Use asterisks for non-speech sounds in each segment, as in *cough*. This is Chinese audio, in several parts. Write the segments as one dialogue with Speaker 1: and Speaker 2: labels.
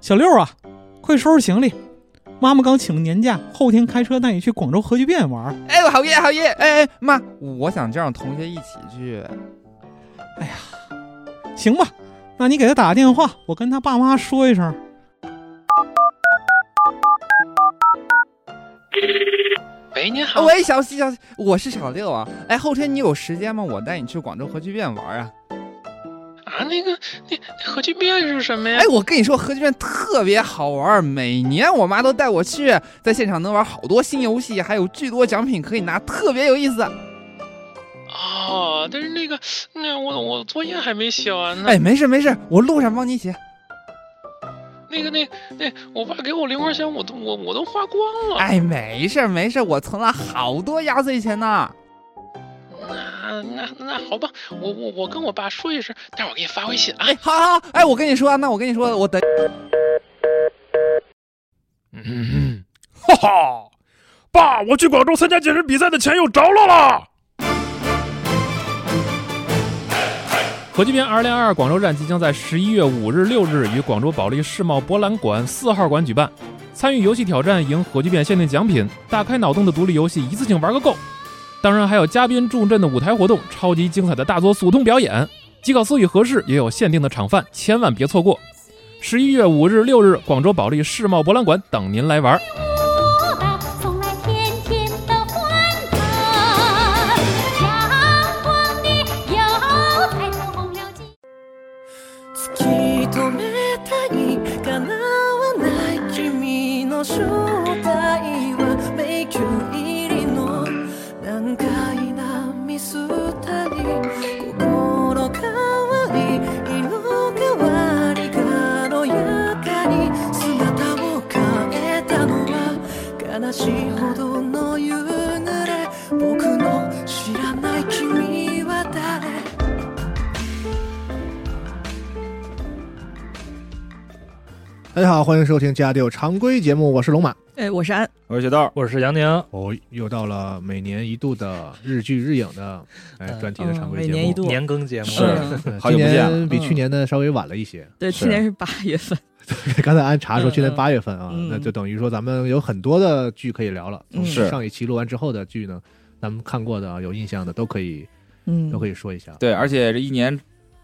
Speaker 1: 小六啊，快收拾行李，妈妈刚请年假，后天开车带你去广州核聚变玩。
Speaker 2: 哎，好耶好耶！哎哎，妈，我想叫上同学一起去。
Speaker 1: 行吧，那你给他打个电话，我跟他爸妈说一声。
Speaker 3: 喂，您好。
Speaker 2: 喂，小西小西，我是小六啊。哎，后天你有时间吗？我带你去广州核聚变玩啊。
Speaker 3: 啊，那个，那那核聚变是什么呀？
Speaker 2: 哎，我跟你说，核聚变特别好玩，每年我妈都带我去，在现场能玩好多新游戏，还有巨多奖品可以拿，特别有意思。
Speaker 4: 嗯
Speaker 3: 哦，但是那个，那我我作业还没写完呢。
Speaker 2: 哎，没事没事，我路上帮你写。
Speaker 3: 那个，那那我爸给我零花钱，我都我我都花光了。
Speaker 2: 哎，没事没事，我存了好多压岁钱呢。
Speaker 3: 那那那好吧，我我我跟我爸说一声，待会儿给你发微信啊。
Speaker 2: 哎，好好，好哎，我跟你说，那我跟你说，我等。
Speaker 5: 嗯，哈哈，爸，我去广州参加健身比赛的钱有着落了。核聚变二零二二广州站即将在十一月五日、六日于广州保利世贸博览馆四号馆举办。参与游戏挑战赢核聚变限定奖品，大开脑洞的独立游戏一次性玩个够。当然还有嘉宾助阵的舞台活动，超级精彩的大作速通表演。即考思与合适也有限定的场饭，千万别错过。十一月五日、六日，广州保利世贸博览馆等您来玩儿。
Speaker 6: 我吧，送来甜甜的欢谈，阳光的油彩透红了金。
Speaker 7: 突き止めたい叶わない君の正体は迷宮入りの難解なミスタリー心変わり色変わり軽やかに姿を変えたのは悲しいほどの夕暮れ僕の知らない君は誰
Speaker 4: 大家好，欢迎收听《家里有常规》节目，我是龙马。
Speaker 8: 哎，我是安，
Speaker 9: 我是雪豆，
Speaker 5: 我是杨宁，
Speaker 4: 哦，又到了每年一度的日剧日影的哎
Speaker 9: 嗯
Speaker 4: 专题的常规
Speaker 8: 每
Speaker 4: 节目，
Speaker 8: 年一
Speaker 4: *laughs*
Speaker 8: 度，
Speaker 9: 年更节目
Speaker 8: 是
Speaker 4: 嗯
Speaker 9: 好
Speaker 4: 今
Speaker 9: 久不见啊
Speaker 4: 年比去年的稍微晚了一些。
Speaker 8: 对，去年是八月份，
Speaker 4: 刚才安查说去年
Speaker 8: 嗯嗯
Speaker 4: 八月份啊，
Speaker 8: 嗯
Speaker 4: 那就等于说咱们有很多的剧可以聊了。
Speaker 8: *laughs* 嗯
Speaker 4: 从
Speaker 9: 是
Speaker 4: 上一期录完之后的剧呢，咱们看过的啊有印象的都可以
Speaker 8: 嗯，
Speaker 4: 都可以说一下。
Speaker 2: 对，而且这一年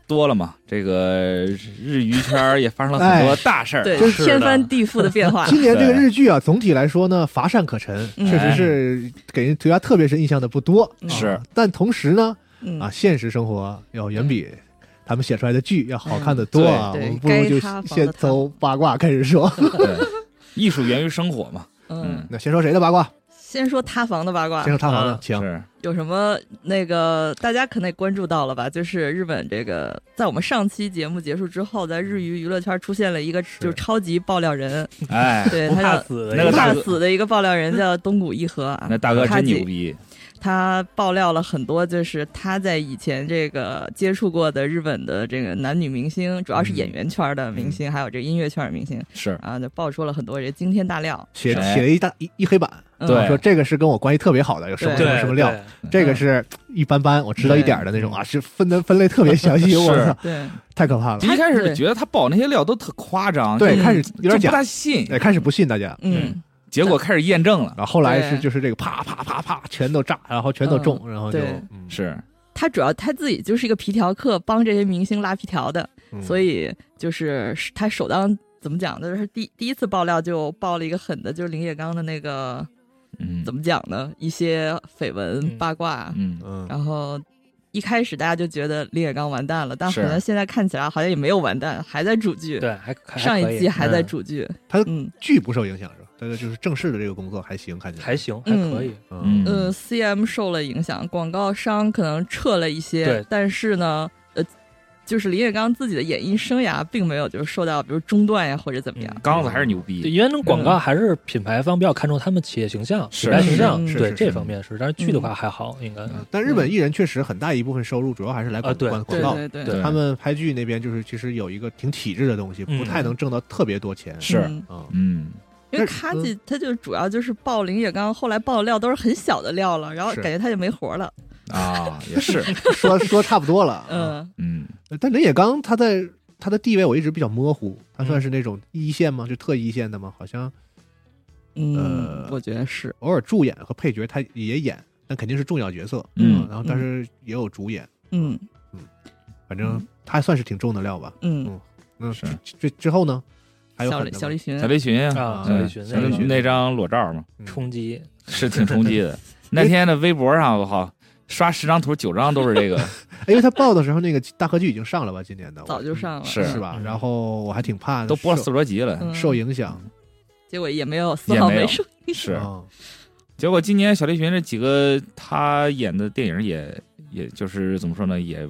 Speaker 2: 多了嘛，这个日娱圈儿也发生了很
Speaker 4: 哎
Speaker 2: 多大事儿。啊
Speaker 8: 对，
Speaker 4: 真
Speaker 5: 是的
Speaker 8: 天翻地覆的变 *laughs* 化，
Speaker 4: 今年这个
Speaker 2: 对
Speaker 4: 日剧啊，总体来说呢，乏善可陈，
Speaker 8: 嗯
Speaker 4: 确实是给人留下特别深印象的不多。啊
Speaker 2: 哎是，
Speaker 4: 但同时呢，
Speaker 8: 嗯
Speaker 4: 啊，，现实生活要远比他们写出来的剧要好看的多啊。
Speaker 8: 嗯对
Speaker 4: 我们
Speaker 8: 对
Speaker 4: 不如就
Speaker 8: 该塌房的
Speaker 4: 先从八卦开始说。
Speaker 2: 对，艺术源于生活嘛。
Speaker 8: 嗯，
Speaker 4: 那先说谁的八卦？
Speaker 8: 先说塌房的八卦
Speaker 4: 先，说塌房的
Speaker 5: 啊，
Speaker 4: 请。
Speaker 2: 嗯是
Speaker 8: 有什么那个大家可能也关注到了吧？就是日本这个，在我们上期节目结束之后，在日娱娱乐圈出现了一个就是超级爆料人，
Speaker 2: 哎，
Speaker 8: 对
Speaker 5: 不
Speaker 8: 他
Speaker 5: 怕
Speaker 8: 叫
Speaker 5: 死的
Speaker 2: 那个
Speaker 8: 不
Speaker 2: 大
Speaker 8: 怕
Speaker 2: 哥
Speaker 8: 死的一个爆料人叫东谷一和啊，
Speaker 2: 那大哥
Speaker 8: 他
Speaker 2: 真
Speaker 8: 自己
Speaker 2: 牛逼。
Speaker 8: 他爆料了很多，就是他在以前这个接触过的日本的这个男女明星，主要是演员圈的明
Speaker 5: 嗯
Speaker 8: 星，还有这个音乐圈的明星
Speaker 2: 是
Speaker 8: 啊，就爆出了很多这惊天大料。
Speaker 4: 写
Speaker 2: 哎
Speaker 4: 写了一大一一黑板，啊
Speaker 8: 嗯
Speaker 2: 对嗯
Speaker 4: 说这个是跟我关系特别好的，有什么什
Speaker 8: 对
Speaker 4: 么什么料，
Speaker 5: 对
Speaker 4: 这个是一般般，我知道一点儿的那种啊，是分的分类特别详细，
Speaker 2: 嗯是
Speaker 4: *laughs* 我操，
Speaker 8: 对，
Speaker 4: 太可怕了。
Speaker 2: 一开始
Speaker 8: 对
Speaker 2: 觉得他爆那些料都特夸张，
Speaker 4: 对，
Speaker 2: 就嗯
Speaker 4: 开始有点
Speaker 2: 就不
Speaker 4: 假，
Speaker 2: 大信，
Speaker 4: 哎，开始不信大家，
Speaker 8: 嗯，
Speaker 2: 结果开始验证了。
Speaker 4: 然后后来是
Speaker 8: 对
Speaker 4: 就是这个啪啪啪啪全都炸，然后全都中，然后就
Speaker 8: 对
Speaker 4: 嗯
Speaker 2: 是
Speaker 8: 他主要他自己就是一个皮条客，帮这些明星拉皮条的，
Speaker 4: 嗯
Speaker 8: 所以就是他首当怎么讲呢？就是第第一次爆料就爆了一个狠的，啊就是林月刚的那个
Speaker 2: 嗯
Speaker 8: 怎么讲呢？一些绯闻
Speaker 5: 嗯
Speaker 8: 八卦，
Speaker 2: 嗯
Speaker 4: 嗯，
Speaker 8: 然后一开始大家就觉得林野刚完蛋了，但
Speaker 2: 是
Speaker 8: 好像现在看起来好像也没有完蛋，还在主剧。
Speaker 5: 对，还还嗯
Speaker 8: 上一季还在
Speaker 5: 主，
Speaker 8: 主剧。
Speaker 4: 他
Speaker 8: 嗯
Speaker 4: 剧不受影响是吧？但是就是正式的这个工作还行，看起来
Speaker 5: 还行，还可以。
Speaker 4: 嗯
Speaker 2: 嗯
Speaker 8: 呃，CM 受了影响，广告商可能撤了一些
Speaker 5: 对，
Speaker 8: 但是呢，呃，就是林月刚自己的演艺生涯并没有就是受到比如中断呀或者怎么样。
Speaker 2: 刚子还是牛
Speaker 5: 对，
Speaker 2: 逼，
Speaker 5: 因为那种广告还是品牌方比较看重他们企业形象、
Speaker 2: 是
Speaker 5: 品牌形象，
Speaker 8: 是是
Speaker 5: 对
Speaker 4: 是
Speaker 5: 这
Speaker 4: 是
Speaker 5: 方面是。但是剧的话还好，应该
Speaker 4: 嗯但日本艺人确实很大一部分收入主要还是来广
Speaker 5: 啊对
Speaker 4: 嗯广广
Speaker 8: 对
Speaker 4: 告，
Speaker 8: 对对，
Speaker 2: 对
Speaker 4: 他们拍剧那边就是其实有一个挺体制的东西，
Speaker 5: 嗯
Speaker 4: 不太能挣到特别多钱。
Speaker 2: 是
Speaker 8: 嗯
Speaker 4: 啊，
Speaker 2: 嗯
Speaker 8: 因为
Speaker 4: 但是
Speaker 8: 卡吉他就主要就是爆林月刚，后来爆的料都是很小的料了，然后
Speaker 4: 是
Speaker 8: 感觉他就没活了。
Speaker 2: 啊也是
Speaker 4: *laughs* 说说差不多了。
Speaker 8: 嗯
Speaker 2: 嗯
Speaker 4: 嗯，但林野刚他在他的地位我一直比较模糊，他算是那种一线吗？就特一线的吗？好像
Speaker 8: 嗯
Speaker 4: 呃，
Speaker 8: 我觉得是，
Speaker 4: 偶尔助演和配角他也演，但肯定是重要角色。
Speaker 8: 嗯
Speaker 4: 然后但是也有主演，
Speaker 8: 嗯
Speaker 4: 反正他还算是挺重的料吧。
Speaker 8: 嗯，
Speaker 4: 嗯， *laughs*
Speaker 9: 是
Speaker 4: 之之后呢？还有
Speaker 8: 小
Speaker 4: 狠
Speaker 8: 李
Speaker 4: 的吗
Speaker 8: 小李旬
Speaker 9: 小雷群呀，
Speaker 10: 啊
Speaker 9: 嗯
Speaker 10: 小雷群
Speaker 9: 小雷
Speaker 10: 那
Speaker 9: 群
Speaker 10: 个
Speaker 9: 那张裸照嘛，
Speaker 5: 嗯
Speaker 10: 冲击，
Speaker 9: 是挺冲击的。 *laughs* 那天的微博上，我靠，刷十张图，九张都是这个，
Speaker 4: 哎因为他报的时候那个大合剧已经上了吧？今年的
Speaker 8: 早就上了，
Speaker 9: 是
Speaker 4: 是吧？
Speaker 10: 嗯
Speaker 4: 然后我还挺怕
Speaker 9: 都播了
Speaker 4: 受
Speaker 9: 四十多集了。
Speaker 8: 嗯
Speaker 4: 受影响，
Speaker 8: 结果也没有丝
Speaker 9: 也
Speaker 8: 毫
Speaker 9: 没有
Speaker 8: 没受影响。
Speaker 9: 是，
Speaker 4: 嗯
Speaker 9: 结果今年小栗旬这几个他演的电影也，也就是怎么说呢，也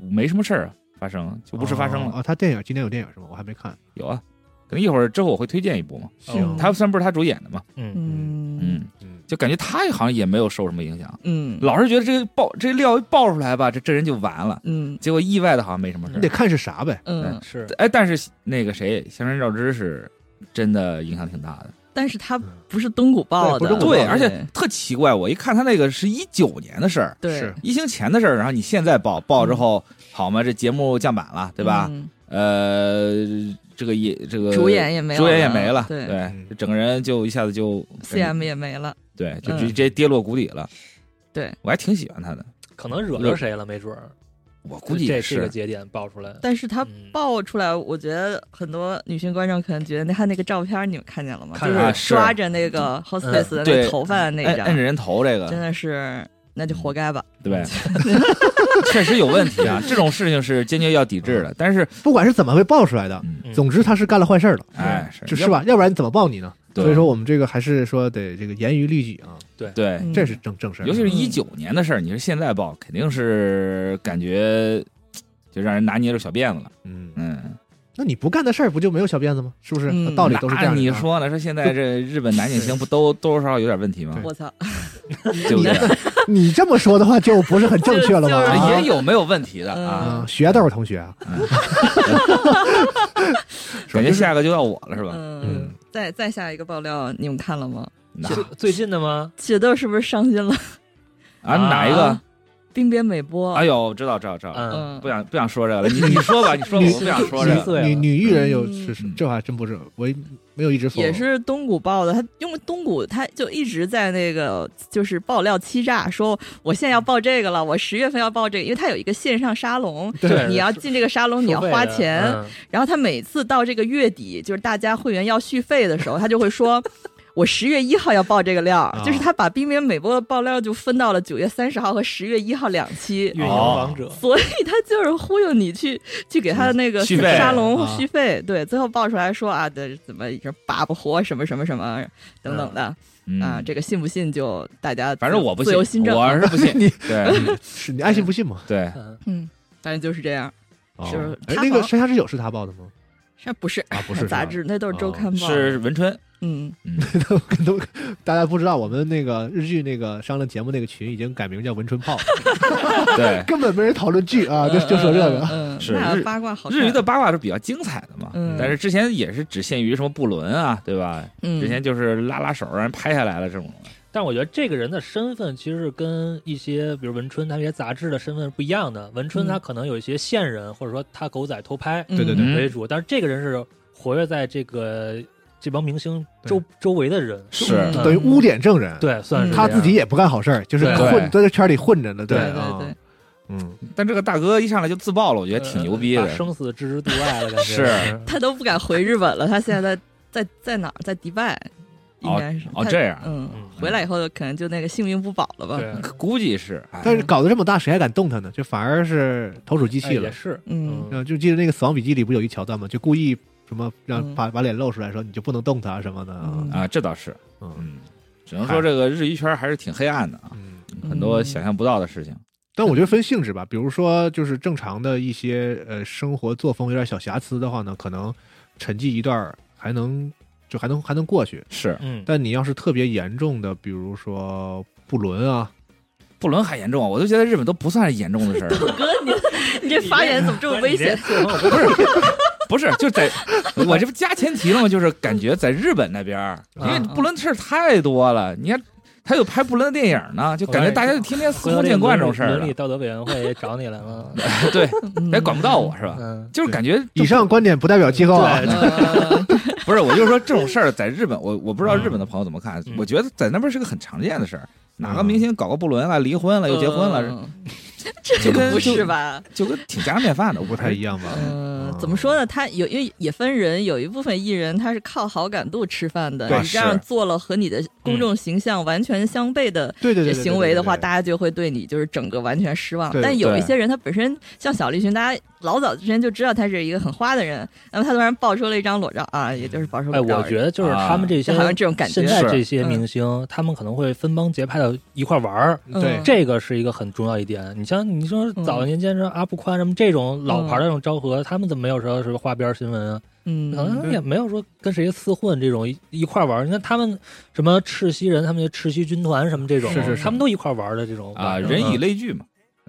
Speaker 9: 没什么事儿啊发生，就无事发生了。
Speaker 4: 哦哦他电影今年有电影是吗？我还没看。
Speaker 9: 有啊，可能一会儿之后我会推荐一部嘛。
Speaker 10: 行
Speaker 9: 他虽然不是他主演的嘛，
Speaker 10: 嗯，
Speaker 8: 嗯
Speaker 9: 嗯，
Speaker 4: 嗯，
Speaker 9: 就感觉他好像也没有受什么影响，
Speaker 8: 嗯
Speaker 9: 老是觉得这个爆这料一爆出来吧，这这人就完了。
Speaker 8: 嗯
Speaker 9: 结果意外的好像没什么事
Speaker 4: 你
Speaker 9: 儿
Speaker 4: 得。看是啥呗。
Speaker 8: 嗯，
Speaker 10: 是
Speaker 9: 哎，但是那个谁，香川照之是真的影响挺大的。
Speaker 8: 但是他不是东古报
Speaker 4: 对
Speaker 8: 的
Speaker 4: 不是，东古
Speaker 9: 对，
Speaker 4: 报
Speaker 9: 而且特奇怪，我一看他那个是一九年的事儿，
Speaker 8: 对
Speaker 4: 是
Speaker 9: 疫情前的事儿，然后你现在报报之后，好嘛，这节目降版了，对吧？？
Speaker 8: 嗯
Speaker 9: 呃，这个也这个
Speaker 8: 主演也没有了
Speaker 9: 主演也没了，
Speaker 8: 对
Speaker 4: 嗯
Speaker 9: 对，这整个人就一下子就
Speaker 8: CM 也没了，
Speaker 9: 对，就
Speaker 8: 嗯
Speaker 9: 直直接跌落谷底了。
Speaker 8: 对
Speaker 9: 我还挺喜欢他的，
Speaker 10: 可能惹着谁了，没准儿，
Speaker 9: 我估计也
Speaker 10: 这这个
Speaker 9: 是
Speaker 10: 节点爆出来，
Speaker 8: 但是他
Speaker 10: 嗯
Speaker 8: 爆出来，我觉得很多女性观众可能觉得那他那个照片，你们看见了吗？
Speaker 10: 看
Speaker 8: 就
Speaker 10: 见了
Speaker 9: 啊是嗯
Speaker 8: 抓着那个 hostess 的那
Speaker 9: 对
Speaker 8: 个头发的那
Speaker 9: 摁摁着
Speaker 8: 张，
Speaker 9: 人头这
Speaker 8: 真
Speaker 9: 个，
Speaker 8: 的是，那就活该吧。*laughs*
Speaker 9: 对吧，确实有问题啊。这种事情是坚决要抵制的，但是
Speaker 4: 不管是怎么被爆出来的，
Speaker 9: 嗯
Speaker 10: 嗯
Speaker 4: 总之他是干了坏事儿了，嗯
Speaker 9: 哎，是
Speaker 4: 就是？吧？要不然你怎么报你呢？
Speaker 9: 对
Speaker 4: 所以说我们这个还是说得这个严于律己啊，
Speaker 9: 对，
Speaker 8: 嗯
Speaker 4: 这是正正事儿。
Speaker 9: 尤其是
Speaker 8: 嗯
Speaker 9: 一九年的事儿，你是现在报，肯定是感觉就让人拿捏住小辫子了。
Speaker 4: 嗯，
Speaker 9: 嗯，
Speaker 4: 那你不干的事儿不就没有小辫子吗？是不是？
Speaker 8: 嗯
Speaker 4: 道理都是这
Speaker 9: 那
Speaker 4: 样的啊。
Speaker 9: 你说呢？说现在这日本男影星不都多多少少有点问题吗？
Speaker 8: 我操，
Speaker 9: 对不对？
Speaker 4: 你这么说的话，就不是很正确了吧？
Speaker 8: 就是
Speaker 4: 啊
Speaker 9: 哎也有没有问题的
Speaker 8: 嗯
Speaker 9: 啊？嗯
Speaker 4: 啊，学豆儿同学啊， *laughs*
Speaker 9: *laughs* 感觉下个就要我了是吧？
Speaker 8: 嗯，再再下一个爆料，你们看了吗？
Speaker 9: 哪
Speaker 10: 最最近的吗？
Speaker 8: 雪豆是不是伤心了？
Speaker 9: 啊哪一个
Speaker 8: 啊？冰边美波，
Speaker 9: 哎呦，知道知道知道，
Speaker 10: 嗯，
Speaker 8: 嗯，
Speaker 9: 不想不想说这个了，你你
Speaker 8: *laughs*
Speaker 9: 说吧，你说吧，
Speaker 4: 你
Speaker 9: 我不想说这
Speaker 10: 是
Speaker 9: 个。
Speaker 10: 对了
Speaker 4: 女女女艺人有
Speaker 8: 嗯
Speaker 4: 是是
Speaker 9: 嗯，
Speaker 4: 这还真不是，我也没有一直 follow
Speaker 10: 哦
Speaker 8: 也是东古报的，他因为东古他就一直在那个就是爆料欺诈，说我现在要报这个了，我十月份要报这个，因为他有一个线上沙龙，
Speaker 10: 对
Speaker 8: 你要进这个沙龙你要花钱，
Speaker 10: 嗯
Speaker 8: 然后他每次到这个月底，就是大家会员要续费的时候，他就会说。
Speaker 9: *laughs*
Speaker 8: 我十月一号要报这个料
Speaker 9: 啊
Speaker 8: 儿，就是他把冰冰美波的爆料就分到了九月三十号和十月一号两期，
Speaker 10: 运营王者，
Speaker 8: 所以他就是忽悠你去去给他的那个
Speaker 9: 续费
Speaker 8: 沙龙
Speaker 4: 啊
Speaker 8: 续费，对，最后爆出来说啊，这怎么这爸不活什么什么什么等等的、
Speaker 9: 嗯
Speaker 8: 啊，这个信不信就大家
Speaker 9: 反正我不
Speaker 8: 自
Speaker 9: 信，
Speaker 8: 由新政，
Speaker 9: 我 *laughs* 是
Speaker 8: *laughs*
Speaker 9: 不信。对
Speaker 4: 是你爱信不信嘛？
Speaker 9: 对，
Speaker 10: 嗯
Speaker 8: 嗯，反正就是这样，就是
Speaker 4: 哎
Speaker 8: 他
Speaker 4: 那
Speaker 8: 好
Speaker 4: 个《
Speaker 8: 像
Speaker 4: 山下之友》是他报的吗？
Speaker 8: 这不是
Speaker 4: 啊， *laughs* 不是
Speaker 8: 杂，志，那都是周刊报，
Speaker 9: 哦是文春。
Speaker 8: 嗯，
Speaker 4: 是吧 *laughs* 都大家不知道，我们那个日剧那个上了节目那个群已经改名叫文春炮，
Speaker 9: 对，
Speaker 4: *laughs* 根本没人讨论剧啊，就就说这个。
Speaker 8: 嗯，嗯
Speaker 9: 是
Speaker 8: 那
Speaker 9: 日
Speaker 8: 八卦好看，
Speaker 9: 日语的八卦是比较精彩的嘛，
Speaker 8: 嗯
Speaker 9: 但是之前也是只限于什么布伦啊，对吧？
Speaker 8: 嗯
Speaker 9: 之前就是拉拉手让人拍下来了这种。
Speaker 10: 但我觉得这个人的身份其实是跟一些，比如文春他那些杂志的身份是不一样的。文春他可能有一些线人，或者说他狗仔偷拍
Speaker 8: 对对
Speaker 9: 嗯对
Speaker 10: 为主，但是这个人是活跃在这个这帮明星周周围的人，
Speaker 9: 是
Speaker 10: 嗯
Speaker 4: 等于污点证人，
Speaker 10: 对，算是
Speaker 4: 他
Speaker 10: 这样
Speaker 4: 自己也不干好事儿，就是
Speaker 10: 对
Speaker 4: 混在这圈里混着呢，
Speaker 8: 对
Speaker 4: 啊
Speaker 8: 对，对，
Speaker 4: 嗯，
Speaker 9: 但这个大哥一上来就自爆了，我觉得挺牛逼
Speaker 10: 呃把
Speaker 9: 的。
Speaker 10: 生死置之度外了，感觉
Speaker 9: *laughs* 是
Speaker 8: 他都不敢回日本了，他现在在在在哪儿？在迪拜，应该是
Speaker 9: 哦
Speaker 8: 他
Speaker 9: 这样
Speaker 8: 嗯
Speaker 10: 嗯，
Speaker 8: 回来以后可能就那个性命不保了吧，
Speaker 10: 对，
Speaker 9: 估计是，哎
Speaker 4: 但是搞得这么大，谁还敢动他呢？就反而是投鼠忌
Speaker 10: 哎
Speaker 4: 器
Speaker 10: 也
Speaker 4: 了。
Speaker 10: 是，
Speaker 8: 嗯
Speaker 4: 嗯，就记得那个《死亡笔记》里不有一桥段吗？就故意什么让
Speaker 8: 嗯
Speaker 4: 把把脸露出来，说你就不能动他什么的啊。
Speaker 9: 啊，这倒是，
Speaker 4: 嗯
Speaker 9: 嗯，只能说这个日语圈还是挺黑暗的啊，
Speaker 4: 嗯，
Speaker 9: 很多想象不到的事情。
Speaker 4: 但我觉得分性质吧，比如说就是正常的一些呃生活作风有点小瑕疵的话呢，可能沉寂一段儿还能就还能还能过去。
Speaker 9: 是
Speaker 10: 嗯，
Speaker 4: 但你要是特别严重的，比如说不伦啊，
Speaker 9: 布伦还严重啊，我都觉得日本都不算是严重的事儿，
Speaker 8: 哥，你你这发言怎么这么危险？
Speaker 9: 不是，就在我这不加前提了吗？就是感觉在日本那边儿，因为
Speaker 10: 啊
Speaker 9: 布伦的事儿太多了，你看。他有拍不伦的电影呢，就感觉大家就天天司
Speaker 10: 回头
Speaker 9: 空
Speaker 10: 这
Speaker 9: 见惯这
Speaker 10: 伦
Speaker 9: 种
Speaker 10: 理
Speaker 9: 事儿
Speaker 10: 伦理
Speaker 9: 了。
Speaker 10: 道德委员会找你来了，
Speaker 5: *laughs*
Speaker 9: 对，还管不到我是吧？
Speaker 10: 嗯，
Speaker 9: 就是感觉
Speaker 4: 以上观点不代表机构啊，
Speaker 9: 不是，我就说这种事儿在日本，我我不知道日本的朋友怎么看，我觉得在那边是个很常见的事儿。哪个明星搞个不伦了，啊离婚了，又结
Speaker 8: 嗯
Speaker 9: 婚了，
Speaker 8: 这
Speaker 9: 就
Speaker 8: 个
Speaker 9: 跟
Speaker 8: 不
Speaker 9: 就是
Speaker 8: 吧？
Speaker 9: 就跟挺家常便饭的，
Speaker 4: 不太一样吧？
Speaker 8: 嗯 *laughs*
Speaker 4: 嗯，
Speaker 8: 怎么说呢？他有因为也分人，有一部分艺人他是靠好感度吃饭的。
Speaker 9: 对
Speaker 8: 你这样
Speaker 9: 是嗯
Speaker 8: 做了和你的公众形象完全相悖的
Speaker 4: 对对对对对对
Speaker 8: 行为的话，
Speaker 4: 对
Speaker 8: 大家就会对你就是整个完全失望
Speaker 4: 对。
Speaker 8: 但有一
Speaker 9: 对
Speaker 8: 些人，他本身像小栗旬，大家老早之前就知道他是一个很花的人，那么他突然爆出了一张裸照啊，也就是爆出
Speaker 10: 哎，
Speaker 8: 裸照而已。
Speaker 10: 我觉得就是他们这些
Speaker 5: 啊
Speaker 8: 就好像这种感
Speaker 10: 现
Speaker 8: 觉。
Speaker 10: 在
Speaker 9: 是
Speaker 10: 这些明星，他们可能会分帮结派的一块玩儿，
Speaker 8: 嗯
Speaker 4: 对
Speaker 10: 这个是一个很重要一点。你像你说早年间这阿布宽什么这种老牌的这种昭和，他们怎么没有说是花边新闻啊？可
Speaker 8: 嗯嗯，
Speaker 10: 能也没有说跟谁厮混这种一一块玩儿。你看他们什么赤西人，他们就赤西军团什么这种，啊
Speaker 4: 是是是
Speaker 10: 他们都一块玩儿的这
Speaker 4: 嗯
Speaker 10: 种
Speaker 9: 啊，
Speaker 10: 玩意儿
Speaker 9: 人以类聚嘛，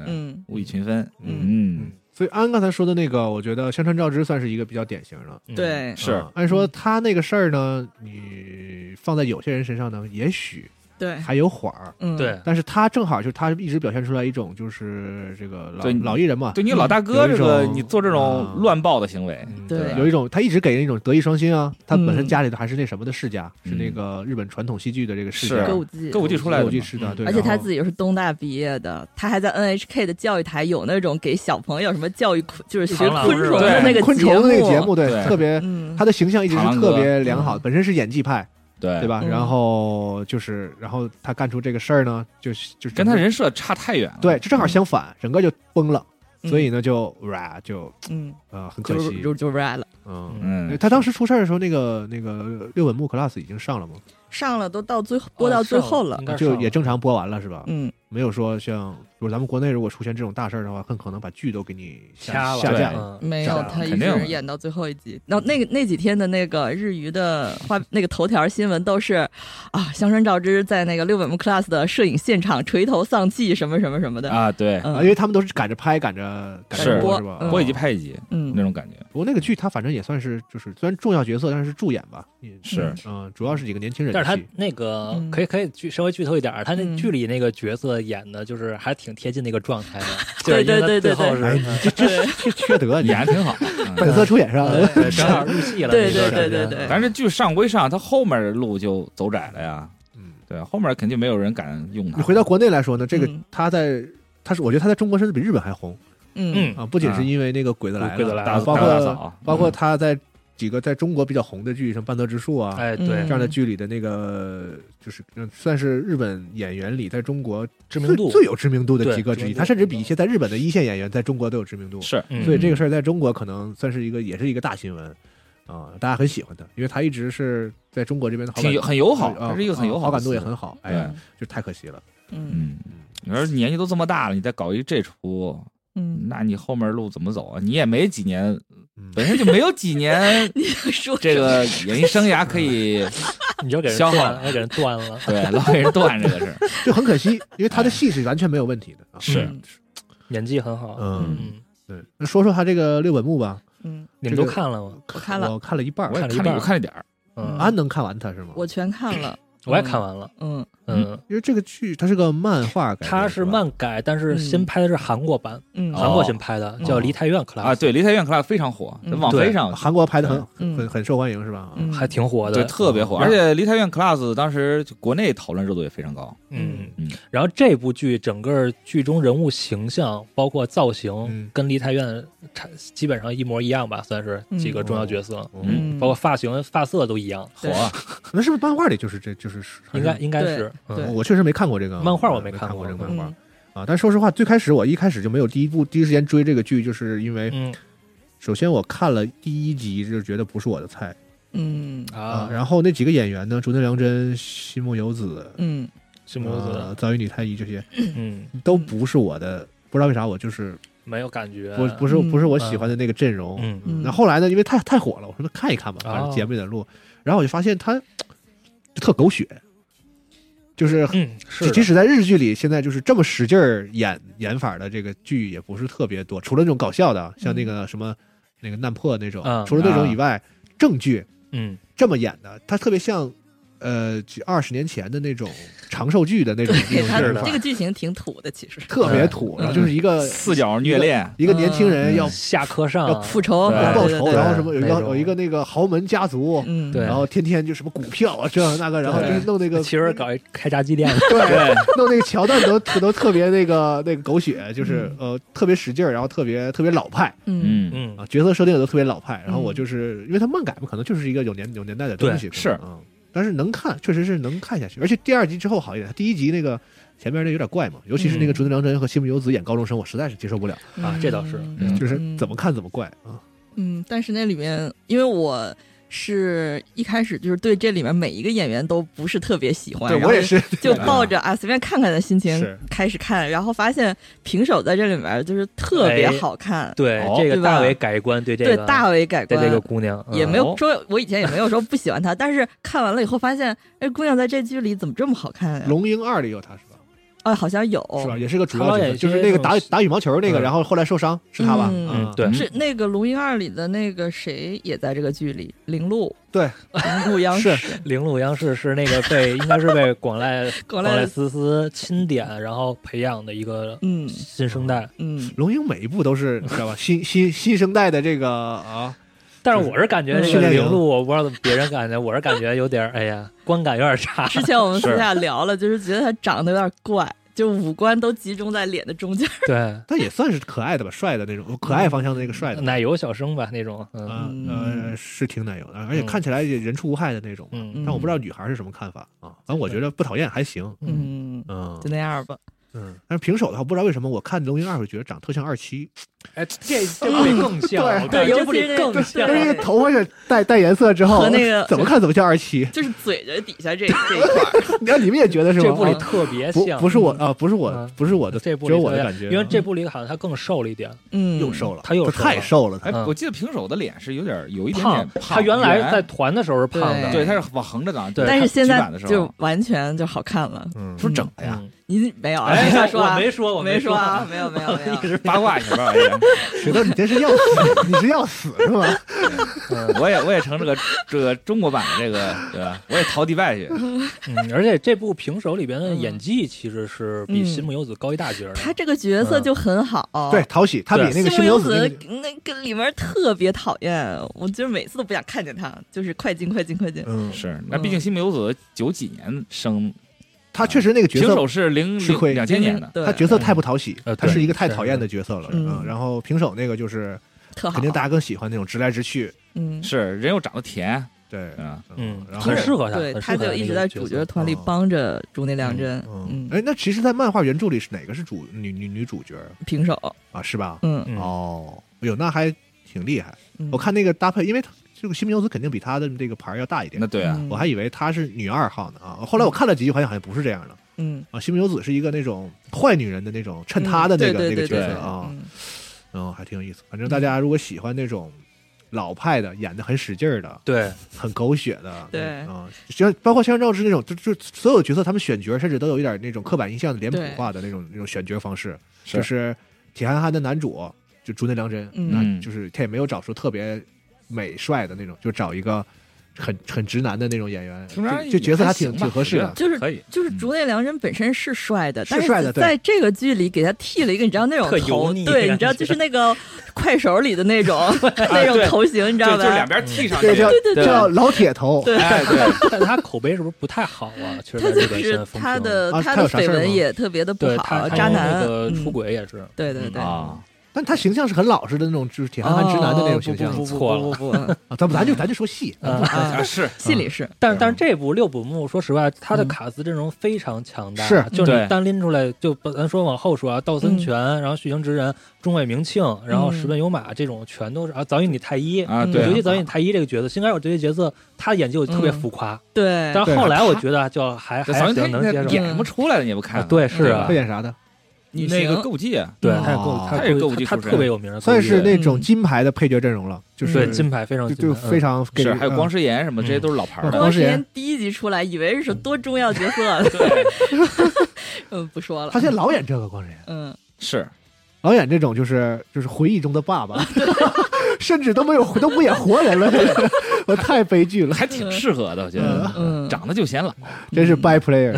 Speaker 8: 嗯
Speaker 9: 物以群分。
Speaker 8: 嗯
Speaker 9: 嗯，
Speaker 4: 所以安刚才说的那个，我觉得宣传照之算是一个比较典型的。
Speaker 10: 嗯
Speaker 8: 对，
Speaker 9: 是
Speaker 4: 嗯按说他那个事儿呢，你放在有些人身上呢，也许
Speaker 8: 对，
Speaker 4: 还有缓儿，
Speaker 8: 嗯，
Speaker 10: 对，
Speaker 4: 但是他正好就是他一直表现出来一种就是这个老
Speaker 9: 对
Speaker 4: 老艺人嘛，
Speaker 9: 对你老大哥
Speaker 4: 有一
Speaker 9: 这个，
Speaker 4: 种
Speaker 9: 你做这种
Speaker 4: 嗯
Speaker 9: 乱报的行为，
Speaker 4: 嗯
Speaker 8: 对
Speaker 4: 有一种他一直给人一种德艺双馨啊。他本身
Speaker 8: 嗯
Speaker 4: 家里头还是那什么的世家，是那
Speaker 9: 嗯
Speaker 4: 个日本传统戏剧的这个世
Speaker 9: 是
Speaker 4: 家
Speaker 8: 歌，舞伎
Speaker 9: 歌舞伎出来的
Speaker 4: 歌舞伎
Speaker 9: 嘛
Speaker 4: 世家，
Speaker 10: 嗯
Speaker 4: 对。
Speaker 8: 而且他
Speaker 4: 然后
Speaker 8: 自己又是东大毕业的，他还在 NHK 的教育台有那种给小朋友什么教育昆，就是学
Speaker 10: 螳螂
Speaker 8: 昆
Speaker 10: 是
Speaker 8: 虫
Speaker 10: 吧
Speaker 8: 的那个
Speaker 4: 昆虫的那个
Speaker 8: 节，
Speaker 4: 节目，对，
Speaker 9: 对
Speaker 4: 特别
Speaker 8: 嗯，
Speaker 4: 他的形象一直
Speaker 9: 螳
Speaker 4: 是
Speaker 9: 螂
Speaker 4: 特
Speaker 9: 哥嗯
Speaker 4: 别良好，本身是演技派，
Speaker 9: 对
Speaker 4: 对？吧？
Speaker 8: 嗯
Speaker 4: 然后就是，然后他干出这个事儿呢，就是就是
Speaker 9: 跟他人嗯设差太远了。
Speaker 4: 对，就正好相反，整个就崩了，
Speaker 8: 嗯
Speaker 4: 所以呢就哇就
Speaker 8: 嗯，
Speaker 4: 呃很可
Speaker 8: 就
Speaker 4: 惜
Speaker 8: 就，就 rap 了，
Speaker 4: 嗯。
Speaker 9: 嗯，
Speaker 4: 他当时出事儿的时候，那个那个六本木 class 已经上了嘛，
Speaker 8: 上了都到最后播到最后了
Speaker 10: 啊应，该
Speaker 4: 就是也正常播完了是吧？
Speaker 8: 嗯，
Speaker 4: 没有说像，比如咱们国内如果出现这种大事儿的话，很可能把剧都给你
Speaker 10: 掐
Speaker 4: 下
Speaker 10: 了
Speaker 4: 下架
Speaker 9: 对
Speaker 4: 了。
Speaker 10: 嗯
Speaker 8: 没有，他一
Speaker 9: 肯定的
Speaker 8: 直演到最后一集。然后那个那几天的那个日娱的话，那个头条新闻都是啊，香川照之在那个六本木 class 的摄影现场垂头丧气，什么什么什么的，
Speaker 9: 啊，对，
Speaker 4: 啊，
Speaker 8: 嗯
Speaker 4: 因为他们都是赶着拍、赶着赶着
Speaker 9: 是
Speaker 4: 播是吧？啊
Speaker 8: 嗯
Speaker 9: 播一集拍一集那
Speaker 8: 嗯，
Speaker 9: 种感觉，
Speaker 4: 不过那个剧他反正也算是就是虽然重要角色，但是助演吧，也
Speaker 9: 是
Speaker 4: 嗯、主要是几个年轻人的
Speaker 10: 但是他
Speaker 4: 戏。
Speaker 10: 那个
Speaker 8: 嗯
Speaker 10: 可以可以剧稍微剧透一点儿，他那
Speaker 8: 嗯
Speaker 10: 剧里那个角色演的就是还挺贴近那个状态
Speaker 8: *laughs*
Speaker 10: 的，
Speaker 8: 对
Speaker 10: 就是因为他
Speaker 8: 对对对
Speaker 10: 最后
Speaker 4: 哎，
Speaker 10: 是
Speaker 4: 你这这缺缺德，
Speaker 10: *laughs*
Speaker 4: 啊你
Speaker 9: 演的
Speaker 4: *laughs*
Speaker 9: 挺好。嗯
Speaker 4: 本色出演是吧？
Speaker 10: 呃正好入戏了，
Speaker 8: 嗯对
Speaker 10: 那段
Speaker 8: 对
Speaker 10: 时
Speaker 8: 对
Speaker 10: 间
Speaker 8: 对对，
Speaker 9: 但是剧上归上，他后面的路就走窄了呀。
Speaker 4: 嗯，
Speaker 9: 对，后面肯定没有人敢用
Speaker 4: *laughs*
Speaker 9: 它。
Speaker 4: 你回到国内来说呢，这个
Speaker 8: 嗯
Speaker 4: 他在他是我觉得他在中国甚至比日本还红
Speaker 8: 嗯
Speaker 10: 嗯，
Speaker 4: 啊，不仅是因为那个《鬼子来了》，啊
Speaker 10: 鬼子来
Speaker 9: 大
Speaker 10: 了
Speaker 4: 包
Speaker 9: 大大
Speaker 4: 括
Speaker 9: 嫂，
Speaker 4: 包括他在几个在中国比较红的剧，像《半泽直树》啊，
Speaker 10: 哎
Speaker 4: 这
Speaker 10: 对
Speaker 8: 嗯，
Speaker 4: 样的剧里的那个，就是嗯算是日本演员里在中国
Speaker 10: 知名度
Speaker 4: 最最有知名度的几个
Speaker 10: 对
Speaker 4: 之
Speaker 10: 知
Speaker 4: 一。
Speaker 10: 名度
Speaker 4: 他甚至比一些在日本的一线演员在中国都有知名度，
Speaker 9: 是
Speaker 10: 嗯
Speaker 4: 所以这个事儿在中国可能算是一个也是一个大新闻啊、大家很喜欢他，因为他一直是在中国这边的好
Speaker 9: 挺
Speaker 4: 感
Speaker 9: 友很友好，
Speaker 4: 啊
Speaker 9: 它是一个很友
Speaker 4: 好
Speaker 9: 的
Speaker 4: 感度也
Speaker 9: 词
Speaker 4: 很好。哎
Speaker 9: 对
Speaker 4: 呀，就太可惜了。
Speaker 8: 嗯
Speaker 9: 嗯。你说年纪都这么大了，你再搞一这出，
Speaker 8: 嗯，
Speaker 9: 那你后面路怎么走啊？你也没几年，
Speaker 4: 嗯，
Speaker 9: 本身就没有几
Speaker 10: *laughs*
Speaker 9: 年
Speaker 8: 你 *laughs* 说
Speaker 9: 这个演艺生涯可以
Speaker 10: 你就给人
Speaker 9: 消耗
Speaker 10: 断
Speaker 9: 了，
Speaker 10: 了，要给人断了
Speaker 9: 对老给人断这个
Speaker 10: *laughs*
Speaker 9: 事儿。
Speaker 4: 就很可惜，因为他的戏是完全没有问题的啊。
Speaker 9: 是
Speaker 8: 嗯
Speaker 10: 演技很好，
Speaker 4: 嗯，
Speaker 10: 嗯，
Speaker 4: 对。那说说他这个六本木吧，
Speaker 8: 嗯，
Speaker 10: 你们
Speaker 4: 这
Speaker 10: 都
Speaker 4: 个
Speaker 10: 看了吗？
Speaker 8: 我看了
Speaker 4: 我看了一半儿
Speaker 9: 我也
Speaker 10: 看了一
Speaker 9: 看了，
Speaker 10: 半
Speaker 9: 我看了点儿，
Speaker 10: 嗯，
Speaker 4: 安能看完他是吗？
Speaker 8: 我全看了，
Speaker 10: 我也看完了，
Speaker 8: 嗯，
Speaker 10: 嗯，
Speaker 4: 因为这个剧它是个漫画改编，
Speaker 10: 它是
Speaker 4: 吧
Speaker 10: 漫改，但是新拍的是韩国版，
Speaker 8: 嗯
Speaker 9: 哦
Speaker 10: 韩国新拍的叫《梨泰院 class》
Speaker 9: 啊，，对，梨泰院 club 非常火，
Speaker 8: 嗯
Speaker 9: 网飞上
Speaker 4: 韩国拍的很
Speaker 8: 嗯
Speaker 4: 很很受欢迎是吧？
Speaker 8: 嗯
Speaker 10: 还挺火
Speaker 9: 对
Speaker 10: 的，嗯
Speaker 9: 特别火，而且梨泰院 club 当时就国内讨论热度也非常高。
Speaker 10: 嗯
Speaker 9: 嗯，
Speaker 10: 然后这部剧整个剧中人物形象，包括造
Speaker 4: 嗯
Speaker 10: 型，跟《梨泰院》差基本上一模一样吧，算是几个重要角色，
Speaker 4: 嗯，
Speaker 8: 嗯
Speaker 10: 包括发型、发色都一样，
Speaker 9: 火啊，
Speaker 4: 那是不是漫画里就是这就是
Speaker 10: 应该应该是，
Speaker 8: 对
Speaker 10: 嗯
Speaker 4: 我确实没看过这个
Speaker 10: 漫画我
Speaker 4: 没
Speaker 10: 没看
Speaker 4: 看
Speaker 10: 过
Speaker 4: 过这个
Speaker 8: 嗯
Speaker 4: 漫画啊。但说实话，最开始我一开始就没有第一部第一时间追这个剧，就是因为
Speaker 10: 嗯
Speaker 4: 首先我看了第一集就觉得不是我的菜
Speaker 8: 嗯
Speaker 4: 啊
Speaker 10: 啊，，
Speaker 4: 然后那几个演员呢，竹内凉真、西木由子、
Speaker 8: 嗯
Speaker 10: 西摩
Speaker 4: 呃
Speaker 10: 子，
Speaker 4: 早乙女太一这些
Speaker 10: 嗯，
Speaker 4: 都不是我的，不知道为啥我就是
Speaker 10: 没有感觉，
Speaker 4: 不不是
Speaker 8: 嗯
Speaker 4: 不是我喜欢的那个阵容，
Speaker 10: 嗯
Speaker 8: 嗯
Speaker 4: 那后来呢，因为太太火了，我说那看一看吧，
Speaker 10: 哦
Speaker 4: 反正节目也得录。然后我就发现他就特狗血，就是
Speaker 10: 嗯是
Speaker 4: 即
Speaker 10: 的，
Speaker 4: 使在日剧里，现在就是这么使劲儿演演法的这个剧也不是特别多，除了那种搞笑的，像那个什么、那个难破那种，
Speaker 10: 嗯
Speaker 4: 除了那种以外，正剧
Speaker 10: 嗯
Speaker 4: 这么演的，他特别像呃几二十年前的那种长寿剧的那种那
Speaker 8: 对
Speaker 4: 种
Speaker 8: 他
Speaker 4: 劲儿法
Speaker 8: 嗯这个剧情挺土的，其实
Speaker 4: 特
Speaker 10: 嗯
Speaker 4: 别土，然后就是一个
Speaker 9: 四角虐恋，
Speaker 4: 一个年轻人要
Speaker 10: 下课上
Speaker 4: 要
Speaker 8: 复仇
Speaker 9: 对
Speaker 4: 要
Speaker 10: 嗯
Speaker 4: 报
Speaker 10: 对对
Speaker 4: 仇，
Speaker 10: 对
Speaker 4: 然后什么有一个
Speaker 10: 那种
Speaker 4: 有一个那个豪门家族，
Speaker 8: 嗯，
Speaker 10: 对
Speaker 4: 然后天天就什么股票啊这 *laughs* 那个，然后就是弄那个
Speaker 10: 其实搞一开炸鸡店，
Speaker 4: *laughs* 对，弄那个桥段都都特别那个那个狗血，就是呃特别使劲儿，然后特别特别老派
Speaker 8: 嗯
Speaker 9: 嗯，
Speaker 10: 嗯
Speaker 4: 啊，角色设定也都特别老派。然后我
Speaker 8: 嗯
Speaker 4: 就是因为它漫改嘛，可能就是一个有年有年代的东西，可能
Speaker 9: 是
Speaker 4: 嗯，但是能看，确实是能看下去。而且第二集之后好一点，第一集那个前面那有点怪嘛，尤其是那个竹内良真和新木由子演高中生，我实在是接受不了，
Speaker 10: 啊这倒是
Speaker 9: 嗯
Speaker 4: 就是怎么看怎么怪啊。
Speaker 8: 嗯，但是那里面，因为我是一开始就是对这里面每一个演员都不是特别喜
Speaker 9: 嗯
Speaker 8: 欢，
Speaker 4: 对
Speaker 8: 然
Speaker 4: 我
Speaker 8: 后
Speaker 4: 也 *laughs* 是，
Speaker 8: 就抱着啊随便看看的心情
Speaker 4: 是
Speaker 8: 开始看，然后发现平手在这里面就是特别好看，
Speaker 10: 对
Speaker 9: 哦
Speaker 10: 这个
Speaker 8: 对吧
Speaker 10: 大为改观对这
Speaker 8: 对
Speaker 10: 哎个
Speaker 8: 大为改
Speaker 10: 对
Speaker 8: 观。
Speaker 10: 这个姑娘嗯
Speaker 8: 也没有说，我以前也没有说不喜欢她，但是看完了以后发现，哎，姑娘在这剧里怎么这么好看
Speaker 4: 《
Speaker 8: 呀？
Speaker 4: 龙樱二》里有他是吧？
Speaker 8: 啊，好像有，
Speaker 4: 是吧？也是个主要
Speaker 10: 他哦老
Speaker 4: 角
Speaker 10: 演
Speaker 4: 色，
Speaker 10: 一
Speaker 4: 就是
Speaker 10: 些
Speaker 4: 那个
Speaker 10: 那种
Speaker 4: 打打羽毛球那个，
Speaker 10: 嗯
Speaker 4: 然后后来受伤是他吧？
Speaker 8: 嗯
Speaker 4: 啊
Speaker 10: 嗯对
Speaker 8: 是那个《龙樱二》里的那个谁也在这个剧里，林露，
Speaker 4: 对，
Speaker 8: 林露央视，
Speaker 10: 铃鹿央视是那个被应该是被广
Speaker 8: *laughs*
Speaker 10: 濑广
Speaker 8: 过来
Speaker 10: 濑，丝丝钦点，然后培养的一个
Speaker 8: 嗯
Speaker 10: 新生代。
Speaker 8: 嗯，
Speaker 4: 龙樱每一部
Speaker 10: *laughs*
Speaker 4: 都是知道吧？新新新生代的这个啊，
Speaker 10: 但是我是感觉这
Speaker 4: 训
Speaker 10: 个
Speaker 4: 练营
Speaker 10: 铃鹿，我不知道怎么别人感觉，我是感觉有点儿，哎呀，观感有点 *laughs* 差。
Speaker 8: 之前我们私下聊了，就是觉得他长得有点怪，就五官都集中在脸的中间。
Speaker 10: 对，
Speaker 4: 但也算是可爱的吧，帅的那种，可爱方向的那个帅的，
Speaker 10: 奶油小生吧那种，嗯
Speaker 4: 啊
Speaker 8: 嗯
Speaker 4: 呃是挺奶油的，而且
Speaker 10: 嗯
Speaker 4: 看起来也人畜无害的那种。
Speaker 10: 嗯
Speaker 4: 但我不知道女孩是什么看法啊，反正我觉得不讨厌还行，
Speaker 10: 嗯，
Speaker 8: 嗯，
Speaker 4: 嗯
Speaker 8: 就那样吧。
Speaker 4: 嗯。但是平手的话，不知道为什么我看《龙樱二》会觉得长特像二七，
Speaker 10: 哎，这这部里更像，
Speaker 9: 啊
Speaker 4: 对
Speaker 10: 我感觉
Speaker 8: 尤
Speaker 10: 这部
Speaker 8: 其
Speaker 10: 里
Speaker 8: 是
Speaker 10: 更
Speaker 4: 就
Speaker 10: 像
Speaker 4: 是。那个头发是带带颜色之后，
Speaker 8: 和那个
Speaker 4: *laughs* 怎么看怎么像二 *laughs* 七。
Speaker 8: 就是嘴着底下这这一块儿，
Speaker 4: 你看你们也觉得是
Speaker 10: 这
Speaker 4: 吗？啊
Speaker 10: 部里特别
Speaker 4: 不
Speaker 10: 像，
Speaker 4: 不是我啊，不是我
Speaker 10: 嗯，
Speaker 4: 不是我的，
Speaker 10: 这
Speaker 4: 只
Speaker 10: 部里
Speaker 4: 有我
Speaker 10: 特
Speaker 4: 的
Speaker 10: 别
Speaker 4: 感觉。嗯
Speaker 10: 因为这部里好像他更瘦了一点，
Speaker 8: *laughs* 嗯，
Speaker 4: 又瘦了，
Speaker 10: 他又
Speaker 4: 这
Speaker 10: 瘦
Speaker 4: 太
Speaker 10: 了
Speaker 4: 瘦了，他
Speaker 9: 哎
Speaker 10: 嗯，
Speaker 9: 我记得平手的脸是有点有一点
Speaker 10: 胖
Speaker 9: 点。
Speaker 10: 他原来在
Speaker 9: 圆
Speaker 10: 团的时候是胖的，
Speaker 9: 对，他是往横着长，
Speaker 10: 对
Speaker 8: 但是现
Speaker 9: 他
Speaker 8: 在
Speaker 9: 举版的时候
Speaker 8: 就完全就好看了。
Speaker 4: 嗯
Speaker 9: 是不是整的呀？
Speaker 10: 嗯，
Speaker 8: 你没有啊？
Speaker 10: 哎，
Speaker 8: 瞎说啊
Speaker 10: 我！没说，我
Speaker 8: 我没
Speaker 10: 说
Speaker 8: 说 *laughs* 啊，没有没有没有。
Speaker 9: 八卦一下吧，哎我
Speaker 4: 雪豆，你这是要死， *laughs* 你是要死是吗？
Speaker 9: 也我也我也成这个这个中国版的这个对吧？我也逃迪拜去，
Speaker 10: 嗯，而且这部平手里边的演技其实是比新木由子高一大截儿的。
Speaker 8: 嗯
Speaker 10: 嗯
Speaker 8: 他这个角色就很好，
Speaker 4: *laughs* 对，讨喜，他比
Speaker 10: 对
Speaker 4: 那个
Speaker 8: 新木
Speaker 4: 新
Speaker 8: 由
Speaker 4: 游子那
Speaker 8: 子
Speaker 4: 个，
Speaker 8: 那个里面特别讨厌，我就是每次都不想看见他，就是快进快进快进。
Speaker 4: 嗯，
Speaker 9: 是那毕竟新木由子九几年生，
Speaker 4: 他确实那个角
Speaker 9: 平
Speaker 4: 色
Speaker 9: 手，是零
Speaker 4: 吃亏
Speaker 9: 零两千年的，
Speaker 8: 对
Speaker 4: 他角色太不讨喜
Speaker 10: 嗯呃，
Speaker 4: 他是一个
Speaker 10: 对
Speaker 4: 太
Speaker 10: 是
Speaker 4: 讨厌的角色了。
Speaker 8: 是
Speaker 4: 嗯，
Speaker 8: 嗯
Speaker 4: 然后平手那个就是
Speaker 8: 特好，
Speaker 4: 肯定大家更喜欢那种直来直去，
Speaker 8: 嗯，
Speaker 9: 是人又长得甜，
Speaker 4: 对，
Speaker 9: 嗯，
Speaker 10: 嗯，
Speaker 4: 然后
Speaker 10: 很适合他，
Speaker 8: 对，
Speaker 10: 很适
Speaker 8: 他
Speaker 10: 合
Speaker 8: 就一直在主角团里
Speaker 4: 嗯
Speaker 8: 帮着竹内良真，
Speaker 4: 嗯，哎，那其实，在漫画原著里是哪个是主女女女主角
Speaker 8: 平手，
Speaker 4: 啊？是吧？
Speaker 8: 嗯，
Speaker 10: 嗯
Speaker 4: 哦，哎呦，那还挺厉害。
Speaker 8: 嗯
Speaker 4: 我看那个搭配，因为他这个新游子肯定比他的这个牌儿要大一点
Speaker 9: 那，对啊，
Speaker 8: 嗯
Speaker 4: 我还以为她是女二号呢啊。后来我看了几集，发现好像不是这样的。
Speaker 8: 嗯，
Speaker 4: 啊，西门游子是一个那种坏女人的那种衬她的那个、
Speaker 8: 对
Speaker 4: 那个
Speaker 8: 对对
Speaker 4: 角色
Speaker 8: 对
Speaker 4: 啊，
Speaker 8: 嗯
Speaker 4: 嗯，还挺有意思。反正大家如果喜欢那种老派的，演的很使劲儿的，
Speaker 10: 对，
Speaker 4: 很狗血的，
Speaker 8: 对
Speaker 4: 啊，像包括香川照之那种，就就所有角色他们选角甚至都有一点那种刻板印象的脸谱
Speaker 8: 对
Speaker 4: 化的那种那种选角方式，
Speaker 9: 是
Speaker 4: 就是铁憨憨的男主就竹内良真，
Speaker 8: 嗯
Speaker 4: 那就是他也没有找出特别美帅的那种，就找一个。很很直男的那种演员，
Speaker 9: 听着
Speaker 4: 就
Speaker 9: 也
Speaker 4: 就角色还挺
Speaker 9: 行吧
Speaker 4: 挺合适的
Speaker 9: 我，觉得
Speaker 8: 就是
Speaker 9: 可以，
Speaker 8: 就是竹内良人本身是帅的，
Speaker 4: 是
Speaker 8: 但
Speaker 4: 帅的对
Speaker 8: 在这个剧里给他剃了一个，你知道那种
Speaker 10: 特
Speaker 8: 头，
Speaker 10: 油腻
Speaker 8: 对，
Speaker 10: 的
Speaker 8: 你知道
Speaker 10: 感觉
Speaker 8: 就是那个快手里的那种那种
Speaker 9: 对
Speaker 8: 头型，你知
Speaker 9: 对，
Speaker 8: 道
Speaker 9: 就两
Speaker 8: 吧？
Speaker 9: 边剃上去，
Speaker 4: 对，叫
Speaker 9: 对
Speaker 4: 叫呃老铁头，
Speaker 8: 对
Speaker 9: 哎对，
Speaker 10: 但他口碑是不是不太好啊？确
Speaker 8: 他
Speaker 10: 实，
Speaker 8: 就
Speaker 10: 日本现
Speaker 8: 是
Speaker 10: 在风
Speaker 8: 他的
Speaker 4: 啊
Speaker 8: 他
Speaker 4: 他
Speaker 8: 的
Speaker 4: 有啥
Speaker 8: 绯
Speaker 4: 事儿
Speaker 8: 闻
Speaker 4: 吗
Speaker 8: 也特别的不
Speaker 10: 对他
Speaker 8: 好，啊
Speaker 10: 他
Speaker 8: 渣
Speaker 10: 那
Speaker 8: 男
Speaker 10: 个出，
Speaker 8: 嗯
Speaker 10: 轨也是，
Speaker 8: 对对对，
Speaker 9: 啊，
Speaker 4: 但他形象是很老实的那种，就是铁憨憨直男的那种形象。
Speaker 10: 哦
Speaker 4: 啊，
Speaker 10: 不错了。
Speaker 8: 不不，
Speaker 4: 咱们咱就咱就说戏，
Speaker 10: 嗯
Speaker 8: 啊
Speaker 9: 啊，是
Speaker 2: 哎
Speaker 8: 戏里是，
Speaker 10: 但
Speaker 4: 啊
Speaker 10: 是但是这部六本木，说实话，他的卡斯阵容非常强大，
Speaker 4: 嗯是嗯
Speaker 10: 就是
Speaker 9: 对
Speaker 10: 你单拎出来，就不咱说往后说啊，道森泉，然后旭行直人、中尾明庆，然后
Speaker 8: 嗯
Speaker 10: 石本有马这种全都是啊，早乙女太一
Speaker 4: 嗯
Speaker 9: 啊，
Speaker 10: 尤
Speaker 9: 对
Speaker 10: 其，早乙女太一这个角色，新开始我对这角色他的演技我就特别浮夸，
Speaker 8: 对，
Speaker 10: 但是
Speaker 4: 嗯对
Speaker 10: 后来我觉得就还
Speaker 9: 这
Speaker 10: 还
Speaker 9: 嗓
Speaker 10: 行
Speaker 9: 音
Speaker 10: 能
Speaker 9: 太
Speaker 10: 接受
Speaker 9: 演，什么出来的你也不
Speaker 10: 啊
Speaker 9: 看，，
Speaker 10: 对是啊
Speaker 4: 他，演啥的？
Speaker 8: 女
Speaker 9: 那个
Speaker 8: 行
Speaker 9: 购伎，
Speaker 10: 对
Speaker 4: 哦
Speaker 10: 他也够
Speaker 9: 他也是
Speaker 10: 够
Speaker 9: 歌舞伎
Speaker 10: 他
Speaker 9: 出身
Speaker 10: 特别有名的歌舞伎，
Speaker 4: 算是那种金牌的配角阵容了，就
Speaker 10: 对
Speaker 4: 是
Speaker 10: 金牌非常
Speaker 4: 就
Speaker 10: 金
Speaker 4: 就
Speaker 10: 牌
Speaker 4: 非常给
Speaker 9: 是
Speaker 4: 人
Speaker 9: 还有光师爷什么，
Speaker 10: 嗯
Speaker 9: 这些都是老牌
Speaker 4: 嗯
Speaker 9: 的，
Speaker 8: 光
Speaker 4: 时
Speaker 8: 时
Speaker 4: 间
Speaker 8: 间第一集出来，以为是多重要角色，
Speaker 4: *laughs*
Speaker 9: 对，
Speaker 8: 嗯，不说
Speaker 4: 嗯
Speaker 8: 了
Speaker 4: 他，现在老演这个光人，
Speaker 8: 嗯，
Speaker 9: 是
Speaker 4: 老演这种就是就是回忆中的爸爸， *laughs* 甚至都没有都不演活人了， *laughs* 这个我太悲剧了，
Speaker 9: 还挺适合的，我觉得
Speaker 8: 嗯，
Speaker 9: 长得就显老，
Speaker 4: 真是 by player。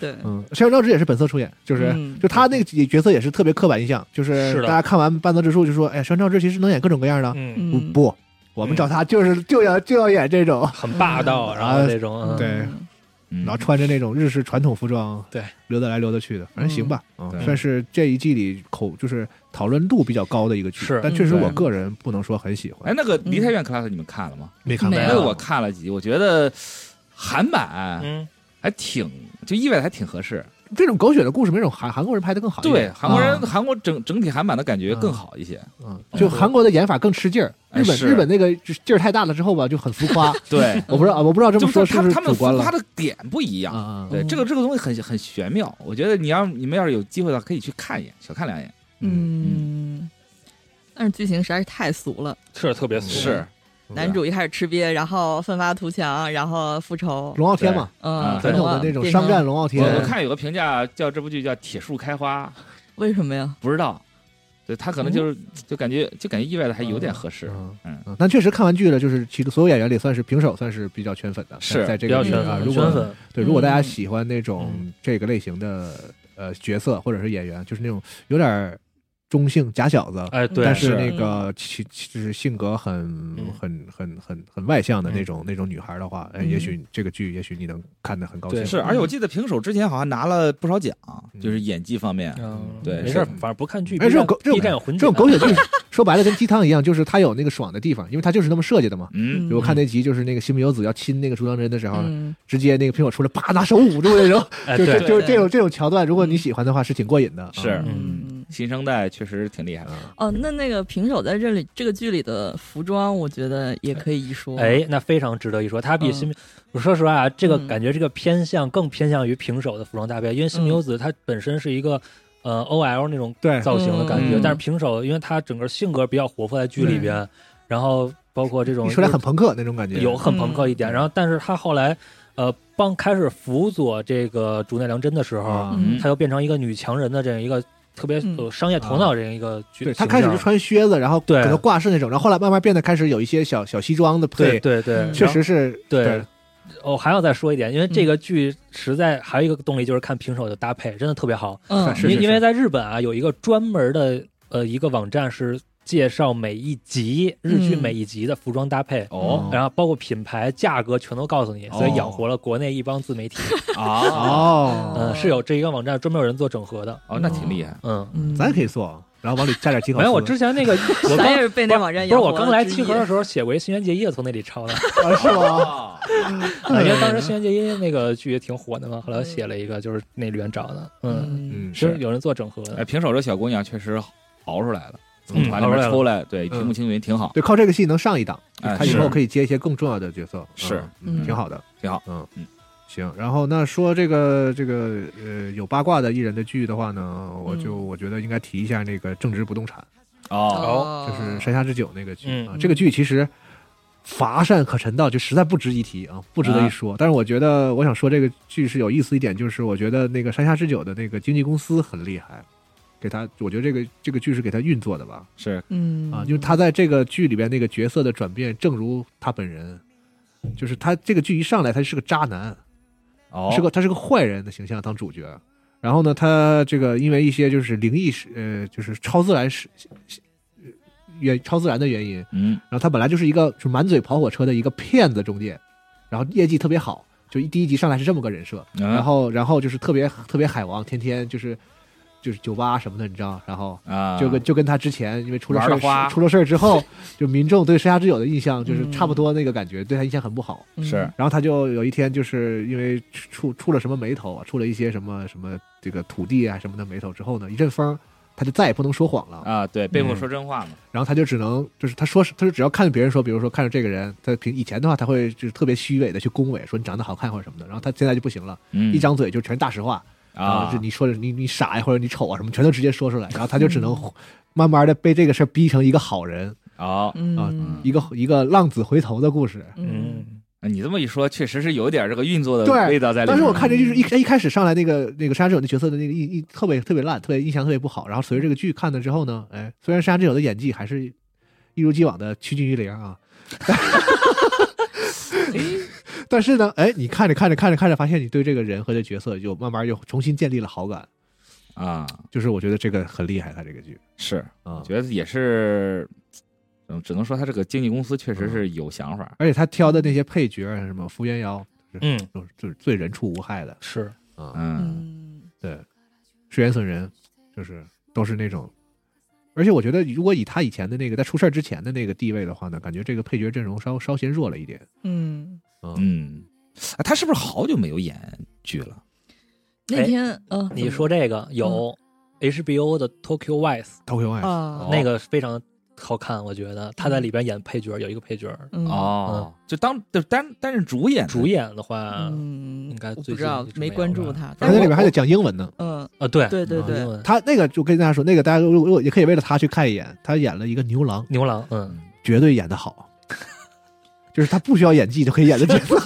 Speaker 9: 对，
Speaker 8: 对，
Speaker 4: 嗯，山上照之也是本色出演，就是、
Speaker 8: 嗯
Speaker 4: 就他那个角色也是特别刻板印象，就是
Speaker 10: 是
Speaker 4: 大
Speaker 10: 的
Speaker 4: 家看完《半泽直树》就说，哎，山上照之其实能演各种各样的，
Speaker 10: 嗯，
Speaker 4: 不
Speaker 8: 嗯，
Speaker 4: 不，我们找他就是就要就要演这种，
Speaker 10: 很霸道，然后这种，嗯
Speaker 4: 对
Speaker 8: 嗯
Speaker 9: 嗯
Speaker 4: 然后穿着那种日式传统服装，
Speaker 10: 对，
Speaker 4: 溜达来溜达去的，反正行吧，啊、
Speaker 9: 嗯对
Speaker 4: 算是这一季里口就是讨论度比较高的一个剧，
Speaker 10: 是
Speaker 4: 但确实
Speaker 9: 嗯
Speaker 4: 我个人不能说很喜欢，
Speaker 9: 哎，那个《梨泰院 class》你们看了吗？
Speaker 4: 嗯没看
Speaker 8: 没
Speaker 4: 过
Speaker 8: 有
Speaker 9: 那个我看了几集，我觉得韩版
Speaker 10: 嗯，
Speaker 9: 还挺就意外的还挺合适。
Speaker 4: 这种狗血的故事，没准韩韩国人拍的更好一
Speaker 9: 对
Speaker 4: 点，
Speaker 9: 韩国人，
Speaker 4: 啊
Speaker 9: 韩国整整体韩版的感觉更好一些。
Speaker 4: 嗯，就韩国的演法更吃劲儿，
Speaker 9: 哎
Speaker 4: 日本
Speaker 9: 是
Speaker 4: 日本那个劲儿太大了之后吧，就很浮
Speaker 9: *laughs*
Speaker 4: 夸，
Speaker 9: 对，
Speaker 4: 我不知道我不嗯知道这
Speaker 9: 就
Speaker 4: 么说是不
Speaker 9: 他们
Speaker 4: 是
Speaker 9: 他们
Speaker 4: 主观
Speaker 9: 浮夸
Speaker 4: 了。
Speaker 9: 的点不一
Speaker 4: 啊
Speaker 9: 样。
Speaker 4: 啊！
Speaker 9: 对，这个这个东西很很玄妙，我觉得你要你们要是有机会的话，可以去看一眼，小看两眼。
Speaker 10: 嗯
Speaker 8: 嗯，但是剧情实在是太俗了。
Speaker 10: 是特别俗，
Speaker 9: 是
Speaker 8: 男主一开始吃鳖，然后奋发图强，然后复仇，
Speaker 4: 龙傲天嘛，
Speaker 8: 嗯，
Speaker 9: 啊
Speaker 4: 传统的那种商战
Speaker 8: 变成
Speaker 4: 龙傲
Speaker 9: 我
Speaker 4: 天，
Speaker 9: 我看有个评价叫这部剧叫《铁树开花
Speaker 8: *laughs* 为什么呀》？，哦
Speaker 9: 不知道，对他可能就是就感觉就感觉意外的还有点合适。
Speaker 4: 嗯
Speaker 9: 嗯
Speaker 4: 嗯，但确实看完剧了，就是其实所有演员里算是平手，算是比较圈粉的，
Speaker 9: 是
Speaker 4: 在这
Speaker 10: 比
Speaker 4: 个
Speaker 10: 较
Speaker 4: 里
Speaker 10: 圈
Speaker 4: 面
Speaker 10: 粉，
Speaker 4: 啊。
Speaker 10: 很
Speaker 4: 如
Speaker 10: 圈
Speaker 4: 果
Speaker 10: 粉，
Speaker 4: 对，如果大家
Speaker 8: 嗯
Speaker 4: 喜欢那种这个类型的呃角色或者是演员，就是那种有点儿中性假小子，
Speaker 10: 哎，对，
Speaker 4: 但是
Speaker 8: 是
Speaker 4: 那个其其就是性格很很很很很外向的那种那种女孩的话，哎，
Speaker 8: 嗯
Speaker 4: 也许这个剧也许你能看得很高兴。
Speaker 10: 对
Speaker 9: 是，而且我记得平手之前好像拿了不少奖，
Speaker 4: 嗯
Speaker 9: 就是演技方面。
Speaker 10: 嗯，
Speaker 9: 对
Speaker 10: 没
Speaker 9: 是
Speaker 10: 事儿，反正不看剧，
Speaker 4: 哎
Speaker 10: B
Speaker 4: 这
Speaker 10: 站
Speaker 4: 种狗这种
Speaker 10: B 站有混
Speaker 8: 嗯
Speaker 4: 这
Speaker 10: 剪
Speaker 4: 种狗血剧 *laughs* 说白了跟鸡汤一样，就是它有那个爽的地方，因为它就是那么设计的嘛。
Speaker 9: 嗯，
Speaker 4: 我看那集就是那个新木有子要亲那个竹江真的时候，
Speaker 8: 嗯，
Speaker 4: 直接那个苹果出来，啪拿手捂住那种，
Speaker 10: 哎，
Speaker 4: *laughs* 就就
Speaker 10: 对，嗯
Speaker 4: 就是这种这种桥段，如果你喜欢的话，是挺过瘾的。嗯
Speaker 9: 是
Speaker 4: 啊
Speaker 8: 嗯，
Speaker 9: 新生代确实挺厉害的。
Speaker 8: 哦，那那个平手在这里这个剧里的服装，我觉得也可以一说，，
Speaker 10: 哎，那非常值得一说，它比
Speaker 8: 嗯
Speaker 10: 新，我说实话啊，这个
Speaker 8: 嗯
Speaker 10: 感觉这个偏向更偏向于平手的服装搭配，因为新
Speaker 8: 嗯
Speaker 10: 牛子它本身是一个呃 OL 那种
Speaker 4: 对
Speaker 10: 造型的感觉，
Speaker 9: 嗯
Speaker 10: 但是平手因为他整个性格比较活泼在剧里边，然后包括这种
Speaker 4: 一出来很朋克那种感觉。
Speaker 10: 有很朋克一点，
Speaker 4: 嗯
Speaker 10: 然后但是他后来呃帮开始辅佐这个竹内良真的时候，
Speaker 4: 啊，
Speaker 8: 嗯
Speaker 10: 他又变成一个女强人的这样一个特别
Speaker 8: 嗯
Speaker 10: 有商业头脑这样一个角
Speaker 4: 对
Speaker 10: 色，
Speaker 4: 他开始就穿靴子，然后
Speaker 10: 对
Speaker 4: 可能挂饰那种，然后后来慢慢变得开始有一些小小西装的
Speaker 10: 对
Speaker 4: 配，
Speaker 10: 对对，
Speaker 4: 确实是
Speaker 10: 对我还要再说一点，因为这个剧实在还有一个动力就是看平手的搭配，真的特别好。
Speaker 8: 嗯，
Speaker 4: 是
Speaker 10: 因因为在日本啊，有一个专门的呃一个网站是介绍每一集日剧
Speaker 8: 嗯
Speaker 10: 每一集的服装搭配，
Speaker 9: 哦
Speaker 10: 嗯然后包括品牌、价格全都告诉你，所以养活了国内一帮自媒体。
Speaker 9: 啊
Speaker 4: 哦，
Speaker 10: 嗯，是有这一个网站专门有人做整合的。
Speaker 9: 哦，那挺厉害。
Speaker 10: 嗯，
Speaker 8: 嗯，
Speaker 4: 咱可以做，然后往里加点鸡烤丝。
Speaker 10: 没有，我之前那个
Speaker 9: *laughs*
Speaker 10: 我
Speaker 8: 咱
Speaker 10: 刚
Speaker 8: 也是被那网
Speaker 10: 不
Speaker 8: 站
Speaker 10: 是
Speaker 8: 养活
Speaker 10: 我
Speaker 8: 了
Speaker 10: 刚来
Speaker 8: 之
Speaker 10: 七
Speaker 8: 一
Speaker 10: 河的时候写过一《新垣结衣》，从那里抄的。
Speaker 4: 啊是吗？
Speaker 10: *laughs*
Speaker 4: 嗯
Speaker 9: 哦，
Speaker 10: 啊因为当时《新垣结衣》那个剧也挺火
Speaker 4: *laughs*
Speaker 10: 的嘛，后来我写了一个，就是那里边找的。嗯，
Speaker 8: 嗯
Speaker 4: 嗯，
Speaker 10: 就是是有人做整合的
Speaker 9: 哎，。平手这小姑娘确实熬出来了，从
Speaker 4: 嗯
Speaker 9: 团里
Speaker 10: 熬出来
Speaker 9: 面
Speaker 10: 了
Speaker 9: 抽来，对，
Speaker 4: 嗯
Speaker 9: 屏幕青云挺好，
Speaker 4: 对，靠这个戏能上一档，
Speaker 9: 哎
Speaker 4: 他以后
Speaker 9: 是
Speaker 4: 可以接一些更重要的角色，
Speaker 9: 是
Speaker 4: 嗯
Speaker 8: 嗯
Speaker 4: 挺好的，
Speaker 9: 挺好，
Speaker 4: 嗯
Speaker 9: 嗯。
Speaker 4: 行，然后那说这个这个呃有八卦的艺人的剧的话呢，我就
Speaker 10: 嗯
Speaker 4: 我觉得应该提一下那个《正直不动产》。啊
Speaker 9: 哦，
Speaker 8: 哦
Speaker 4: 就是山下智久那个剧、
Speaker 10: 啊嗯
Speaker 4: 啊。这个剧其实乏善可陈到，就实在不值一提啊，不值得一说。但是我觉得，我想说这个剧是有意思一点，就是我觉得那个山下智久的那个经纪公司很厉害。给他，我觉得这个这个剧是给他运作的吧，
Speaker 9: 是
Speaker 8: 嗯
Speaker 4: 啊，就是他在这个剧里边那个角色的转变，正如他本人，就是他这个剧一上来他是个渣男，
Speaker 9: 哦，
Speaker 4: 是个他是个坏人的形象当主角。然后呢，他这个因为一些就是灵异事，呃，就是超自然是呃原超自然的原因，
Speaker 9: 嗯
Speaker 4: 然后他本来就是一个就是满嘴跑火车的一个骗子中介，然后业绩特别好，就一第一集上来是这么个人设，
Speaker 9: 嗯
Speaker 4: 然后然后就是特别特别海王，天天就是就是酒吧什么的，你知道，然后
Speaker 9: 啊，
Speaker 4: 就跟就跟他之前因为出了事
Speaker 9: 玩得花嗯
Speaker 4: 儿出了事儿之
Speaker 9: *laughs*
Speaker 4: 后，就民众对山下之友的印象就是差不多那个感觉，对他印象很不好。
Speaker 9: 是
Speaker 8: 嗯
Speaker 4: 然后他就有一天就是因为触触了什么眉头啊，触了一些什么什么这个土地啊什么的眉头之后呢，一阵风，他就再也不能说谎了。
Speaker 9: 啊，对，被
Speaker 10: 嗯
Speaker 9: 迫说真话嘛，
Speaker 4: 然后他就只能就是他说是，他就只要看着别人说，比如说看着这个人，他凭以前的话他会就是特别虚伪的去恭维，说你长得好看或者什么的。然后他现在就不行了，
Speaker 9: 嗯
Speaker 4: 一张嘴就全是大实话，然后
Speaker 9: 啊
Speaker 4: 就，你说的你你傻呀或者你丑啊什么，全都直接说出来。然后他就只能慢慢的被这个事儿逼成一个好人，
Speaker 9: 哦，
Speaker 4: 啊
Speaker 8: 嗯
Speaker 4: 一个一个浪子回头的故事。
Speaker 8: 嗯
Speaker 9: 哎你这么一说，确实是有点这个运作的
Speaker 4: 对
Speaker 9: 味道在里面。
Speaker 4: 当时我看这就是一一开始上来那个那个山下智久那角色的那个印印特别特别烂，特别印象特别不好。然后随着这个剧看了之后呢，哎，虽然山下智久的演技还是一如既往的趋近于零啊。但是呢，哎，你看着看着看着看着，发现你对这个人和这角色就慢慢又重新建立了好感，
Speaker 9: 啊，
Speaker 4: 就是我觉得这个很厉害，他这个剧
Speaker 9: 是，
Speaker 4: 啊，
Speaker 9: 觉得也是，嗯，只能说他这个经纪公司确实是有想法。
Speaker 4: 而且他挑的那些配角啊，什么福原遥，
Speaker 10: 嗯，
Speaker 4: 都是就是最人畜无害的
Speaker 10: 是
Speaker 4: 啊，
Speaker 9: 嗯，
Speaker 8: 嗯，
Speaker 4: 对，石原隼人就是都是那种，而且我觉得如果以他以前的那个在出事儿之前的那个地位的话呢，感觉这个配角阵容稍稍显弱了一点，
Speaker 8: 嗯，
Speaker 9: 嗯，哎他是不是好久没有演剧了？
Speaker 8: 那天嗯，
Speaker 10: 哎你说这个有 HBO 的 Tokyo Vice，
Speaker 4: 《Tokyo 爱
Speaker 8: 啊，
Speaker 10: 那个非常好看，我觉得他在里边演配角，有一个配角，
Speaker 8: 嗯，
Speaker 9: 哦，就当就单单是主演呢，
Speaker 10: 主演的话，
Speaker 8: 嗯，
Speaker 10: 应该
Speaker 8: 我
Speaker 10: 最
Speaker 8: 不知
Speaker 10: 近
Speaker 8: 道
Speaker 10: 一直没
Speaker 8: 没
Speaker 10: 有
Speaker 8: 关
Speaker 10: 吧
Speaker 8: 注他，
Speaker 4: 他
Speaker 8: 但
Speaker 4: 那
Speaker 8: 我
Speaker 4: 里面还得讲英文呢。
Speaker 8: 嗯
Speaker 10: 啊，对
Speaker 8: 对对对
Speaker 10: 英文
Speaker 4: 他那个就跟大家说，那个大家如果也可以为了他去看一眼，他演了一个牛郎，
Speaker 10: 牛郎，嗯，
Speaker 4: 绝对演得好， *laughs* 就是他不需要演技就可以演的角色，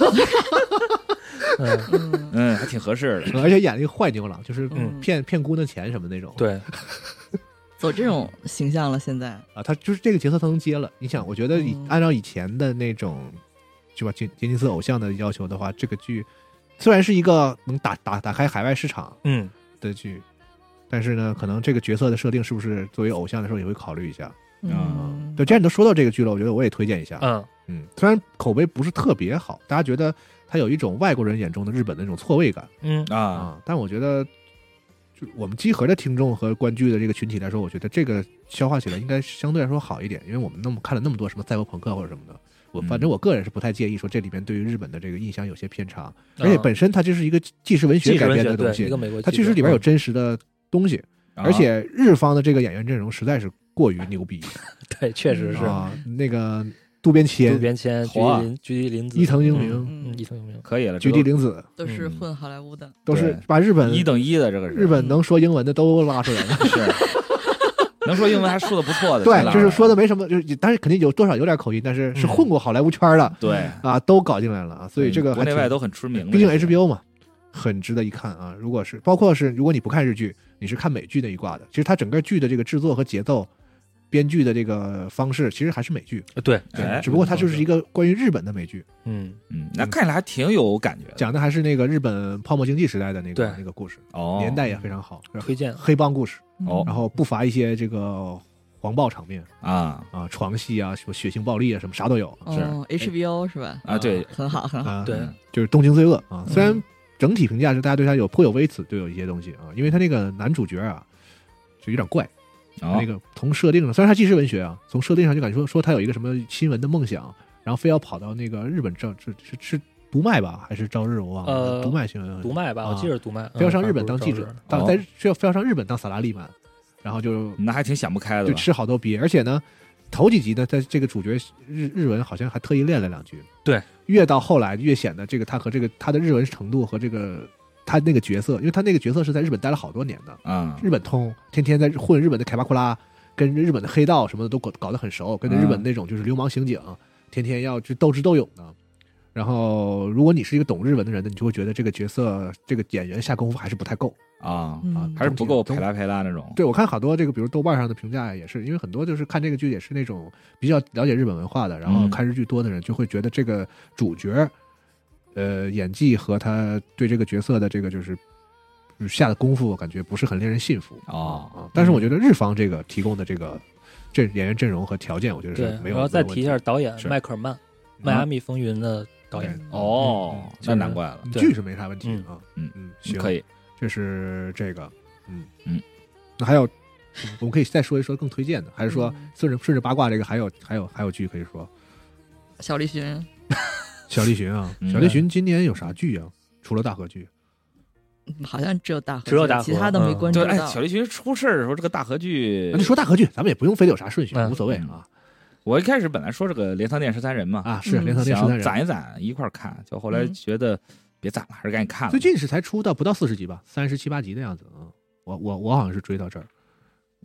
Speaker 10: 嗯， *laughs*
Speaker 8: 嗯
Speaker 9: 嗯，还挺合适的。
Speaker 4: 而且演了一个坏牛郎，就是
Speaker 8: 嗯，
Speaker 4: 骗骗姑娘钱什么那种。
Speaker 10: 对，
Speaker 8: 走这种形象了，现在
Speaker 4: 啊，他就是这个角色他能接了。你想，我觉得以
Speaker 8: 嗯
Speaker 4: 按照以前的那种，就吧，杰杰尼斯偶像的要求的话，这个剧虽然是一个能打打打开海外市场
Speaker 10: 嗯，
Speaker 4: 的剧，但是呢，可能这个角色的设定是不是作为偶像的时候也会考虑一下。
Speaker 10: 啊
Speaker 8: 嗯，
Speaker 4: 对，既然你都说到这个剧了，我觉得我也推荐一下。
Speaker 10: 嗯，
Speaker 4: 嗯，虽然口碑不是特别好，大家觉得它有一种外国人眼中的日本的那种错位感
Speaker 10: 嗯，
Speaker 9: 啊，
Speaker 4: 啊，但我觉得，就我们集合的听众和观剧的这个群体来说，我觉得这个消化起来应该相对来说好一点，因为我们那么看了那么多什么赛博朋克或者什么的，我
Speaker 9: 嗯
Speaker 4: 反正我个人是不太介意说这里面对于日本的这个印象有些偏差，而且本身它就是一个纪实文学
Speaker 10: 嗯纪实
Speaker 4: 改
Speaker 10: 文
Speaker 4: 编
Speaker 10: 学
Speaker 4: 的东
Speaker 10: 对一
Speaker 4: 西
Speaker 10: 个，美国记者，嗯
Speaker 4: 它确实里边有真实的东西，
Speaker 10: 啊
Speaker 9: 啊
Speaker 4: 而且日方的这个演员阵容实在是过于牛逼
Speaker 10: *laughs* 对，确实是
Speaker 4: 啊，那个渡边谦
Speaker 10: 渡、边谦、菊
Speaker 9: 火
Speaker 10: 地
Speaker 9: 啊
Speaker 10: 林、菊地林子、
Speaker 4: 伊藤英明。
Speaker 10: 嗯，伊
Speaker 8: 嗯，
Speaker 10: 藤英明，
Speaker 9: 可以了，
Speaker 4: 菊
Speaker 9: 这
Speaker 4: 地
Speaker 9: 都
Speaker 4: 凛子
Speaker 8: 都是
Speaker 9: 嗯
Speaker 8: 混好莱坞的，
Speaker 4: 都是
Speaker 9: 对
Speaker 4: 把日本
Speaker 9: 一等一的，这个是
Speaker 4: 日本能说英文的都拉出来了。
Speaker 9: 是能说英文还说的不错的，这
Speaker 4: 对，
Speaker 9: 俩
Speaker 4: 就是
Speaker 9: 人
Speaker 4: 说的没什么，就是但是肯定有多少有点口音，但是
Speaker 9: 嗯
Speaker 4: 是混过好莱坞圈的
Speaker 9: 对，
Speaker 4: 啊，都搞进来了啊，所以这个
Speaker 9: 嗯国内
Speaker 4: 还挺
Speaker 9: 外都很出名的，
Speaker 4: 毕竟
Speaker 9: 这个
Speaker 4: HBO 嘛，很值得一看啊。如果是包括是如果你不看日剧，你是看美剧那一挂的，其实它整个剧的这个制作和节奏。编剧的这个方式其实还是美剧，
Speaker 10: 呃对，
Speaker 9: 哎
Speaker 4: 只不过它就是一个关于日本的美剧，
Speaker 10: 嗯，
Speaker 9: 嗯，那看起来还挺有感觉的，
Speaker 4: 讲的还是那个日本泡沫经济时代的那个
Speaker 10: 对
Speaker 4: 那个故事，
Speaker 9: 哦，
Speaker 4: 年代也非常好，
Speaker 10: 推荐
Speaker 4: 黑帮故事，
Speaker 9: 哦
Speaker 4: 然后不乏一些这个黄暴场面，
Speaker 9: 啊
Speaker 4: 啊，床戏啊，什么血腥暴力啊，什么啥都有，
Speaker 9: 是
Speaker 8: 哦，HBO 是吧？
Speaker 9: 啊，对，
Speaker 8: 很好，很好，
Speaker 4: 啊，
Speaker 10: 对
Speaker 9: 嗯
Speaker 4: 就是《东京罪恶》啊。虽然整体评价是大家对他有颇有微词，对有一些东西啊，因为他那个男主角啊，就有点怪。
Speaker 9: 哦
Speaker 4: 那个从设定上，虽然他纪实文学啊，从设定上就感觉说说他有一个什么新闻的梦想，然后非要跑到那个日本朝是是是读卖吧，还是朝日我忘了，
Speaker 10: 呃
Speaker 4: 读卖新闻，
Speaker 10: 读卖吧，我记得是读卖，
Speaker 4: 非啊要
Speaker 10: 嗯
Speaker 4: 上日本当记，
Speaker 10: 反
Speaker 4: 者
Speaker 10: 正，
Speaker 4: 当
Speaker 9: 哦
Speaker 4: 在非要非要上日本当萨拉利曼，然后就
Speaker 9: 那还挺想不开的
Speaker 4: 就
Speaker 9: 吧，
Speaker 4: 吃好多鳖，而且呢，头几集呢，他这个主角日日文好像还特意练了两句。
Speaker 10: 对，
Speaker 4: 越到后来越显得这个他和这个他的日文程度和这个他那个角色，因为他那个角色是在日本待了好多年的，
Speaker 9: 啊，
Speaker 4: 日本通，天天在混日本的凯巴库拉，跟日本的黑道什么的都搞搞得很熟，跟着日本那种就是流氓刑警，天天要去斗智斗勇的。然后，如果你是一个懂日文的人呢，你就会觉得这个角色这个演员下功夫还是不太够。
Speaker 9: 啊，
Speaker 4: 啊
Speaker 8: 嗯，
Speaker 9: 还是不够
Speaker 4: 总
Speaker 9: 陪
Speaker 4: 体
Speaker 9: 拉陪拉那种，
Speaker 4: 对，我看好多这个，比如豆瓣上的评价啊也是，因为很多就是看这个剧也是那种比较了解日本文化的，然后
Speaker 9: 嗯
Speaker 4: 看日剧多的人就会觉得这个主角，呃，演技和他对这个角色的这个就是就是下的功夫，感觉不是很令人信服
Speaker 9: 哦
Speaker 4: 啊。但是
Speaker 10: 嗯
Speaker 4: 我觉得日方这个提供的这个阵演员阵容和条件，我觉得
Speaker 10: 对
Speaker 4: 是，没有。
Speaker 10: 我要再提一下导演
Speaker 9: 是
Speaker 10: 迈克尔曼，《
Speaker 4: 嗯
Speaker 10: 迈阿密风云》的导演，
Speaker 9: 哦
Speaker 10: 嗯，
Speaker 9: 那难怪了，
Speaker 10: 对
Speaker 4: 剧是没啥问题
Speaker 10: 嗯
Speaker 4: 啊。
Speaker 9: 嗯
Speaker 4: 嗯，行，
Speaker 9: 可以，
Speaker 4: 这是这个，嗯
Speaker 9: 嗯，
Speaker 4: 那还有，我们可以再说一说更推荐的，还是说顺着顺着八卦这个还有还有还有剧可以说？
Speaker 8: 小栗旬，
Speaker 4: 小栗旬啊，
Speaker 9: 嗯
Speaker 4: 小栗旬今年有啥剧啊？除了大河剧，
Speaker 8: 嗯好像只有大河剧，
Speaker 10: 只有大河嗯
Speaker 8: 其他都没关注
Speaker 9: 对，
Speaker 8: 到。
Speaker 9: 哎，小栗旬出事儿的时候，这个大合剧
Speaker 4: 那啊就，说大河剧，咱们也不用非得有啥顺序，
Speaker 10: 嗯
Speaker 4: 无所谓啊
Speaker 9: 我一开始本来说这个《镰仓殿十三人》嘛，
Speaker 4: 啊！是
Speaker 8: 嗯
Speaker 4: 镰仓殿十三
Speaker 9: 想
Speaker 4: 人，
Speaker 9: 攒一攒一块儿看，就后来
Speaker 8: 嗯
Speaker 9: 觉得别攒了，还是赶紧看
Speaker 4: 嗯
Speaker 9: 了
Speaker 4: 最近是才出到不到四十集吧，三十七八集的样子啊。我我我好像是追到这儿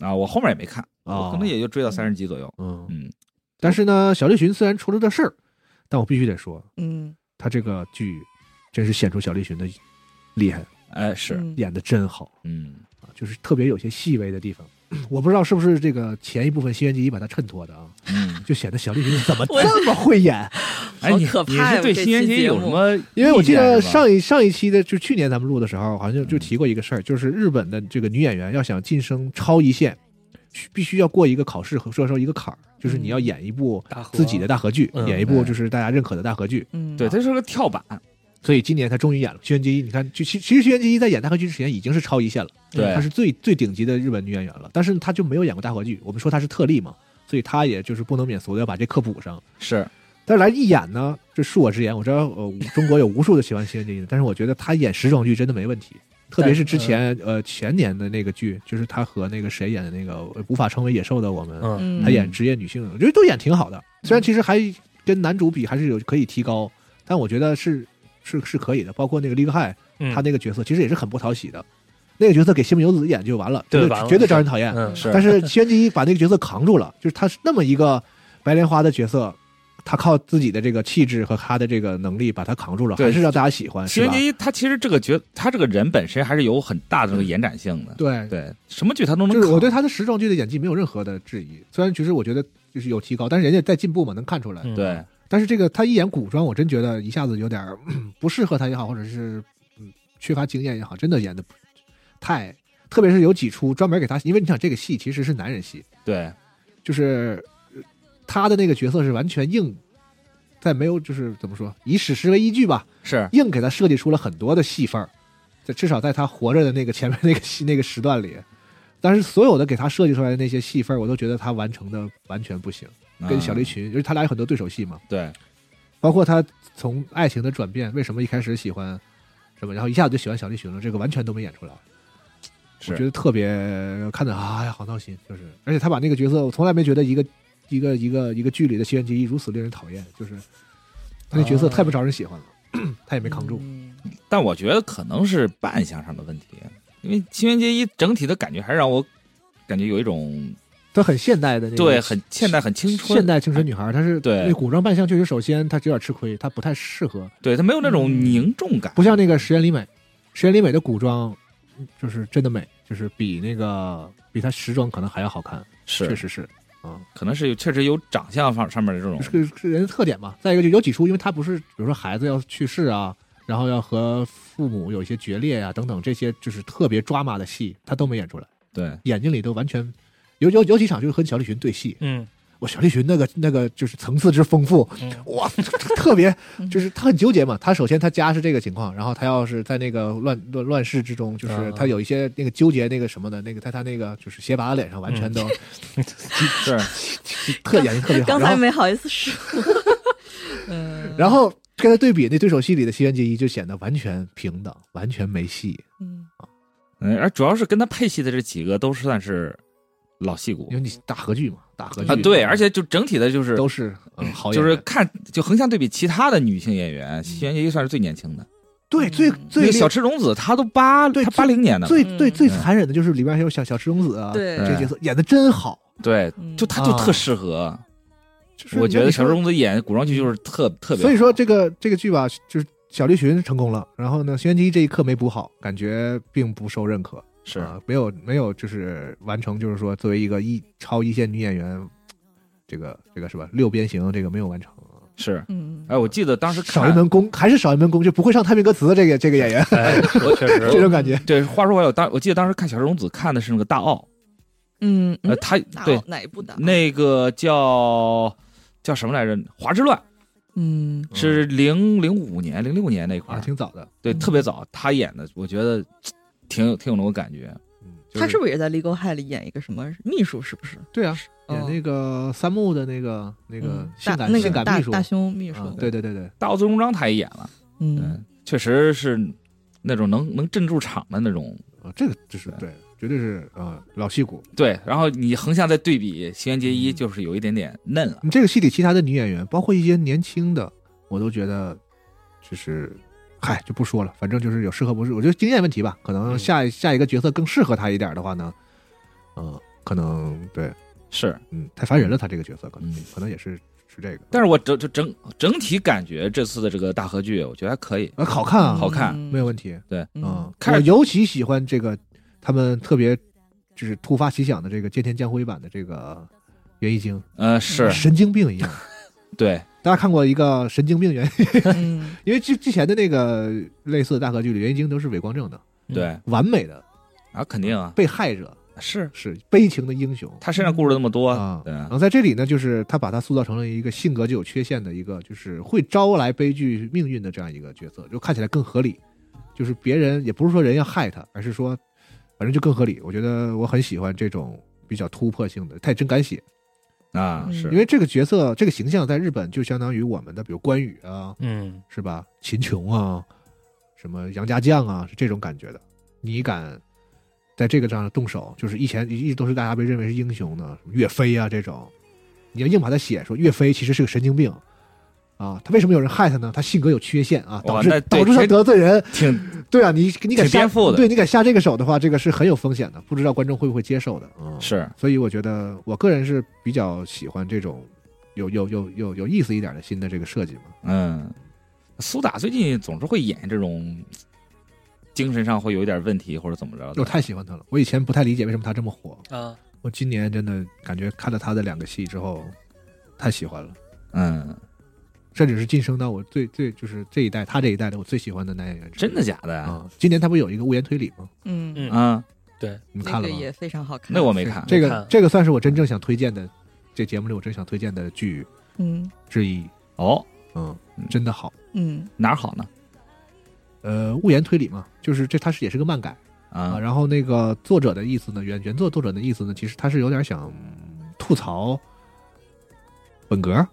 Speaker 9: 啊，我后面也没看，
Speaker 4: 啊，
Speaker 9: 我可能也就追到三十集左右，
Speaker 4: 嗯。
Speaker 9: 嗯，
Speaker 4: 但是呢，小栗旬虽然出了这事儿，但我必须得说，
Speaker 8: 嗯，
Speaker 4: 他这个剧真是显出小栗旬的厉害，
Speaker 9: 哎，是，
Speaker 8: 嗯
Speaker 4: 演的真好。
Speaker 9: 嗯，
Speaker 4: 啊，就是特别有些细微的地方， *clears throat* 我不知道是不是这个前一部分新垣结衣把它衬托的啊，
Speaker 9: 嗯，
Speaker 4: 就显得小栗旬怎么这么会演？
Speaker 9: 哎，
Speaker 8: 好
Speaker 9: 你
Speaker 8: 可
Speaker 9: 你
Speaker 8: 怕呀
Speaker 9: 是对
Speaker 8: 这
Speaker 9: 新垣
Speaker 8: 期
Speaker 9: 结衣
Speaker 8: 节
Speaker 9: 有
Speaker 8: 目
Speaker 9: 什么意见是吧？
Speaker 4: 因为我记得上一上一期的就去年咱们录的时候，好像就就提过一个事儿，就是日本的这个女演员要想晋升超一线，需必须要过一个考试和说说一个坎儿，就是你要演一部
Speaker 10: 大河
Speaker 4: 自己的大合剧，
Speaker 10: 嗯
Speaker 4: 演一部
Speaker 9: 对
Speaker 4: 就是大家认可的大合剧。
Speaker 8: 嗯，
Speaker 9: 对，，它是个跳板，
Speaker 4: 所以今年她终于演了《轩辕结衣》，你看，就其其实《轩辕结衣》在演大合剧之前已经是超一线了，
Speaker 9: 对
Speaker 4: 她是最最顶级的日本女演员了，但是她就没有演过大合剧，我们说她是特例嘛，所以她也就是不能免俗的要把这课补上。
Speaker 9: 是
Speaker 4: 但是来一演呢，这恕我直言，我知道呃，中国有无数的喜欢新垣结衣的，但是我觉得他演时装剧真的没问题，特别是之前呃前年的那个剧，就是他和那个谁演的那个呃无法成为野兽的我们，
Speaker 10: 嗯，
Speaker 8: 嗯，
Speaker 4: 他演职业女性，我觉得都演挺好的。虽然其实还跟男主比还是有可以提高，但我觉得是是是可以的。包括那个 League High，
Speaker 10: 嗯
Speaker 4: 他那个角色其实也是很不讨喜的，那个角色给西门游子演就完了，
Speaker 10: 对
Speaker 4: 绝
Speaker 10: 完了
Speaker 4: 绝对招人讨厌。
Speaker 10: 嗯
Speaker 9: 是，
Speaker 4: 但是轩辕一把那个角色扛住了，就是他是那么一个白莲花的角色，他靠自己的这个气质和他的这个能力把他扛住了，
Speaker 9: 对
Speaker 4: 还是让大家喜欢，
Speaker 9: 新
Speaker 4: 是
Speaker 9: 垣
Speaker 4: 吧？
Speaker 9: 结衣他其实这个角，他这个人本身还是有很大的这个延展性的，
Speaker 4: 对，
Speaker 9: 对，什么剧他都能
Speaker 4: 就是
Speaker 9: 扛。
Speaker 4: 我对他的时装剧的演技没有任何的质疑，虽然其实我觉得就是有提高，但是人家在进步嘛，能看出来。
Speaker 10: 嗯
Speaker 9: 对
Speaker 4: 但是这个他一演古装，我真觉得一下子有点儿 *clears throat* 不适合他也好，或者是嗯缺乏经验也好，真的演的太，特别是有几出专门给他，因为你想这个戏其实是男人戏，
Speaker 9: 对
Speaker 4: 就是呃他的那个角色是完全硬，在没有就是怎么说，以史实为依据吧，
Speaker 9: 是，
Speaker 4: 硬给他设计出了很多的戏份儿，在至少在他活着的那个前面那个戏那个时段里，但是所有的给他设计出来的那些戏份儿，我都觉得他完成的完全不行，跟小
Speaker 9: 雷
Speaker 4: 栗群，因为他俩有很多对手戏嘛，
Speaker 9: 嗯对
Speaker 4: 包括他从爱情的转变，为什么一开始喜欢什么，然后一下子就喜欢小栗旬了，这个完全都没演出来。我觉
Speaker 9: 是
Speaker 4: 得特别看着啊，哎呀，好闹心，就是，而且他把那个角色，我从来没觉得一个一个一个一个剧里的新垣结衣如此令人讨厌，就是他那角色太不招人喜欢了， *clears throat* 他也没扛住。
Speaker 2: 嗯
Speaker 9: 但我觉得可能是扮相上的问题，因为新垣结衣整体的感觉还是让我感觉有一种
Speaker 4: 他很现代的那个，
Speaker 9: 对很现代、很青春，哎
Speaker 4: 现代青春女孩，她是
Speaker 9: 对
Speaker 4: 那古装扮相确实首先她有点吃亏，她不太适合，
Speaker 9: 对他没有那种凝重感，
Speaker 4: 嗯不像那个石原里美，石原里美的古装就是真的美，就是比那个比她时装可能还要好看，确
Speaker 9: 是
Speaker 4: 实是。
Speaker 9: 可能是有确实有长相方上面的这种
Speaker 4: 这个是人的特点嘛。再一个就有几出，因为他不是比如说孩子要去世啊，然后要和父母有一些决裂啊等等这些，就是特别抓马的戏，他都没演出来，
Speaker 9: 对
Speaker 4: 眼睛里都完全。有有有几场就是和小栗旬对戏，
Speaker 10: 嗯
Speaker 4: 我小栗旬那个那个就是层次之丰富，
Speaker 10: 嗯
Speaker 4: 哇，特别就是他很纠结嘛。他首先他家是这个情况，然后他要是在那个乱乱乱世之中，就是
Speaker 10: 啊
Speaker 4: 他有一些那个纠结那个什么的，那个在他那个就是鞋拔的脸上完全
Speaker 10: 嗯
Speaker 4: 都、*laughs*
Speaker 9: 是
Speaker 4: 特演的特别好。
Speaker 8: 刚
Speaker 4: 然后
Speaker 8: 才没好意
Speaker 10: *laughs*
Speaker 8: 思说，嗯，
Speaker 4: *laughs* 然后跟他对比，那对手戏里的西垣结衣就显得完全平等，完全没戏。
Speaker 8: 嗯
Speaker 9: 嗯，而主要是跟他配戏的这几个都算是老戏骨
Speaker 4: 因为你大合剧嘛，大合剧
Speaker 9: 啊，对，而且就整体的就是
Speaker 4: 都是嗯好演
Speaker 9: 就
Speaker 4: 员，
Speaker 9: 是看就横向对比其他的女性演员，新垣结衣算是最年轻的。
Speaker 8: 嗯
Speaker 4: 对最
Speaker 9: 那
Speaker 4: 嗯最
Speaker 9: 个小赤龙子，她都八，
Speaker 4: 对
Speaker 9: 她八零年的了，
Speaker 4: 最
Speaker 8: 嗯
Speaker 4: 最最残忍的就是里边还有小小池公子啊，
Speaker 8: 对
Speaker 4: 这个角色演的真好。
Speaker 9: 对，
Speaker 8: 嗯
Speaker 9: 就她就
Speaker 4: 啊
Speaker 9: 特适合。
Speaker 4: 就是
Speaker 9: 我觉得
Speaker 4: 你
Speaker 9: 小
Speaker 4: 说
Speaker 9: 赤龙子演古装剧就是特特别好，
Speaker 4: 所以说这个这个剧吧，就是小栗旬成功了，然后呢，西垣结衣这一刻没补好，感觉并不受认可，
Speaker 9: 是
Speaker 4: 啊、没有没有就是完成，就是说作为一个一超一线女演员，这个这个是吧？六边形这个没有完成。
Speaker 9: 是。
Speaker 8: 嗯，
Speaker 9: 哎，我记得当时
Speaker 4: 少一
Speaker 9: 看，
Speaker 4: 门功，还是少一门功，就不会上太平歌词。这个这个演 *laughs* 员，
Speaker 10: 哎，确实，
Speaker 4: 这种感觉，
Speaker 9: 对，话说回来，我当我记得当时看小赤龙子看的是那个大奥，
Speaker 8: 嗯，
Speaker 9: 呃，
Speaker 8: 嗯
Speaker 9: 他
Speaker 8: 哪
Speaker 9: 对
Speaker 8: 哪一部的？
Speaker 9: 那个叫叫什么来着，《华之乱》
Speaker 8: 嗯，
Speaker 9: 是零零五年、零六年那
Speaker 4: *laughs*
Speaker 9: 块
Speaker 4: 啊，
Speaker 9: 儿，
Speaker 4: 挺早的。
Speaker 9: 对，
Speaker 8: 嗯
Speaker 9: 特别早，他演的，我觉得挺有挺有那种感觉。
Speaker 4: 嗯，
Speaker 8: 他是不是也在《Legal High》里演一个什么秘书？是不是？
Speaker 4: 对啊，
Speaker 8: 哦
Speaker 4: 演那个三木的那个那个
Speaker 8: 嗯
Speaker 4: 性
Speaker 8: 大
Speaker 4: 感
Speaker 8: 那
Speaker 4: 性
Speaker 8: 个
Speaker 4: 感
Speaker 8: 大
Speaker 4: 秘书
Speaker 8: 大，胸秘书
Speaker 4: 啊，对对对对，
Speaker 9: 大奥最终章他也演了，
Speaker 8: 嗯
Speaker 9: 嗯，确实是那种能能镇住场的那种。
Speaker 4: 啊，这个就是对，绝对是啊老戏骨。
Speaker 9: 对，然后你横向再对比新垣结衣，
Speaker 4: 嗯
Speaker 9: 就是有一点点嫩了。
Speaker 4: 你嗯这个戏里其他的女演员，包括一些年轻的，我都觉得就是，嗨，就不说了，反正就是有适合不适，我觉得经验问题吧，可能
Speaker 10: 嗯
Speaker 4: 下一下一个角色更适合她一点的话呢，嗯，可能对，
Speaker 9: 是，
Speaker 4: 嗯，太烦人了，她这个角色可能
Speaker 9: 嗯
Speaker 4: 可能也是是这个，
Speaker 9: 但是我整就整整体感觉这次的这个大合剧，我觉得还可以。
Speaker 4: 啊好看啊，
Speaker 9: 好看
Speaker 4: 没有问题。
Speaker 9: 嗯对，
Speaker 4: 嗯，
Speaker 9: 看
Speaker 4: 我尤其喜欢这个他们特别就是突发奇想的这个菅田将晖版的这个袁一经，
Speaker 9: 呃，是
Speaker 4: 神经病一
Speaker 9: *laughs*
Speaker 4: 样。
Speaker 9: 对，
Speaker 4: 大家看过一个神经病袁，
Speaker 8: 嗯，
Speaker 4: *laughs* 因为之之前的那个类似的大合剧里，袁一经都是伪光正的，
Speaker 9: 对
Speaker 4: 完美的
Speaker 9: 啊，肯定啊，
Speaker 4: 被害者，
Speaker 9: 是
Speaker 4: 是悲情的英雄。
Speaker 9: 他身上故事那么多，
Speaker 4: 啊，
Speaker 9: 对
Speaker 4: 然后在这里呢，就是他把他塑造成了一个性格就有缺陷的一个，就是会招来悲剧命运的这样一个角色，就看起来更合理。就是别人也不是说人要害他，而是说，反正就更合理。我觉得我很喜欢这种比较突破性的，他也真敢写，
Speaker 9: 啊，
Speaker 8: 嗯
Speaker 9: 是
Speaker 4: 因为这个角色这个形象在日本就相当于我们的比如关羽啊，
Speaker 10: 嗯，
Speaker 4: 是吧？秦琼啊，什么杨家将啊，是这种感觉的。你敢在这个上动手，就是以前一直都是大家被认为是英雄的，什么岳飞啊这种，你要硬把他写说岳飞其实是个神经病啊，他为什么有人害他呢？他性格有缺陷啊，
Speaker 9: 哇
Speaker 4: 导致
Speaker 9: 那对
Speaker 4: 导致他
Speaker 9: 这
Speaker 4: 得罪人。
Speaker 9: 挺
Speaker 4: 对啊，你你敢
Speaker 9: 挺
Speaker 4: 下
Speaker 9: 颠覆的
Speaker 4: 对你敢下这个手的话，这个是很有风险的，不知道观众会不会接受的。嗯，
Speaker 9: 是
Speaker 4: 所以我觉得我个人是比较喜欢这种有有有有有意思一点的新的这个设计嘛。
Speaker 9: 嗯，苏打最近总是会演这种精神上会有一点问题或者怎么着
Speaker 4: 我
Speaker 9: 的，
Speaker 4: 太喜欢他了，我以前不太理解为什么他这么火，
Speaker 10: 啊，
Speaker 4: 我今年真的感觉看了他的两个戏之后，太喜欢了，
Speaker 9: 嗯，
Speaker 4: 甚至是晋升到我最最就是这一代他这一代的我最喜欢的男演员之一。
Speaker 9: 真的假的啊？
Speaker 4: 啊、今年他不有一个《无言推理》吗？
Speaker 8: 嗯，
Speaker 10: 嗯
Speaker 9: 啊，
Speaker 4: 你们
Speaker 8: 那
Speaker 4: 看
Speaker 8: 个
Speaker 4: 了吗？
Speaker 8: 也非常好看。
Speaker 9: 那我没看，
Speaker 4: 这
Speaker 10: 我看
Speaker 4: 个
Speaker 10: 了
Speaker 4: 这个算是我真正想推荐的，这节目里我真想推荐的剧
Speaker 8: 嗯
Speaker 4: 之一。
Speaker 9: 哦，
Speaker 4: 嗯
Speaker 9: 嗯，
Speaker 4: 真的好。
Speaker 10: *laughs*
Speaker 8: 嗯
Speaker 9: 哪儿好呢？
Speaker 4: 呃，《物言推理》嘛，就是这，它是也是个漫改啊。
Speaker 9: 啊，
Speaker 4: 然后那个作者的意思呢，原原作作者的意思呢，其实他是有点想吐槽本格，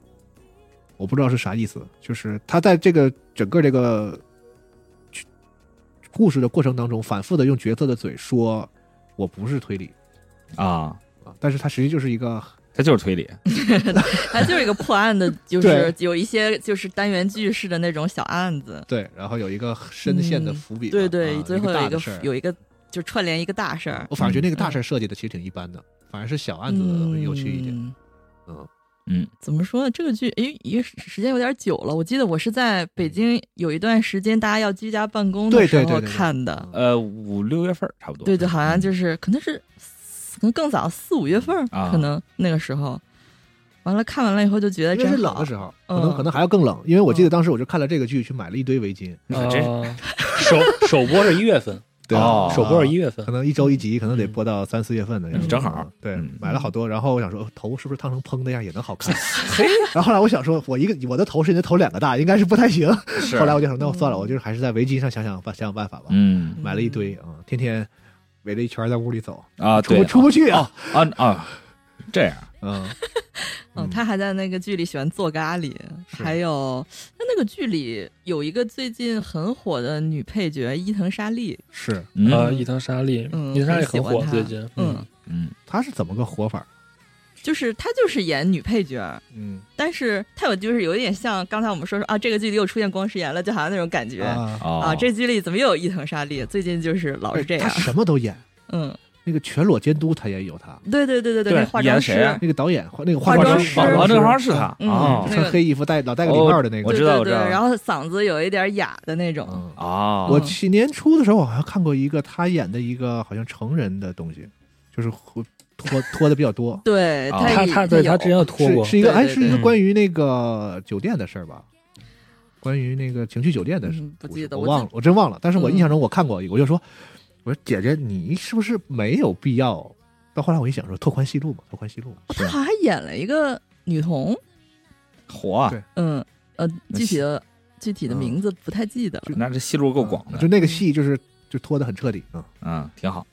Speaker 4: 我不知道是啥意思。就是他在这个整个这个去故事的过程当中，反复的用角色的嘴说“我不是推理
Speaker 9: 啊，”
Speaker 4: 啊，但是他实际就是一个
Speaker 9: 他就是推理，
Speaker 8: 它就是一个破案的，就
Speaker 4: 对
Speaker 8: 是有一些就是单元剧式的那种小案子。
Speaker 4: 对，然后有一个深陷的
Speaker 8: 嗯
Speaker 4: 伏笔嘛、
Speaker 8: 对对，
Speaker 4: 啊
Speaker 8: 最
Speaker 4: 一
Speaker 8: 后
Speaker 4: 个
Speaker 8: 有
Speaker 4: 大
Speaker 8: 一
Speaker 4: 的
Speaker 8: 个
Speaker 4: 事儿
Speaker 8: 有一个就串联一个大事儿，嗯
Speaker 4: 我反而觉得那个大事儿设计的其实挺一般的，反而是小案子会有趣一点。
Speaker 8: 嗯
Speaker 4: 嗯
Speaker 9: 嗯，
Speaker 8: 怎么说呢？这个剧诶，也时间有点久了。我记得我是在北京有一段时间，大家要居家办公的
Speaker 4: 对
Speaker 8: 时
Speaker 4: 对
Speaker 8: 候
Speaker 4: 对对对
Speaker 8: 看的。
Speaker 9: 呃，五六月份儿差不多，
Speaker 8: 对对，好像就是可能是可能更早四五月份儿，
Speaker 9: 啊
Speaker 8: 可能那个时候。完了，看完了以后就觉得
Speaker 4: 应该是
Speaker 8: 真
Speaker 4: 冷
Speaker 8: 好
Speaker 4: 的。时候，可能
Speaker 8: 嗯
Speaker 4: 可能还要更冷，因为我记得当时我就看了这个剧，去买了一堆围巾，
Speaker 9: 可真
Speaker 10: 啊首首播是一月份，
Speaker 4: 对
Speaker 9: 哦
Speaker 4: 啊
Speaker 10: 首播是一月份
Speaker 4: 可，能一周
Speaker 8: 嗯
Speaker 4: 一集，可能得播到三四月份的样子，
Speaker 9: 嗯正好
Speaker 4: 嗯对
Speaker 9: 嗯，
Speaker 4: 买了好多，然后我想说哦头是不是烫成蓬那样也能好
Speaker 9: *laughs*
Speaker 4: 看？然后后来我想说，我一个我的头是你的头两个大，应该是不太行。
Speaker 9: 是
Speaker 4: 后来我就想，那我算了，
Speaker 8: 嗯
Speaker 4: 我就是还是在围巾上想想办想想办法吧。
Speaker 9: 嗯
Speaker 4: 买了一堆啊，嗯天天围了一圈在屋里走，
Speaker 9: 啊，
Speaker 4: 出
Speaker 9: 对
Speaker 4: 不出不去啊？
Speaker 9: 啊啊，这样
Speaker 4: 嗯，
Speaker 8: 嗯，他还在那个剧里喜欢做咖喱，
Speaker 4: 是
Speaker 8: 还有他那个剧里有一个最近很火的女配角伊藤沙莉，
Speaker 4: 是
Speaker 10: 啊，
Speaker 9: 嗯
Speaker 10: 伊藤沙莉，
Speaker 8: 嗯
Speaker 10: 伊藤沙莉很
Speaker 8: 很喜
Speaker 10: 火
Speaker 8: 欢她
Speaker 10: 最近，啊
Speaker 8: 嗯，
Speaker 9: 嗯
Speaker 4: 他是怎么个活法？
Speaker 8: 就是她就是演女配角，
Speaker 4: 嗯
Speaker 8: 但是她有就是有一点像刚才我们说说啊，这个剧里又出现光石岩了，就好像那种感觉啊
Speaker 4: 啊，哎
Speaker 9: 哦
Speaker 8: 这剧里怎么又有伊藤沙莉？最近就是老是这
Speaker 4: 他
Speaker 8: 样，
Speaker 4: 什么都演，
Speaker 8: 嗯，
Speaker 4: 那个全裸监督他也有他，
Speaker 8: 对对对对
Speaker 9: 对
Speaker 8: 那化
Speaker 9: 演
Speaker 8: 妆师
Speaker 9: 谁啊
Speaker 4: 那个导演那个
Speaker 8: 化
Speaker 4: 妆
Speaker 8: 妆
Speaker 4: 师
Speaker 8: 师
Speaker 9: 啊，那
Speaker 4: 化
Speaker 9: 个
Speaker 4: 妆
Speaker 9: 好
Speaker 4: 师
Speaker 9: 像是他
Speaker 8: 嗯
Speaker 9: 哦
Speaker 8: 那
Speaker 4: 穿
Speaker 8: 个
Speaker 4: 黑衣服戴老戴个礼帽的那个，
Speaker 9: 我知道
Speaker 8: 对
Speaker 9: 我知
Speaker 8: 对
Speaker 9: 道
Speaker 8: 对，然后嗓子有一点哑的那种，
Speaker 4: 嗯
Speaker 9: 啊，
Speaker 4: 我去年初的时候，我好像看过一个他演的一个好像成人的东西，就是会拖拖的比较
Speaker 9: *laughs*
Speaker 4: 多，
Speaker 8: 对
Speaker 9: 啊
Speaker 8: 她
Speaker 10: 他
Speaker 8: 也
Speaker 10: 他对
Speaker 8: 有
Speaker 10: 他之前有拖
Speaker 4: 是
Speaker 10: 过，
Speaker 4: 是一个
Speaker 8: 对
Speaker 4: 哎，
Speaker 8: 对
Speaker 4: 是一个
Speaker 10: 对
Speaker 4: 关于那个酒店的事儿吧，关于那个情趣酒店的事
Speaker 8: 嗯，不记得
Speaker 4: 我
Speaker 8: 我
Speaker 4: 忘了，我真忘了。但是我
Speaker 8: 嗯
Speaker 4: 印象中我看过一个，我就说，我说姐姐，你是不是没有必要？到后来我一想说，拓宽戏路嘛，拓宽戏路嘛，
Speaker 8: 她
Speaker 9: 啊
Speaker 8: 好像哦还演了一个女童，
Speaker 9: 火啊，
Speaker 4: 对
Speaker 8: 嗯呃，
Speaker 9: 那
Speaker 8: 具体
Speaker 9: 是
Speaker 8: 的具体的名字不太记得了。
Speaker 9: 那这戏路够广的
Speaker 4: 就，那
Speaker 8: 嗯
Speaker 4: 个戏就是就拖得很彻底啊。
Speaker 9: 嗯，挺好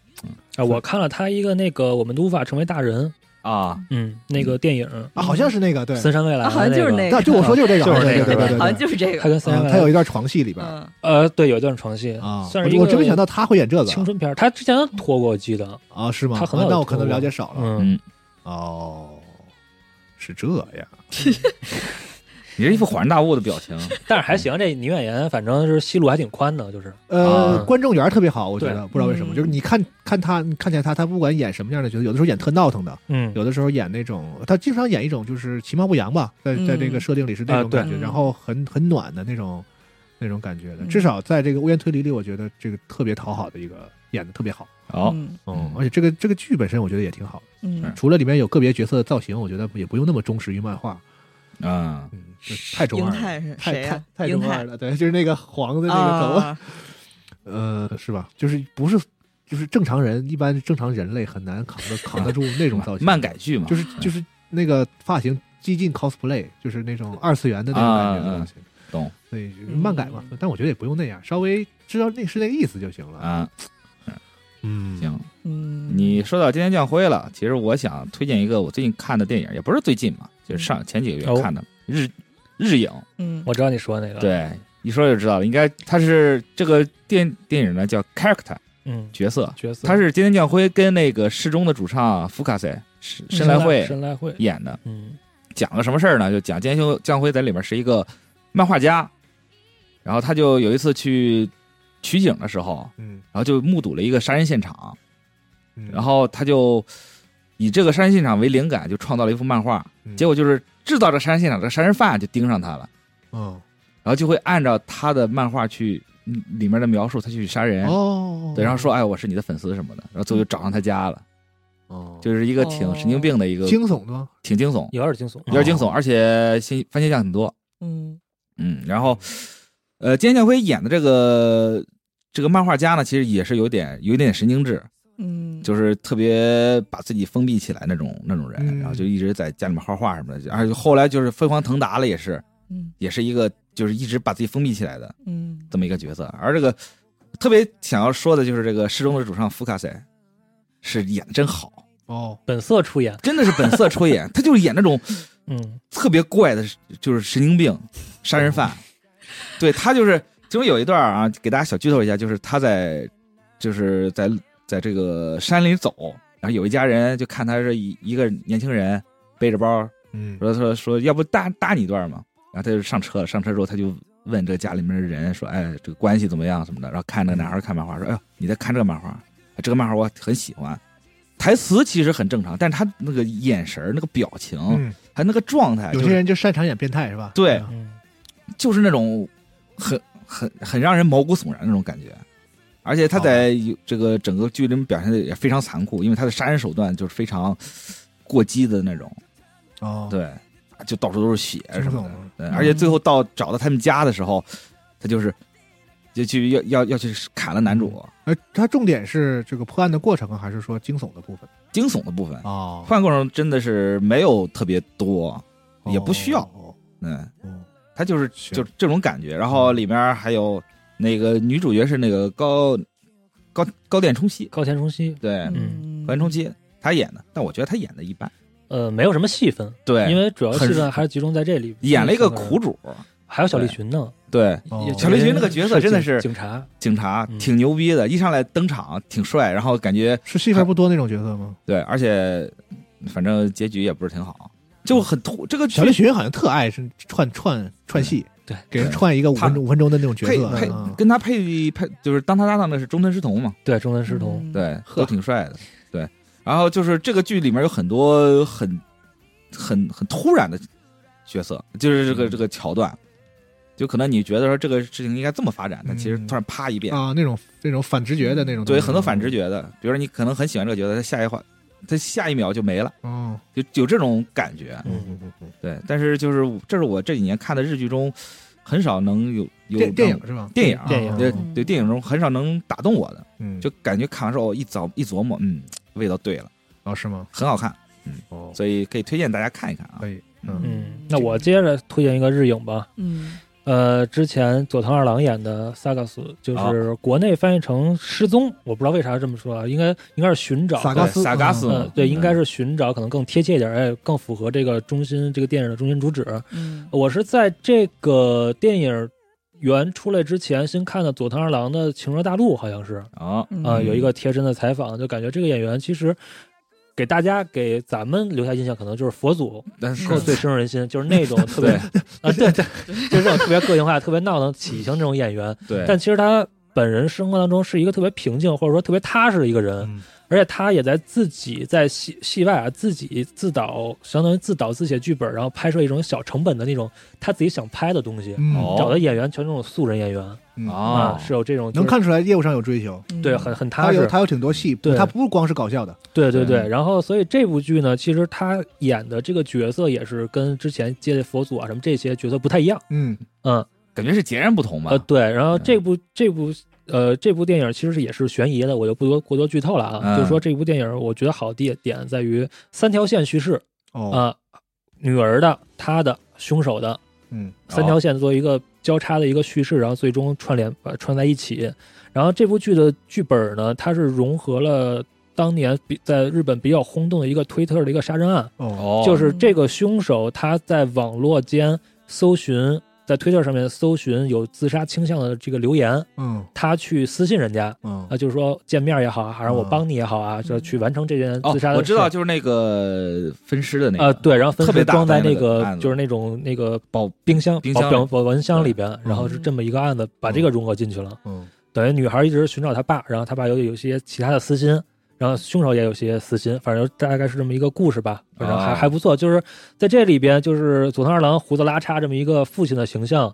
Speaker 10: 啊，我看了他一个那个《我们都无法成为大人》，
Speaker 9: 啊，
Speaker 10: 嗯，那个电影，
Speaker 4: 啊，好像是那个对，
Speaker 10: 森山未来
Speaker 8: 啊，
Speaker 10: 的
Speaker 8: 好像就是那
Speaker 4: 那
Speaker 8: 个，
Speaker 4: 就我说就是这个，
Speaker 10: 就是那
Speaker 4: 对
Speaker 10: 个
Speaker 4: 对对对
Speaker 8: 好
Speaker 4: 对
Speaker 8: 像就是这
Speaker 10: 他
Speaker 8: 个，
Speaker 10: 跟森山
Speaker 4: 嗯
Speaker 10: 未
Speaker 4: 他
Speaker 10: 来
Speaker 4: 有一段床戏里边，
Speaker 8: 嗯，
Speaker 10: 呃，对，有一段床戏
Speaker 4: 啊，
Speaker 10: 算是一
Speaker 4: 我我
Speaker 10: 个
Speaker 4: 真没想到他会演这个
Speaker 10: 青春片儿，他之前拖过，我记
Speaker 9: 嗯
Speaker 10: 得，
Speaker 4: 啊，是吗？
Speaker 10: 他很好
Speaker 4: 啊那我
Speaker 10: 有
Speaker 4: 可能
Speaker 10: 头
Speaker 4: 了解少了。
Speaker 10: 嗯，
Speaker 4: 哦，是这样，
Speaker 9: 你这一副恍然大悟的表情，
Speaker 10: 但是还行，这女演员反正是戏路还挺宽的，就是
Speaker 4: 呃，
Speaker 10: 啊
Speaker 4: 观众缘特别好，我觉
Speaker 10: 对
Speaker 4: 得不知道为什么，
Speaker 8: 嗯
Speaker 4: 就是你看看他，你看见他，他不管演什么样的角色，有的时候演特闹腾的，
Speaker 10: 嗯
Speaker 4: 有的时候演那种，他经常演一种就是其貌不扬吧，在在这个
Speaker 8: 嗯
Speaker 4: 设定里是那
Speaker 10: 啊
Speaker 4: 种
Speaker 10: 对
Speaker 4: 感觉，
Speaker 8: 嗯
Speaker 4: 然后很很暖的那种那种感觉的，
Speaker 8: 嗯
Speaker 4: 至少在这个《无言推理》里，我觉得这个特别讨好的一个演的特别好，
Speaker 9: 好，
Speaker 8: 嗯
Speaker 4: 嗯，而且这个这个剧本身我觉得也挺好，
Speaker 8: 嗯
Speaker 4: 除了里面有个别角色的造型，我觉得也不用那么忠实于漫画，
Speaker 9: 啊，
Speaker 4: 嗯，就是太中
Speaker 8: 英
Speaker 4: 二了，
Speaker 8: 泰是谁
Speaker 4: 太
Speaker 8: 呀
Speaker 4: 太？太
Speaker 8: 英
Speaker 4: 中二
Speaker 8: 泰
Speaker 4: 了，对，就是那个黄的那个头，
Speaker 8: 啊，
Speaker 4: *laughs* 呃，是吧？就是不是就是正常人，一般正常人类很难扛得扛得住那
Speaker 9: *laughs*
Speaker 4: 种造型，
Speaker 9: 漫改剧嘛，
Speaker 4: 就是就是那个发型激进 cosplay，就是那种二次元的那种感觉的东西。
Speaker 9: 啊懂，
Speaker 4: 所以就是漫改嘛，
Speaker 8: 嗯
Speaker 4: 但我觉得也不用那样，稍微知道那是那个意思就行了。
Speaker 9: 啊，
Speaker 4: 嗯，
Speaker 9: 行。
Speaker 8: 嗯，
Speaker 9: 你说到《今天降灰》了，其实我想推荐一个我最近看的电影，也不是最近嘛，就是上前几个月看的日日影。
Speaker 8: 嗯
Speaker 10: 我知道你说那个，，
Speaker 9: 对，一说就知道了，应该它是这个电电影呢叫 Character
Speaker 10: 嗯，
Speaker 9: 角色，
Speaker 10: 角色
Speaker 9: 它是《今天降灰》跟那个适中的主唱福卡塞申申来惠
Speaker 10: 嗯深来会，
Speaker 9: 演的，
Speaker 10: 嗯
Speaker 9: 讲个什么事儿呢？就讲今天降灰在里面是一个漫画家，然后他就有一次去取景的时候，
Speaker 4: 嗯，
Speaker 9: 然后就目睹了一个杀人现场，
Speaker 4: 嗯
Speaker 9: 然后他就以这个杀人现场为灵感，就创造了一幅漫画。
Speaker 4: 嗯
Speaker 9: 结果就是制造这杀人现场，这杀人犯就盯上他了，
Speaker 4: 嗯
Speaker 9: 然后就会按照他的漫画去嗯里面的描述，他去杀人。
Speaker 4: 哦，嗯
Speaker 9: 对，然后说，哎，我是你的粉丝什么的，然后最后就找上他家了，
Speaker 4: 哦，
Speaker 9: 就是一个挺
Speaker 8: 哦
Speaker 9: 神经病的一个，
Speaker 4: 惊哦悚的吗？
Speaker 9: 挺惊悚，
Speaker 10: 有点惊悚，
Speaker 9: 有点惊悚，而且新番茄酱很多，
Speaker 8: 嗯
Speaker 9: 嗯，然后，呃，金建辉演的这个这个漫画家呢，其实也是有点有一点神经质，
Speaker 8: 嗯，
Speaker 9: 就是特别把自己封闭起来那种那种人，
Speaker 4: 嗯
Speaker 9: 然后就一直在家里面画画什么的，而且后来就是飞黄腾达了，也是
Speaker 8: 嗯
Speaker 9: 也是一个就是一直把自己封闭起来的
Speaker 8: 嗯
Speaker 9: 这么一个角色。而这个特别想要说的就是这个失踪的主唱福卡塞，是演的真好，
Speaker 4: 哦，
Speaker 10: 本色出演，
Speaker 9: 真的是本色出演，他就是演那种
Speaker 10: 嗯，
Speaker 9: 特别怪的，就是神经病杀人犯。对他就是其中有一段啊，给大家小剧透一下，就是他在就是在在这个山里走，然后有一家人就看他是一一个年轻人背着包，
Speaker 4: 嗯
Speaker 9: 说说说要不搭搭你一段嘛，然后他就上车了，上车之后他就问这家里面的人说，哎，这个关系怎么样什么的，然后看那个男孩看漫画说，哎呦你在看这个漫画，哎这个漫画我很喜欢。台词其实很正常，但是他那个眼神儿、那个表情，
Speaker 4: 嗯，
Speaker 9: 还有那个状
Speaker 4: 有
Speaker 9: 态，哎就
Speaker 4: 些
Speaker 9: 是
Speaker 4: 人就擅长演变态是吧？
Speaker 9: 对
Speaker 4: 嗯
Speaker 10: 嗯
Speaker 9: 就是那种很很很让人毛骨悚然的那种感觉。而且他在有这个整个剧里面表现的也非常残酷，因为他的杀人手段就是非常过激的那种，
Speaker 4: 哦，
Speaker 9: 对，就到处都是血什
Speaker 4: 惊
Speaker 9: 么
Speaker 4: 悚啊
Speaker 9: 的。对，而且最后到找到他们家的时候，他就是就去要要要去砍了男主，
Speaker 4: 呃，它重点是这个破案的过程啊，还是说惊悚的部分？
Speaker 9: 惊悚的部分，
Speaker 4: 哦，
Speaker 9: 换过程真的是没有特别多，也不需要
Speaker 4: 哦
Speaker 9: 嗯，
Speaker 4: 哦
Speaker 9: 他就是
Speaker 4: 行
Speaker 9: 就是这种感觉。然后里面还有那个女主角是那个高高高点冲希，
Speaker 10: 高田重希，
Speaker 9: 对，
Speaker 10: 嗯
Speaker 8: 嗯，
Speaker 9: 高点冲希她演的，但我觉得她演的一般，
Speaker 10: 呃，没有什么戏份，
Speaker 9: 对，
Speaker 10: 因为主要
Speaker 9: 很
Speaker 10: 戏份还是集中在这里，嗯
Speaker 9: 演了一个苦，主，
Speaker 10: 还有小栗旬呢，
Speaker 9: 对，
Speaker 4: 哦
Speaker 10: 也
Speaker 9: 小栗旬那个角色真的是
Speaker 10: 警警察，
Speaker 9: 警察
Speaker 10: 嗯
Speaker 9: 挺牛逼的，一上来登场挺帅，然后感觉
Speaker 4: 是戏份不多那种角色吗？
Speaker 9: 对，而且反正结局也不是挺好，就很突这个剧
Speaker 4: 小栗旬好像特爱是串串串戏，
Speaker 10: 对，
Speaker 4: 给人串一个五
Speaker 9: 他
Speaker 4: 分钟五分钟的那种角
Speaker 9: 配
Speaker 4: 色，
Speaker 9: 配
Speaker 4: 嗯
Speaker 9: 跟他配配就是当他搭档的是中村狮童嘛，
Speaker 10: 对，中村狮童，
Speaker 8: 嗯，
Speaker 9: 对，
Speaker 4: 呵
Speaker 9: 都挺帅的。对，然后就是这个剧里面有很多很很很突然的角色，就是这个
Speaker 4: 嗯
Speaker 9: 这个桥段，就可能你觉得说这个事情应该这么发展，但其实
Speaker 4: 嗯
Speaker 9: 突然啪一变，
Speaker 4: 啊，那种那种反直觉的那种东
Speaker 9: 对，
Speaker 4: 西，啊
Speaker 9: 很多反直觉的，比如说你可能很喜欢这个角色，他下一话，他下一秒就没了，
Speaker 4: 嗯，
Speaker 9: 就有这种感觉。
Speaker 4: 嗯
Speaker 10: 嗯，
Speaker 4: 嗯嗯
Speaker 9: 对，但是就是这是我这几年看的日剧中很少能有有
Speaker 4: 电电
Speaker 9: 让
Speaker 4: 影是吧？
Speaker 9: 电影啊
Speaker 10: 电影
Speaker 9: 对
Speaker 4: 嗯
Speaker 9: 对电影中很少能打动我的，
Speaker 4: 嗯，
Speaker 9: 就感觉看完之后一早一琢磨，嗯，味道对了，
Speaker 4: 哦是吗？
Speaker 9: 很好看。
Speaker 4: 哦，
Speaker 9: 所以可以推荐大家看一看啊
Speaker 4: 可。以，
Speaker 8: 嗯
Speaker 4: 嗯
Speaker 10: 嗯，那我接着推荐一个日影吧，
Speaker 8: 嗯
Speaker 10: 呃，之前佐藤二郎演的《萨嘎斯》，就是国内翻译成“失踪”，我不知道为啥这么说啊，应该应该是寻找。
Speaker 4: 萨嘎斯
Speaker 9: 对萨嘎斯
Speaker 10: 嗯、
Speaker 9: 嘛，
Speaker 10: 对，应该是寻找，可能更贴切一点，哎，更符合这个中心这个电影的中心主旨。
Speaker 8: 嗯
Speaker 10: 我是在这个电影原出来之前，先看的佐藤二郎的《情热大陆》，好像是啊、
Speaker 9: 啊，
Speaker 8: 嗯
Speaker 10: 有一个贴身的采访，就感觉这个演员其实给大家给咱们留下印象，可能就是佛祖
Speaker 9: 但是
Speaker 10: 更最深入人心，就是
Speaker 9: *laughs*
Speaker 10: 那种特别啊，对对，就是这种特别个性化、特别闹腾、喜庆这种演员。
Speaker 9: 对，
Speaker 10: 但其实他本人生活当中是一个特别平静或者说特别踏实的一个人，
Speaker 5: 嗯
Speaker 10: 而且他也在自己在戏戏外啊自己自导，相当于自导自写剧本，然后拍摄一种小成本的那种他自己想拍的东西。
Speaker 4: 嗯，
Speaker 9: 哦
Speaker 10: 找的演员全是那种素人演员、
Speaker 9: 哦
Speaker 10: 啊，是有这种、就
Speaker 4: 能
Speaker 10: 是
Speaker 4: 看出来业务上有追求，
Speaker 10: 对很很踏
Speaker 4: 他
Speaker 10: 实
Speaker 4: 有，他有挺多戏，
Speaker 10: 嗯对啊
Speaker 4: 他不光是搞笑的，
Speaker 10: 对对对，
Speaker 9: 对
Speaker 10: 然后所以这部剧呢，其实他演的这个角色也是跟之前接的佛祖啊什么这些角色不太一样，
Speaker 4: 嗯，
Speaker 10: 嗯
Speaker 9: 感觉是截然不同嘛
Speaker 10: 呃。对，然后
Speaker 9: 嗯
Speaker 10: 这部、这部呃这部电影其实是也是悬疑的，我就不多过多剧透了啊，
Speaker 9: 嗯
Speaker 10: 就是说这部电影我觉得好的点在于三条线叙事啊、
Speaker 4: 哦，
Speaker 10: 女儿的、她的、凶手的，
Speaker 4: 嗯，
Speaker 10: 三条线做一个交叉的一个叙事，然后最终串联把它串在一起。然后这部剧的剧本呢，它是融合了当年比在日本比较轰动的一个推特的一个杀人案，
Speaker 4: 哦，
Speaker 9: 哦，
Speaker 10: 就是这个凶手他在网络间搜寻，在推特上面搜寻有自杀倾向的这个留言，
Speaker 4: 嗯
Speaker 10: 他去私信人家。
Speaker 4: 嗯
Speaker 10: 啊，就是说见面也好啊，还是我
Speaker 4: 嗯
Speaker 10: 帮你也好啊，就去完成这件
Speaker 9: 哦
Speaker 10: 自杀的事。
Speaker 9: 我知道，就是那个分尸的那
Speaker 10: 啊，
Speaker 9: 个，
Speaker 10: 对，然后分
Speaker 9: 特
Speaker 10: 别
Speaker 9: 别大
Speaker 10: 装在
Speaker 9: 单
Speaker 10: 那
Speaker 9: 那个案子
Speaker 10: 就是那种那个
Speaker 9: 保
Speaker 10: 冰箱、
Speaker 9: 冰
Speaker 10: 保
Speaker 9: 箱
Speaker 10: 保
Speaker 9: 里
Speaker 10: 保温箱里边，
Speaker 9: 对
Speaker 10: 然后是这么一个案子，把这个融合进去了。
Speaker 4: 嗯
Speaker 10: 等于女孩一直寻找她爸，然后她爸有有些其他的私心，然后凶手也有些私心，反正大概是这么一个故事吧。反正还、
Speaker 9: 啊
Speaker 10: 还不错，就是在这里边，就是佐藤二郎胡子拉碴这么一个父亲的形象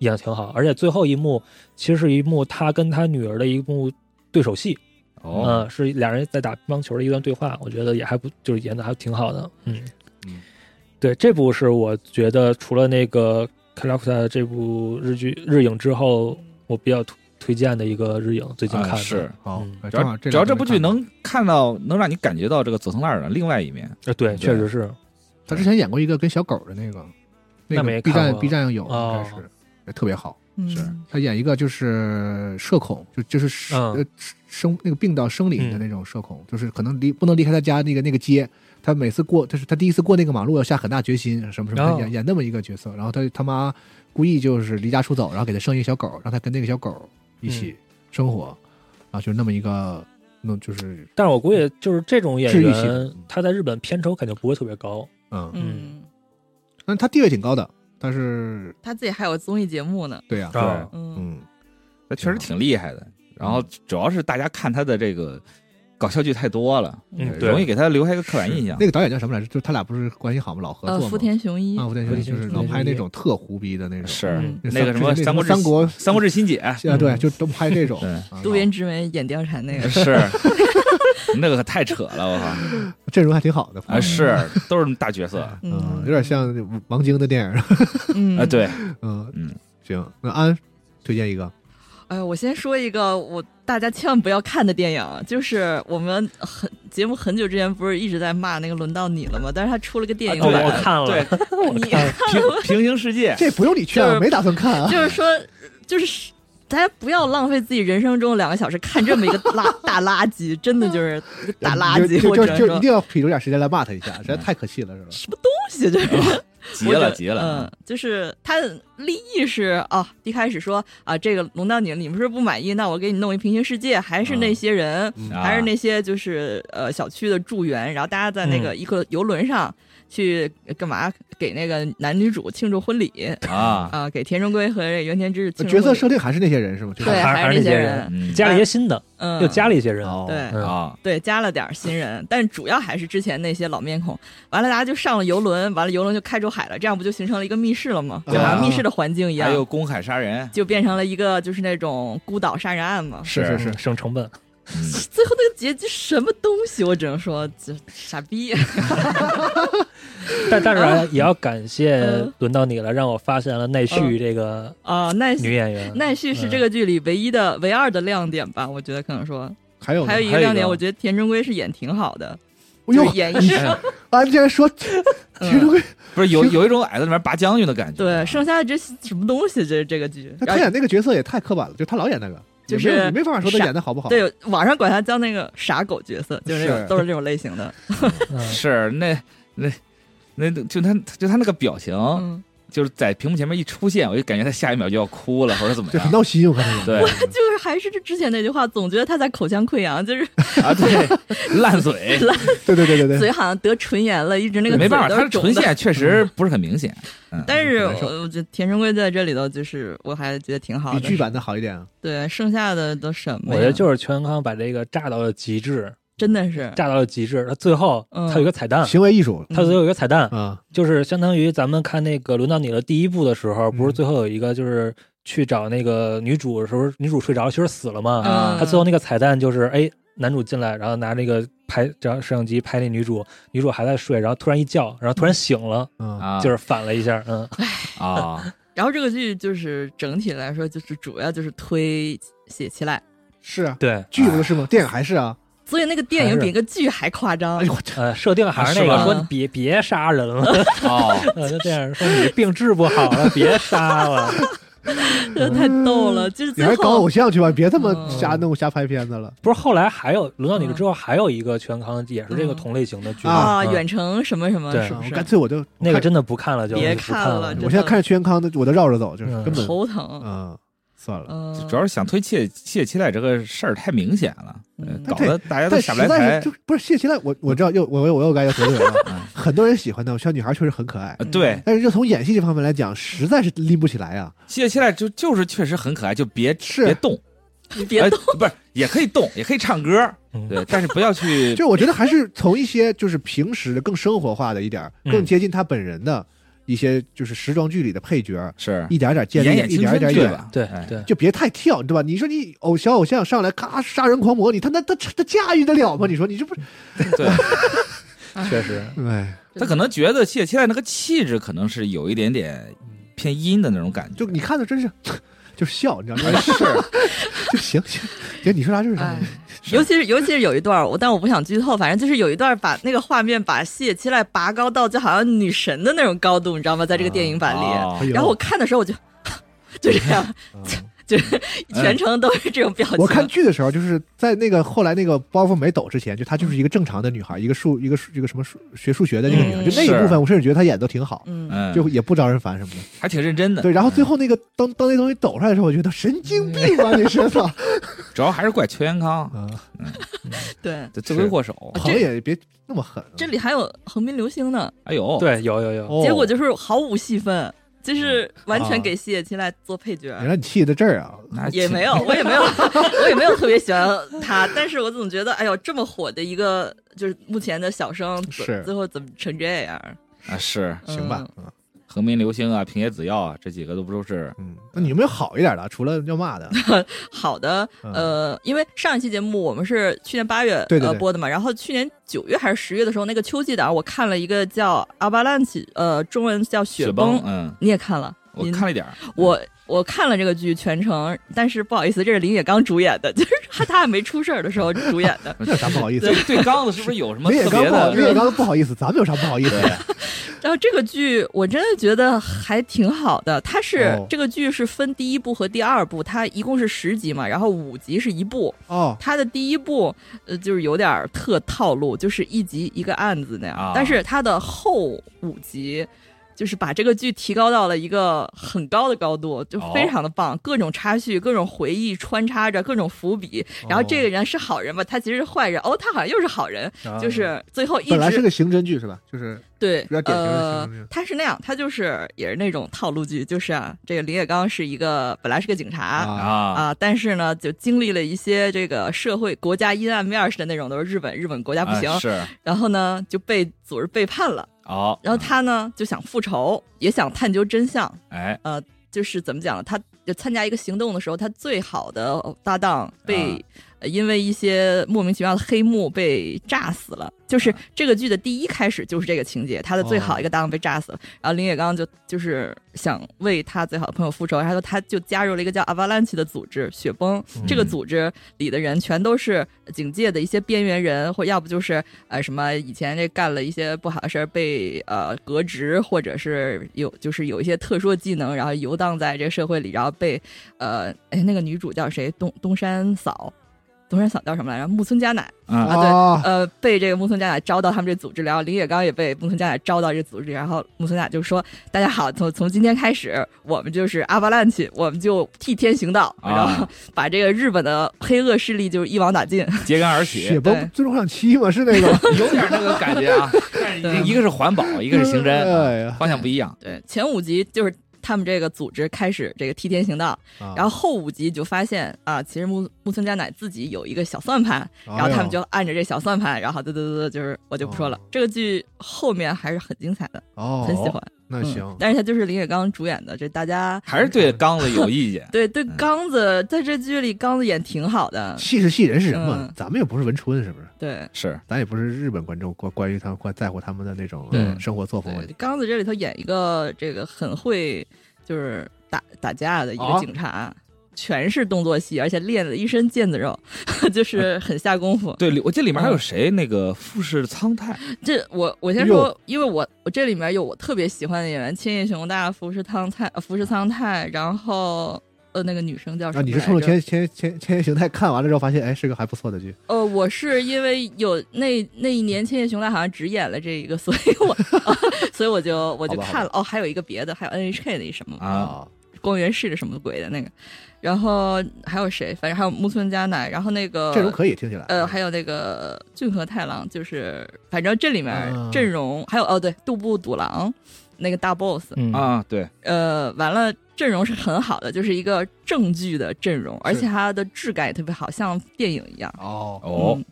Speaker 10: 演的挺好，而且最后一幕其实是一幕他跟他女儿的一幕对手戏，嗯、
Speaker 9: 哦，
Speaker 10: 是俩人在打乒乓球的一段对话，我觉得也还不就是演的还挺好的，嗯
Speaker 9: 嗯
Speaker 10: 对，这部是我觉得除了那个《克拉库萨》这部日剧日影之后，我比较推推荐的一个日影，最近
Speaker 9: 啊
Speaker 10: 看的、
Speaker 9: 是，
Speaker 4: 好
Speaker 10: 嗯，
Speaker 4: 哎
Speaker 9: 只
Speaker 4: 正
Speaker 9: 要
Speaker 4: 好
Speaker 9: 只要这部剧
Speaker 4: 两个没看过，
Speaker 9: 能看到，能让你感觉到这个佐藤二郎另外一面，
Speaker 10: 呃，对，
Speaker 9: 对
Speaker 10: 确实是，
Speaker 4: 他之前演过一个跟小狗的那个，
Speaker 10: 那
Speaker 4: 那
Speaker 10: 没
Speaker 4: 个
Speaker 10: 看
Speaker 4: B
Speaker 10: 过
Speaker 4: 站 B 站上有，应
Speaker 10: 哦
Speaker 4: 该是哎特别好。
Speaker 9: 是
Speaker 8: 嗯
Speaker 4: 他演一个就是社恐，就就是
Speaker 10: 嗯
Speaker 4: 呃生那个病到生理的那种社恐，就是可能离不能离开他家那个那个街。他每次过，他是他第一次过那个马路要下很大决心，什么什么，
Speaker 10: 哦
Speaker 4: 他演、演那么一个角色。然后他他妈故意就是离家出走，然后给他生一个小狗，让他跟那个小狗
Speaker 10: 嗯
Speaker 4: 一起生活，然后就那么一个，那就是
Speaker 10: 但是我估计就是这种演
Speaker 4: 治愈系
Speaker 10: 员
Speaker 4: 的，
Speaker 10: 他在日本片酬肯定不会特别高，
Speaker 4: 嗯，
Speaker 10: 嗯
Speaker 8: 嗯，
Speaker 4: 但是他地位挺高的，但是
Speaker 8: 他自己还有综艺节目呢，
Speaker 4: 对嗯呀、
Speaker 10: 对啊
Speaker 8: 嗯，
Speaker 4: 嗯，
Speaker 9: 他确实挺厉害的。然后主要是大家看他的这个搞笑剧太多了，
Speaker 10: 嗯，对，
Speaker 9: 容易给他留下一个刻板印象
Speaker 4: 那。个导演叫什么来着？就是他俩不是关系好吗？老合
Speaker 8: 呃，
Speaker 4: 作
Speaker 8: 福
Speaker 4: 吗？
Speaker 8: 田雄一
Speaker 4: 啊，，福田
Speaker 10: 福
Speaker 4: 雄
Speaker 10: 田
Speaker 4: 一就
Speaker 10: 雄
Speaker 4: 是
Speaker 10: 一
Speaker 4: 老拍那种特胡逼的那种，
Speaker 9: 是
Speaker 10: 嗯
Speaker 4: 那
Speaker 9: 那个什么
Speaker 4: 之前
Speaker 9: 三国志
Speaker 4: 三国
Speaker 9: 《三国志新解》
Speaker 10: *laughs*
Speaker 4: 啊，对，就都拍
Speaker 8: *laughs*
Speaker 4: 这种
Speaker 9: 对。
Speaker 4: 啊
Speaker 8: 渡边直美演貂蝉
Speaker 4: 哎
Speaker 8: 那个，
Speaker 9: 是 *laughs* 那个可太扯了，我靠！
Speaker 10: 嗯
Speaker 4: 阵容还挺好的
Speaker 9: 啊，是都是大角色啊，
Speaker 4: 嗯，
Speaker 8: 嗯，
Speaker 4: 有点像王晶的电影。
Speaker 8: 嗯， *laughs*
Speaker 9: 对，
Speaker 4: 嗯
Speaker 9: 嗯，
Speaker 4: 行，那安推荐一个，
Speaker 8: 哎呀，我先说一个我大家千万不要看的电影，啊就是我们很节目很久之前不是一直在骂那个轮到你了吗？但是他出了个电影
Speaker 10: 啊
Speaker 8: 版，
Speaker 10: 对我看了
Speaker 9: 对，
Speaker 8: 你
Speaker 9: 平平行世界，
Speaker 4: 这不用你劝，
Speaker 8: 哎就是
Speaker 4: 我没打算 *laughs* 看啊。
Speaker 8: 就是说，就是大家不要浪费自己人生中两个小时看这么一个垃大垃圾，真的
Speaker 4: *laughs*
Speaker 8: 就是大垃
Speaker 4: 嗯就
Speaker 8: 圾，
Speaker 4: 就
Speaker 8: 我只嗯
Speaker 4: 就
Speaker 8: 能说
Speaker 4: 就就一定要挤出点时间来骂他一下，实在太可气了，是吧？
Speaker 8: 什么东西，就是
Speaker 4: 哦
Speaker 8: *laughs*
Speaker 9: 急
Speaker 8: 我
Speaker 9: 了
Speaker 8: 只
Speaker 9: 急了，
Speaker 8: 嗯，就是他的立意是哦，一开始说啊，这个轮到你了，你们是不是不满意，那我给你弄一平行世界，还是那些人。
Speaker 4: 嗯
Speaker 8: 嗯
Speaker 9: 啊
Speaker 8: 还是那些就是呃小区的住员，然后大家在那个一个游轮上去呃干嘛？给那个男女主庆祝婚礼
Speaker 9: 啊，
Speaker 8: 啊、给田中圭和这原田之庆祝
Speaker 4: 角
Speaker 8: 婚
Speaker 4: 色
Speaker 8: 礼
Speaker 4: 设定还是那些人是吗？就是
Speaker 8: 对，
Speaker 10: 还
Speaker 8: 还
Speaker 10: 还是
Speaker 8: 那
Speaker 10: 那些
Speaker 8: 些
Speaker 10: 人
Speaker 8: 人，
Speaker 9: 嗯
Speaker 10: 加了一些新的，
Speaker 8: 嗯，
Speaker 10: 又加了一些人，
Speaker 4: 哦，
Speaker 8: 对
Speaker 10: 嗯
Speaker 9: 啊，
Speaker 8: 对，加了点儿新人，但主要还是之前那些老面孔。完了，大家就上了游轮，完了游轮就开出海了，这样不就形成了一个密室了
Speaker 4: 啊
Speaker 8: 吗？就好像密室的环境一
Speaker 9: 还有
Speaker 8: 样，
Speaker 9: 公海杀人，
Speaker 8: 就变成了一个就是那种孤岛杀人案嘛。
Speaker 4: 是是
Speaker 10: 嗯
Speaker 4: 是，
Speaker 10: 省成本，
Speaker 9: 嗯
Speaker 8: 最后那个结局什么东西，我只能说这傻逼。
Speaker 10: 但但是啊也要感谢
Speaker 8: 嗯
Speaker 10: 轮到你了，让我发现了奈绪
Speaker 8: 嗯
Speaker 10: 这个
Speaker 8: 啊，奈
Speaker 10: 女演员，
Speaker 8: 奈绪是
Speaker 10: 嗯
Speaker 8: 这个剧里唯一的、唯二的亮点吧？我觉得可能说，
Speaker 4: 还有呢啊
Speaker 8: 还有一
Speaker 9: 还
Speaker 8: 个
Speaker 9: 有一
Speaker 8: 亮点，
Speaker 9: 个
Speaker 8: 我觉得田中圭是演挺好的，
Speaker 4: 哎呦
Speaker 8: 就是嗯演绎
Speaker 4: 安竟然说 *laughs* 田中圭，
Speaker 9: *laughs* 不是有有一种矮子里面拔将军的感觉，
Speaker 8: 对，剩下的这什么东西，这这个剧，然
Speaker 4: 那他
Speaker 8: 后
Speaker 4: 演那个角色也太刻板了，就他老演那个，
Speaker 8: 就
Speaker 4: 也没有
Speaker 8: 是
Speaker 4: 你没法说他
Speaker 8: 傻
Speaker 4: 演的好不好。
Speaker 8: 对，网上管他叫那个傻狗角色，就是那种
Speaker 4: 是
Speaker 8: 都是这种类型的，
Speaker 10: 嗯
Speaker 9: 是那那那就他就他那个表情，
Speaker 8: 嗯，
Speaker 9: 就是在屏幕前面一出现，我就感觉他下一秒就要哭了，或者怎么
Speaker 4: 就很
Speaker 9: 样。
Speaker 4: 闹心，我看这个。
Speaker 9: 对
Speaker 8: 就是还是之前那句话，总觉得他在口腔溃疡，就是
Speaker 9: 啊， *laughs* *laughs* 对，烂嘴，
Speaker 4: 对对对对对，
Speaker 8: 嘴好像得唇炎了，一直那个
Speaker 9: 没办法，
Speaker 8: 嘴都
Speaker 9: 他
Speaker 8: 是
Speaker 9: 的
Speaker 8: 肿
Speaker 9: 唇
Speaker 8: 的
Speaker 9: 线确实不是很
Speaker 8: *laughs*
Speaker 9: 明显。嗯
Speaker 8: 但是
Speaker 9: 很难受
Speaker 8: 我我觉得田春圭在这里头，就是我还觉得挺好
Speaker 4: 比剧
Speaker 8: 的。
Speaker 4: 版的好一点啊。
Speaker 8: 对，剩下的都什
Speaker 10: 我
Speaker 8: 么呀？
Speaker 10: 觉得就是全康把这个炸到了极致，
Speaker 8: 真的是
Speaker 10: 炸到了极致。他最后
Speaker 8: 嗯
Speaker 10: 他有一个彩蛋，
Speaker 4: 行为艺术
Speaker 10: 他最后有一个彩蛋，
Speaker 4: 啊，
Speaker 10: 就是相当于咱们看那个轮到你了第一部的时候，不是最后有一个就是去找那个女主的时候，女主睡着了，其实死了嘛。
Speaker 8: 嗯
Speaker 10: 他最后那个彩蛋就是，哎，男主进来，然后拿那个拍照摄像机拍那女主，女主还在睡，然后突然一叫，然后突然醒了，
Speaker 4: 啊，
Speaker 9: 啊，
Speaker 10: 就是反了一下，嗯，
Speaker 9: 啊，
Speaker 8: 嗯然后这个剧就是整体来说，就是主要就是推写起来，
Speaker 4: 是啊，
Speaker 10: 对，
Speaker 4: 剧不是吗？电影还是啊，
Speaker 8: 所以那个电影
Speaker 10: 还是
Speaker 8: 比那个剧还夸张
Speaker 4: 哎。呦我操，
Speaker 10: 呃，设定还是那
Speaker 9: 是
Speaker 10: 个
Speaker 8: 吧
Speaker 10: 说你别别杀人了，
Speaker 9: 哦，
Speaker 10: *laughs*
Speaker 8: *laughs*
Speaker 10: 呃就这样说你病治不好 *laughs* 了，别杀了，
Speaker 8: 这 *laughs* 太逗了，就是
Speaker 4: 你
Speaker 8: 最
Speaker 4: 还搞
Speaker 8: 后
Speaker 4: 偶像去吧，别他妈
Speaker 8: 嗯
Speaker 4: 瞎弄瞎拍片子了。
Speaker 10: 不是后来还有轮到你了之后，还有一个全康也是这个同类型的剧
Speaker 4: 啊
Speaker 8: 嗯啊，
Speaker 10: 嗯
Speaker 8: 远程什么什么，
Speaker 10: 对
Speaker 8: 是
Speaker 4: 啊
Speaker 8: 不
Speaker 4: 我
Speaker 8: 是
Speaker 4: 干脆我就
Speaker 10: 那个
Speaker 4: 看
Speaker 10: 真的不看了就，
Speaker 8: 别
Speaker 10: 就不
Speaker 8: 看
Speaker 10: 看
Speaker 8: 了真
Speaker 4: 我现在
Speaker 8: 的
Speaker 4: 看着屈原康的，我都绕着走，就是
Speaker 10: 嗯
Speaker 4: 根本
Speaker 8: 头疼？
Speaker 4: 嗯，算了。
Speaker 8: 嗯，
Speaker 9: 主要是想推谢谢期待这个事儿太明显了，呃
Speaker 8: 嗯
Speaker 9: 搞得大家都
Speaker 4: 但
Speaker 9: 下
Speaker 4: 实
Speaker 9: 不来
Speaker 4: 在
Speaker 9: 台
Speaker 4: 是就。不是谢其赖，我我知道又我又我又该又得罪
Speaker 8: *laughs*
Speaker 4: 人
Speaker 9: 嗯
Speaker 4: 了。很多人喜欢她，小女孩确实很可爱，
Speaker 9: 呃对，
Speaker 4: 但是就从演戏这方面来讲，实在是拎不起来啊。
Speaker 9: 谢期待就就是确实很可爱，就别
Speaker 4: 是
Speaker 9: 别动，
Speaker 8: 别
Speaker 9: 呃
Speaker 8: 动，
Speaker 9: 不是也可以动，也可以唱歌，
Speaker 10: 嗯
Speaker 9: 对，但是不要去
Speaker 4: 就我觉得还是从一些就是平时更生活化的一点儿，
Speaker 10: 嗯
Speaker 4: 更接近她本人的一些就是时装剧里的配角儿，
Speaker 9: 是
Speaker 4: 一点儿点儿建
Speaker 9: 演演
Speaker 4: 立，一
Speaker 9: 青
Speaker 4: 点儿一点
Speaker 9: 春
Speaker 4: 儿
Speaker 9: 剧
Speaker 4: 演。
Speaker 9: 吧，
Speaker 10: 对
Speaker 9: 哎
Speaker 10: 对，
Speaker 4: 就别太跳，对吧？你说你偶小偶像上来咔杀人狂魔，你他那他他驾驭得了吗？你说你这不是？
Speaker 9: 对， *laughs*
Speaker 10: 确实，
Speaker 4: 哎，
Speaker 9: 他可能觉得谢期待那个气质可能是有一点点偏阴的那种感觉，
Speaker 4: 就你看的真是就是笑，你知道吗？哎是， *laughs* 就行行行，你说 *laughs* 啥就是啥
Speaker 8: 哎。尤其是尤其是有一段儿，我但我不想剧透，反正就是有一段儿把那个画面把谢七濑拔高到就好像女神的那种高度，你知道吗？在这个电影版里，
Speaker 9: 哦
Speaker 4: 哎呦
Speaker 8: 然后我看的时候我就就这样，
Speaker 4: 嗯
Speaker 8: 就是
Speaker 9: 嗯哎
Speaker 8: 全程都是这种表情。
Speaker 4: 我看剧的时候，就是在那个后来那个包袱没抖之前，就她就是一个正常的女孩，一个数一个数一个什么数学数学的那个女孩，
Speaker 8: 嗯
Speaker 4: 就那一
Speaker 9: 是
Speaker 4: 部分，我甚至觉得她演的都挺好，
Speaker 8: 嗯，
Speaker 9: 嗯，
Speaker 4: 就也不招人烦什么的。
Speaker 9: 还挺认真的。
Speaker 4: 对，然后最后那个当当那东西抖出来的时候，我觉得神经病啊 *laughs* 吧，你是吧？
Speaker 9: 主要还是怪邱元康，
Speaker 4: 啊，
Speaker 8: 对，
Speaker 9: 这罪魁祸首。
Speaker 4: 朋友也别那么狠啊。
Speaker 8: 这里还有横滨流星呢，
Speaker 9: 哎呦，，
Speaker 10: 对，有有有，
Speaker 4: 哦
Speaker 8: 结果就是毫无戏份，就是完全
Speaker 4: 啊
Speaker 8: 给谢七濑做配角。
Speaker 4: 原来你气在这儿啊！
Speaker 8: 也没
Speaker 4: *laughs*
Speaker 9: *laughs*
Speaker 8: 有，我也没有， *laughs* 我也没有特别喜欢他，但是我总觉得，哎呦，这么火的一个，就是目前的小生，怎
Speaker 4: 是
Speaker 8: 最后怎么成这样？
Speaker 9: 啊，是
Speaker 4: 行吧，嗯
Speaker 9: 横滨流星啊，平野紫耀啊，这几个都不都是
Speaker 4: 嗯，那你有没有好一点的？除了要骂的，
Speaker 8: 好的，
Speaker 4: 嗯
Speaker 8: 呃，因为上一期节目我们是去年八月
Speaker 4: 对对
Speaker 8: 呃
Speaker 4: 对
Speaker 8: 播的嘛，然后去年九月还是十月的时候，那个秋季档我看了一个叫《Avalanche》，呃，中文叫《雪崩》
Speaker 9: 崩，嗯，
Speaker 8: 你也看了？
Speaker 9: 我
Speaker 8: 您
Speaker 9: 看了一点儿，。
Speaker 8: 我我看了这个剧全程，但是不好意思，这是林野刚主演的，就是他他还没出事儿的时候主演的
Speaker 4: 这有啥不好意思？
Speaker 9: 对对刚子是不是有什么
Speaker 4: 林野
Speaker 9: 特
Speaker 4: 刚
Speaker 9: 别
Speaker 4: 不好，林野
Speaker 9: 的？
Speaker 4: 刚不好意思，咱们有啥不好意思的？
Speaker 8: 然后这个剧我真的觉得还挺好的，它是、
Speaker 4: 哦
Speaker 8: 这个剧是分第一部和第二部，它一共是十集嘛，然后五集是一部。
Speaker 4: 哦，
Speaker 8: 它的第一部呃就是有点儿特套路，就是一集一个案子那样，
Speaker 9: 啊
Speaker 8: 但是它的后五集。就是把这个剧提高到了一个很高的高度，就非常的棒，各种插叙、各种回忆穿插着，各种伏笔。然后这个人是好人吧？他其实是坏人哦，他好像又是好人，就是最后一直
Speaker 4: 本来是个刑侦剧是吧？就是
Speaker 8: 对，
Speaker 4: 比较典型的
Speaker 8: 呃
Speaker 4: 形式，
Speaker 8: 他是那样，他就是也是那种套路剧，就是啊，这个林月刚是一个本来是个警察啊、
Speaker 4: 啊，
Speaker 9: 啊，
Speaker 8: 但是呢，就经历了一些这个社会国家阴暗面似的那种，都是日本日本国家不行，
Speaker 9: 啊是
Speaker 8: 然后呢就被组织背叛了，
Speaker 9: 哦，
Speaker 8: 然后他呢就想复仇，也想探究真相，呃
Speaker 9: 哎，
Speaker 8: 就是怎么讲呢？他就参加一个行动的时候，他最好的搭档被、
Speaker 9: 啊
Speaker 8: 呃因为一些莫名其妙的黑幕被炸死了。就是
Speaker 9: 啊哦
Speaker 8: 这个剧的第一开始就是这个情节，他的最好一个搭档被炸死了，然后林雪刚就就是想为他最好的朋友复仇，然后他就加入了一个叫 Avalanche 的组织，雪崩、
Speaker 9: 嗯
Speaker 8: 这个组织里的人全都是警界的一些边缘人，或要不就是呃什么以前这干了一些不好的事儿被呃革职，或者是有就是有一些特殊的技能，然后游荡在这个社会里，然后被呃哎那个女主叫谁东东山嫂。董事长叫什么来着？木村佳乃，
Speaker 9: 啊，
Speaker 8: 对
Speaker 4: 啊，
Speaker 8: 呃，被这个木村佳乃招到他们这组织里，然后林野刚也被木村佳乃招到这组织里，然后木村佳乃就说：“大家好，从从今天开始，我们就是阿巴兰奇，我们就替天行道，
Speaker 9: 啊
Speaker 8: 然后把这个日本的黑恶势力就是一网打尽。
Speaker 9: 揭竿而起
Speaker 4: 雪，呃崩
Speaker 8: 对
Speaker 4: 最终幻想七嘛是
Speaker 8: *laughs*
Speaker 4: 那个，
Speaker 9: 有点那个感觉啊。
Speaker 8: 对
Speaker 9: 一个是环保，一个是刑侦，啊
Speaker 4: 哎呀，
Speaker 9: 方向不一样”。
Speaker 8: 对，前五集就是他们这个组织开始这个替天行道，
Speaker 9: 啊
Speaker 8: 然后后五集就发现啊，其实木木村佳乃自己有一个小算盘，
Speaker 4: 后
Speaker 8: 然后
Speaker 9: 哎
Speaker 8: 他们就按着这小算盘，然后嘚嘚嘚嘚，就是我就不说了。这个剧后面还是很精彩的，
Speaker 4: 哦，
Speaker 8: 很喜欢。
Speaker 4: 那行
Speaker 8: 嗯，但是他就是林雪刚主演的，这大家。
Speaker 9: 还是对刚子有意见
Speaker 8: 对对
Speaker 9: 嗯
Speaker 8: 刚子在这剧里刚子演挺好的，
Speaker 4: 戏是戏，人是人嘛
Speaker 8: 嗯，
Speaker 4: 咱们又不是文春，是不是？
Speaker 8: 对
Speaker 9: 是，
Speaker 4: 咱也不是日本观众关关于他们关在乎他们的那种
Speaker 9: 对
Speaker 4: 呃生活作风问
Speaker 8: 对
Speaker 4: 题。，
Speaker 8: 刚子这里头演一个这个很会就是打打架的一个
Speaker 9: 啊
Speaker 8: 警察。全是动作戏，而且练了一身腱子肉， *laughs* 就是很下功夫。
Speaker 9: 对，里我记得里
Speaker 4: 嗯
Speaker 9: 面还有谁？那个富士苍太，
Speaker 8: 这我我先说，因为我我这里面有我特别喜欢的演员，千叶雄大、福士苍太、呃福士苍太，然后呃那个女生叫什
Speaker 4: 啊，
Speaker 8: 么来着？
Speaker 4: 你是冲着千千千千叶形态看完了之后发现，哎，是个还不错的剧，
Speaker 8: 呃，我是因为有那那一年千叶雄大好像只演了这一个，所以我、 *laughs* 所以我就我就
Speaker 4: 好吧好吧
Speaker 8: 看了哦，还有一个别的，还有 NHK 的一什么
Speaker 4: 哦
Speaker 9: 啊，
Speaker 8: 光源式的什么鬼的那个，然后还有谁？反正还有木村佳乃，然后那个
Speaker 4: 这种可以听起来。
Speaker 8: 呃，还有那个俊河太郎，就是反正这里
Speaker 9: 哎
Speaker 8: 面
Speaker 4: 啊
Speaker 8: 阵容、还有哦，对，杜布笃郎那个大 boss，
Speaker 10: 嗯
Speaker 9: 啊，对，
Speaker 8: 呃，完了阵容是很好的，就是一个正剧的阵容，而且它的质感也特别好，像电影一样，
Speaker 4: 哦，
Speaker 9: 哦
Speaker 8: 嗯，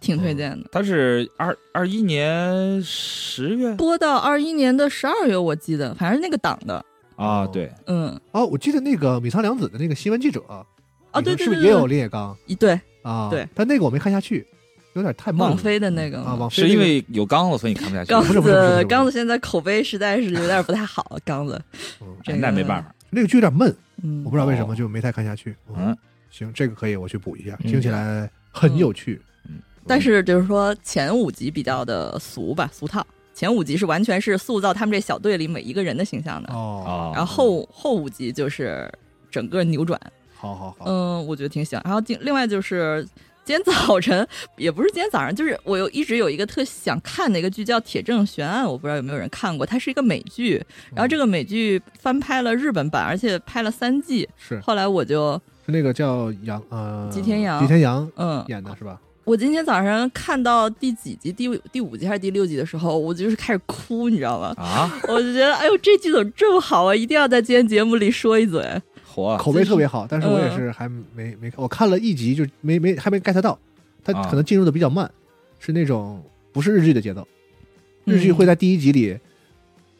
Speaker 8: 挺推荐的。
Speaker 9: 他是二二一年十月
Speaker 8: 播到二一年的十二月，我记得，反正那个档的，
Speaker 9: 啊，对，
Speaker 8: 嗯，
Speaker 4: 哦，我记得那个米仓凉子的那个新闻记者，
Speaker 8: 哦，
Speaker 4: 你说
Speaker 8: 对对
Speaker 4: 是不
Speaker 8: 对
Speaker 4: 是
Speaker 8: 对，
Speaker 4: 也有林野刚
Speaker 8: 一对
Speaker 4: 啊？
Speaker 8: 对，
Speaker 4: 但那个我没看下去，有点太慢了
Speaker 8: 网飞的那个
Speaker 4: 啊，网飞
Speaker 9: 嗯是
Speaker 4: 那
Speaker 9: 因
Speaker 4: 个
Speaker 9: 为有刚子，所以你看不下去。
Speaker 8: 刚
Speaker 4: 不是不是不是不
Speaker 8: 子
Speaker 4: 是，
Speaker 8: 嗯刚子现在口碑实在是有点不太好，刚子，
Speaker 4: 嗯
Speaker 8: 这
Speaker 9: 哎那没办
Speaker 8: 法，
Speaker 9: 法，
Speaker 4: 那个剧有点闷，
Speaker 8: 嗯
Speaker 4: 我不知道为什么
Speaker 9: 哦
Speaker 4: 就没太看下去。
Speaker 9: 嗯，
Speaker 4: 行，这个可以我去补一下，
Speaker 10: 嗯
Speaker 4: 听起来很有趣。
Speaker 9: 嗯
Speaker 8: 但是就是说前五集比较的俗吧，俗套。前五集是完全是塑造他们这小队里每一个人的形象的，
Speaker 4: 哦，
Speaker 9: 啊，？
Speaker 8: 然后后后五集就是整个扭转，
Speaker 4: 好好好，
Speaker 8: 嗯，我觉得挺喜欢。然后另另外就是今天早晨，也不是今天早上，就是我有一直有一个特想看的一个剧叫《铁证悬案》，我不知道有没有人看过，它是一个美剧，然后这个美剧翻拍了日本版，而且拍了三季。
Speaker 4: 是
Speaker 8: 后来我就
Speaker 4: 是那个叫杨呃，
Speaker 8: 吉田羊
Speaker 4: 吉田羊
Speaker 8: 嗯，
Speaker 4: 演的是吧？
Speaker 8: 我今天早上看到第几集，第五第五集还是第六集的时候，我就是开始哭，你知道吗
Speaker 9: 啊，
Speaker 8: 我就觉得，哎呦，这剧怎么这么好啊！一定要在今天节目里说一嘴。
Speaker 9: 火啊
Speaker 4: 口碑特别好，但是我
Speaker 8: 嗯
Speaker 4: 也是还没没看，我看了一集就没没还没 get 到，它
Speaker 9: 啊
Speaker 4: 可能进入的比较慢，是那种不是日剧的节奏，日剧
Speaker 8: 嗯
Speaker 4: 会在第一集里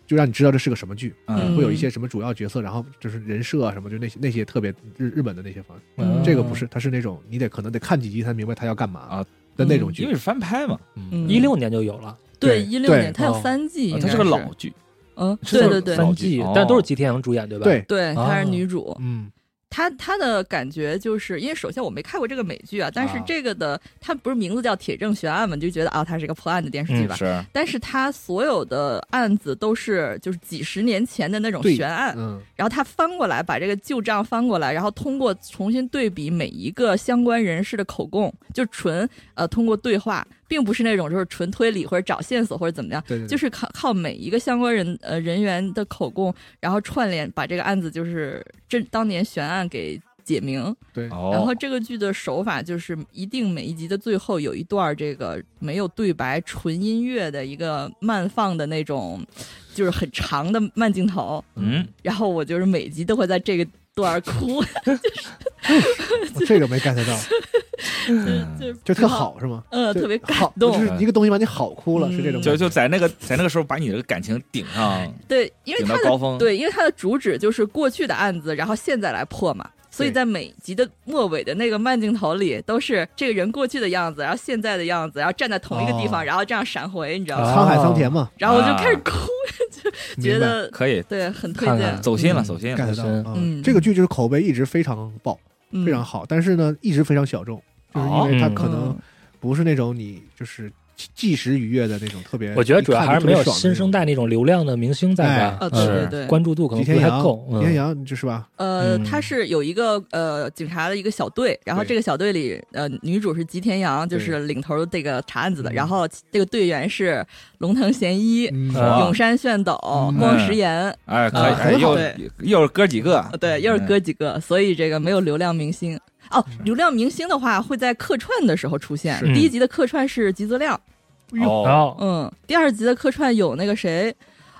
Speaker 4: 就让你知道这是个什么剧，
Speaker 9: 嗯
Speaker 4: 会有一些什么主要角色，然后就是人设啊什么，就那些那些特别日日本的那些方式，
Speaker 8: 嗯
Speaker 4: 这个不是，它是那种你得可能得看几集才明白他要干嘛
Speaker 9: 啊
Speaker 4: 的那种
Speaker 8: 嗯
Speaker 9: 因
Speaker 4: 剧
Speaker 9: 为，是翻拍嘛，
Speaker 8: 嗯
Speaker 10: 一六年就有了，
Speaker 8: 对
Speaker 4: 对
Speaker 8: 一六年，
Speaker 4: 对
Speaker 8: 它有
Speaker 10: 哦
Speaker 8: 三季，
Speaker 9: 啊
Speaker 8: 应
Speaker 9: 它
Speaker 8: 该
Speaker 9: 是个老剧，
Speaker 8: 嗯，
Speaker 9: 是
Speaker 8: 对
Speaker 9: 个
Speaker 8: 对对
Speaker 9: 老
Speaker 10: 三
Speaker 9: 剧
Speaker 10: 季
Speaker 9: 哦，
Speaker 10: 但都是吉田羊主演对吧？
Speaker 4: 对，
Speaker 8: 对，
Speaker 10: 哦
Speaker 8: 她是女主。
Speaker 4: 嗯，
Speaker 8: 她她的感觉就是因为首先我没看过这个美剧啊，但是
Speaker 4: 啊
Speaker 8: 这个的它不是名字叫《铁证悬案》嘛，就觉得啊，它是一个破案的电视剧
Speaker 10: 嗯
Speaker 8: 吧。
Speaker 9: 是
Speaker 8: 但是它所有的案子都是就是几十年前的那种
Speaker 4: 对
Speaker 8: 悬案，
Speaker 4: 嗯，
Speaker 8: 然后他翻过来把这个旧账翻过来，然后通过重新对比每一个相关人士的口供，就纯呃通过对话，并不是那种就是纯推理或者找线索或者怎么样，
Speaker 4: 对对，对
Speaker 8: 啊就是靠靠每一个相关人呃人员的口供，然后串联把这个案子就是这当年悬案给解明。
Speaker 4: 对，
Speaker 9: 哦，
Speaker 8: 然后这个剧的手法就是一定每一集的最后有一段这个没有对白、纯音乐的一个慢放的那种，就是很长的慢镜头。
Speaker 9: 嗯，
Speaker 8: 然后我就是每集都会在这个段儿哭，
Speaker 4: 我这个没 get 到，
Speaker 9: 嗯
Speaker 8: *laughs* 就是
Speaker 4: 就特，好是吗？
Speaker 8: 呃，
Speaker 4: 就
Speaker 8: *laughs* 特别感
Speaker 4: 好
Speaker 8: 动。嗯
Speaker 4: 就是一个东西把你好哭了，是这种
Speaker 9: 就
Speaker 4: 感觉，
Speaker 9: 就在那个在那个时候把你的感情顶上，
Speaker 8: 对，因为
Speaker 9: 顶
Speaker 8: 它
Speaker 9: 到
Speaker 8: 的
Speaker 9: 高峰，
Speaker 8: 对，因为它的主旨就是过去的案子，然后现在来破嘛。所以
Speaker 4: 对
Speaker 8: 在每集的末尾的那个慢镜头里，都是这个人过去的样子，然后现在的样子，然后站在同一个地方，
Speaker 4: 哦
Speaker 8: 然后这样闪回，你知道吗？
Speaker 10: 啊
Speaker 4: 沧海桑田嘛，
Speaker 8: 然后我就开始哭，觉
Speaker 4: 明白
Speaker 8: 得
Speaker 9: 啊可以
Speaker 8: 对，很推
Speaker 10: 看
Speaker 8: 荐
Speaker 10: 看。
Speaker 9: 走心了，
Speaker 10: 嗯
Speaker 9: 走心了，
Speaker 4: get 到
Speaker 10: 本身
Speaker 4: 啊
Speaker 8: 嗯
Speaker 4: 这个剧就是口碑一直非常爆，
Speaker 8: 嗯
Speaker 4: 非常好，但是呢，一直非常小众，就是因
Speaker 9: 哦
Speaker 4: 为它
Speaker 10: 嗯
Speaker 4: 可能不是那种你就是即时愉悦的那种，特别
Speaker 10: 我觉得主要还是没有新生代
Speaker 4: 那
Speaker 10: 那种流量的明星在吧，
Speaker 4: 哎
Speaker 8: 哦，
Speaker 10: 嗯
Speaker 8: 对
Speaker 4: 是
Speaker 8: 对对，
Speaker 10: 关注度可
Speaker 4: 种吉
Speaker 10: 能不
Speaker 4: 天
Speaker 10: 太
Speaker 4: 阳
Speaker 10: 够。
Speaker 4: 吉天
Speaker 10: 嗯，
Speaker 4: 阳就是吧，
Speaker 8: 呃，
Speaker 10: 嗯
Speaker 8: 他是有一个呃警察的一个小队，然后
Speaker 4: 对
Speaker 8: 这个小队里呃女主是吉田洋，就
Speaker 4: 对
Speaker 8: 是领头这个查案子的，
Speaker 4: 嗯
Speaker 8: 然后这个队员是龙藤贤一、
Speaker 4: 嗯
Speaker 10: 啊
Speaker 8: 永山炫斗、
Speaker 9: 嗯
Speaker 8: 光石研，
Speaker 9: 哎，可以，
Speaker 10: 嗯啊
Speaker 9: 哎
Speaker 4: 很好
Speaker 9: 又又是哥几个，嗯哦
Speaker 8: 呃对，又是哥几个，所以这个没有流量明星。哦，流量明星的话会在客串的时候出现。
Speaker 10: 是
Speaker 8: 第一集的客串是吉泽亮，
Speaker 10: 然
Speaker 9: 哦，
Speaker 10: 后
Speaker 8: 嗯，第二集的客串有那个谁。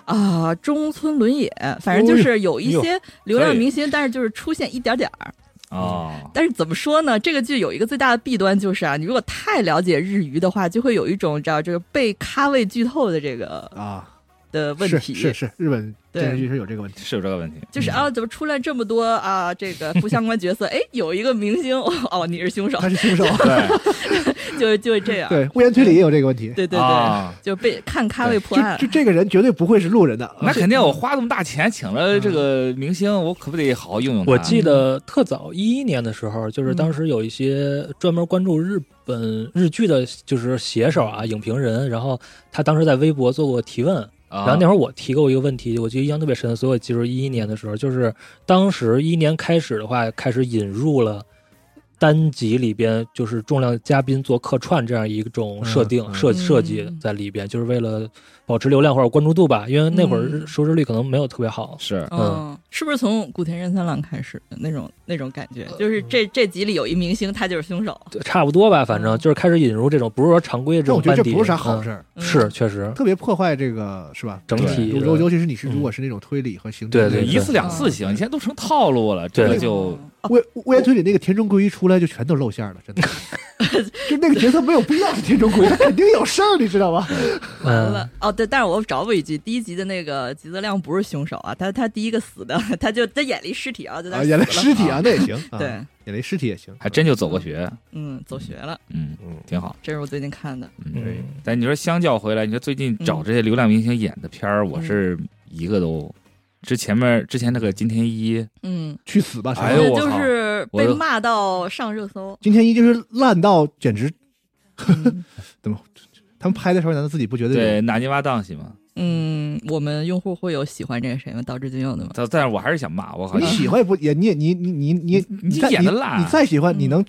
Speaker 8: 啊，中村伦也，反正就是有一些流量明星，但是就是出现一点点儿。
Speaker 10: 嗯
Speaker 9: 哦，
Speaker 8: 但是怎么说呢？这个剧有一个最大的弊端就是啊，你如果太了解日语的话，就会有一种你知道这个被咖位剧透的这个
Speaker 4: 啊，
Speaker 8: 的问
Speaker 4: 是
Speaker 8: 题，
Speaker 4: 是是，日本
Speaker 8: 对
Speaker 4: 电视剧是有这个问题。
Speaker 9: 是有这个问题，
Speaker 8: 就是啊，怎么出来这么多啊这个不相关角色？哎，有一个明星哦哦，你是凶手
Speaker 4: 他，是凶手，
Speaker 9: 对
Speaker 8: 就就这样，
Speaker 4: *laughs* 对，物言推理也有这个问题。
Speaker 8: 对对对，哦
Speaker 9: 啊，
Speaker 8: 就被看咖位破案
Speaker 4: 就就这个人绝对不会是路人的，
Speaker 9: 那肯定我花这么大钱请了这个
Speaker 8: 嗯
Speaker 9: 明星，我可不得好好用用他。
Speaker 10: 我记
Speaker 4: 嗯
Speaker 10: 得特早一一年的时候，就是当时有一些专门关注日本日剧的，就是写手啊、影评人，然后他当时在微博做过提问，
Speaker 9: 啊，
Speaker 10: 然后那会儿我提过一个问题，我记得印象特别深，所以我记住一一年的时候，就是当时一一年开始的话，开始引入了单集里边就是重量嘉宾做客串这样一种设定、
Speaker 4: 嗯
Speaker 10: 设
Speaker 8: 嗯
Speaker 10: 设计在里边，就是为了保持流量或者关注度吧，因为那会儿
Speaker 8: 嗯
Speaker 10: 收视率可能没有特别好。
Speaker 9: 是
Speaker 8: 嗯，是不是从古田任三郎开始的那种那种感觉？就是这这集里有一明星，他就是凶手。
Speaker 10: 对差不多吧，反正
Speaker 8: 嗯
Speaker 10: 就是开始引入这种不是说常规的这种
Speaker 4: 但我觉得
Speaker 10: 班
Speaker 4: 这
Speaker 10: 底，
Speaker 4: 不是啥好
Speaker 10: 嗯
Speaker 4: 事儿，
Speaker 8: 嗯
Speaker 10: 是，确实，
Speaker 4: 特别破坏这个是吧？
Speaker 10: 整体
Speaker 4: 尤
Speaker 10: 的
Speaker 4: 尤尤其是你是如
Speaker 10: 嗯
Speaker 4: 果是那种推理和刑侦
Speaker 10: 对
Speaker 4: 的，
Speaker 10: 对对
Speaker 9: 一次两
Speaker 8: 嗯
Speaker 9: 次行，现在都成套路了，这个
Speaker 10: 对
Speaker 9: 就
Speaker 4: *laughs* 物物言推理那个田中圭一出来就全都露馅儿了，
Speaker 8: *laughs*
Speaker 4: 真的，就那个角色没有必要是田中圭，他肯定有事儿，你知道吧？
Speaker 8: 完
Speaker 10: 嗯，
Speaker 8: 了哦，对，但是我找补一句，第一集的那个吉泽亮不是凶手啊，他他第一个死的，他就他演了一尸体啊，就在
Speaker 4: 啊，
Speaker 8: 那
Speaker 4: 演了
Speaker 8: 死了
Speaker 4: 尸体啊，那也行，啊
Speaker 8: 对，，
Speaker 4: 演了尸体也行，啊
Speaker 9: 还真就走过学，
Speaker 8: 嗯，走学了，
Speaker 9: 嗯
Speaker 4: 嗯，
Speaker 9: 挺好。
Speaker 8: 这是我最近看的，
Speaker 9: 嗯，但你说相较回来，你说最近
Speaker 8: 嗯
Speaker 9: 找这些流量明星演的片儿，我是一个都。之前面之前那个金田一，
Speaker 8: 嗯，
Speaker 4: 去死吧！啥
Speaker 9: 哎呦
Speaker 4: 都
Speaker 8: 这
Speaker 9: 我
Speaker 8: 就
Speaker 9: 靠
Speaker 8: 是被
Speaker 9: 我都
Speaker 8: 骂到上热搜，
Speaker 4: 今天一就是烂到简直， *laughs*
Speaker 8: 嗯
Speaker 4: 他们拍的时候难道自己不觉得有？啊
Speaker 9: 对纳尼瓦当西嘛，
Speaker 8: 嗯，我们用户会有喜欢这个谁吗？导致金佑的吗？
Speaker 9: 但但是我还是想骂，我靠，
Speaker 4: 你喜欢也不也你也你你你你
Speaker 9: 你
Speaker 4: 再
Speaker 9: 演的烂，
Speaker 4: 你再喜欢，
Speaker 8: 嗯
Speaker 4: 你能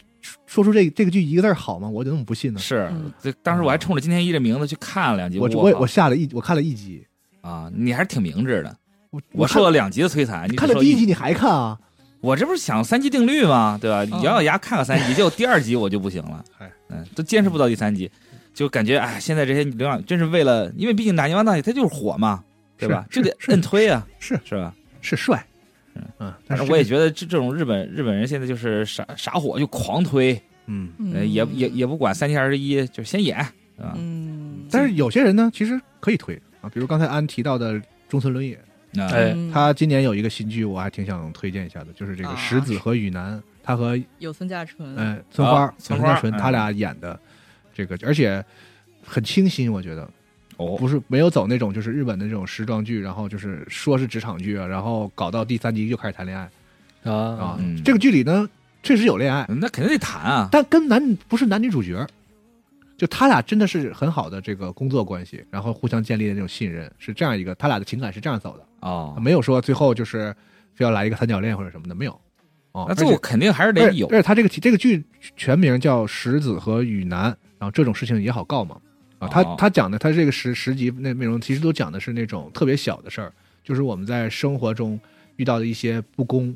Speaker 4: 说出这这个剧一个字儿好吗？我怎么不信呢？
Speaker 9: 是
Speaker 8: 嗯，
Speaker 9: 这当时我还冲着金田一这名字去看了两集，
Speaker 4: 我
Speaker 9: 靠
Speaker 4: 我我下了一我看了一集，
Speaker 9: 啊，你还是挺明智的。
Speaker 4: 我
Speaker 9: 我
Speaker 4: 看
Speaker 9: 受了两集的摧残，你
Speaker 4: 看
Speaker 9: 只
Speaker 4: 了
Speaker 9: 受
Speaker 4: 第一集，你还看啊？
Speaker 9: 我这不是想三级定律吗？对吧？
Speaker 8: 嗯
Speaker 9: 咬咬牙看个三集，结果第二集我就不行了
Speaker 4: 哎，
Speaker 9: 嗯，都坚持不到第三集，就感觉哎，现在这些流量真是为了，因为毕竟打泥湾大姐她就是火嘛，对吧？
Speaker 4: 是
Speaker 9: 就是得摁推啊，
Speaker 4: 是
Speaker 9: 是吧？
Speaker 4: 是帅
Speaker 9: 嗯，
Speaker 4: 嗯，但
Speaker 9: 反
Speaker 4: 是
Speaker 9: 正我也
Speaker 4: 这个
Speaker 9: 觉得这这种日本日本人现在就是傻傻火就狂推，
Speaker 4: 嗯，
Speaker 9: 呃
Speaker 8: 嗯，
Speaker 9: 也也也不管三七二十一，就是先演啊，
Speaker 8: 嗯，
Speaker 4: 但是有些人呢，其实可以推啊，比如刚才安提到的中村伦也，
Speaker 9: 那
Speaker 10: 哎
Speaker 8: 嗯
Speaker 4: 他今年有一个新剧，我还挺想推荐一下的，就是这个
Speaker 8: 啊
Speaker 4: 石子和雨男，他和
Speaker 8: 有村架纯，
Speaker 4: 呃村花
Speaker 9: 啊
Speaker 4: 村
Speaker 9: 村花
Speaker 4: 纯
Speaker 9: 嗯
Speaker 4: 他俩演的这个，而且很清新，我觉得
Speaker 9: 哦
Speaker 4: 不是没有走那种就是日本的这种时装剧，然后就是说是职场剧啊，然后搞到第三集就开始谈恋爱啊
Speaker 10: 啊，。
Speaker 9: 嗯
Speaker 4: 这个剧里呢，确实有恋爱，
Speaker 9: 那肯定得谈啊，
Speaker 4: 但跟男不是男女主角，就他俩真的是很好的这个工作关系，然后互相建立的那种信任，是这样一个，他俩的情感是这样走的，
Speaker 9: 哦，
Speaker 4: 没有说最后就是非要来一个三角恋或者什么的，没有。哦，
Speaker 9: 那
Speaker 4: 而
Speaker 9: 最
Speaker 4: 且
Speaker 9: 后肯定还是
Speaker 4: 而
Speaker 9: 得
Speaker 4: 且
Speaker 9: 有
Speaker 4: 而，且他这个题这个剧全名叫《石子和雨男》，然后这种事情也好告嘛。啊，他
Speaker 9: 哦
Speaker 4: 他讲的他这个十十集那内容，其实都讲的是那种特别小的事儿，就是我们在生活中遇到的一些不公，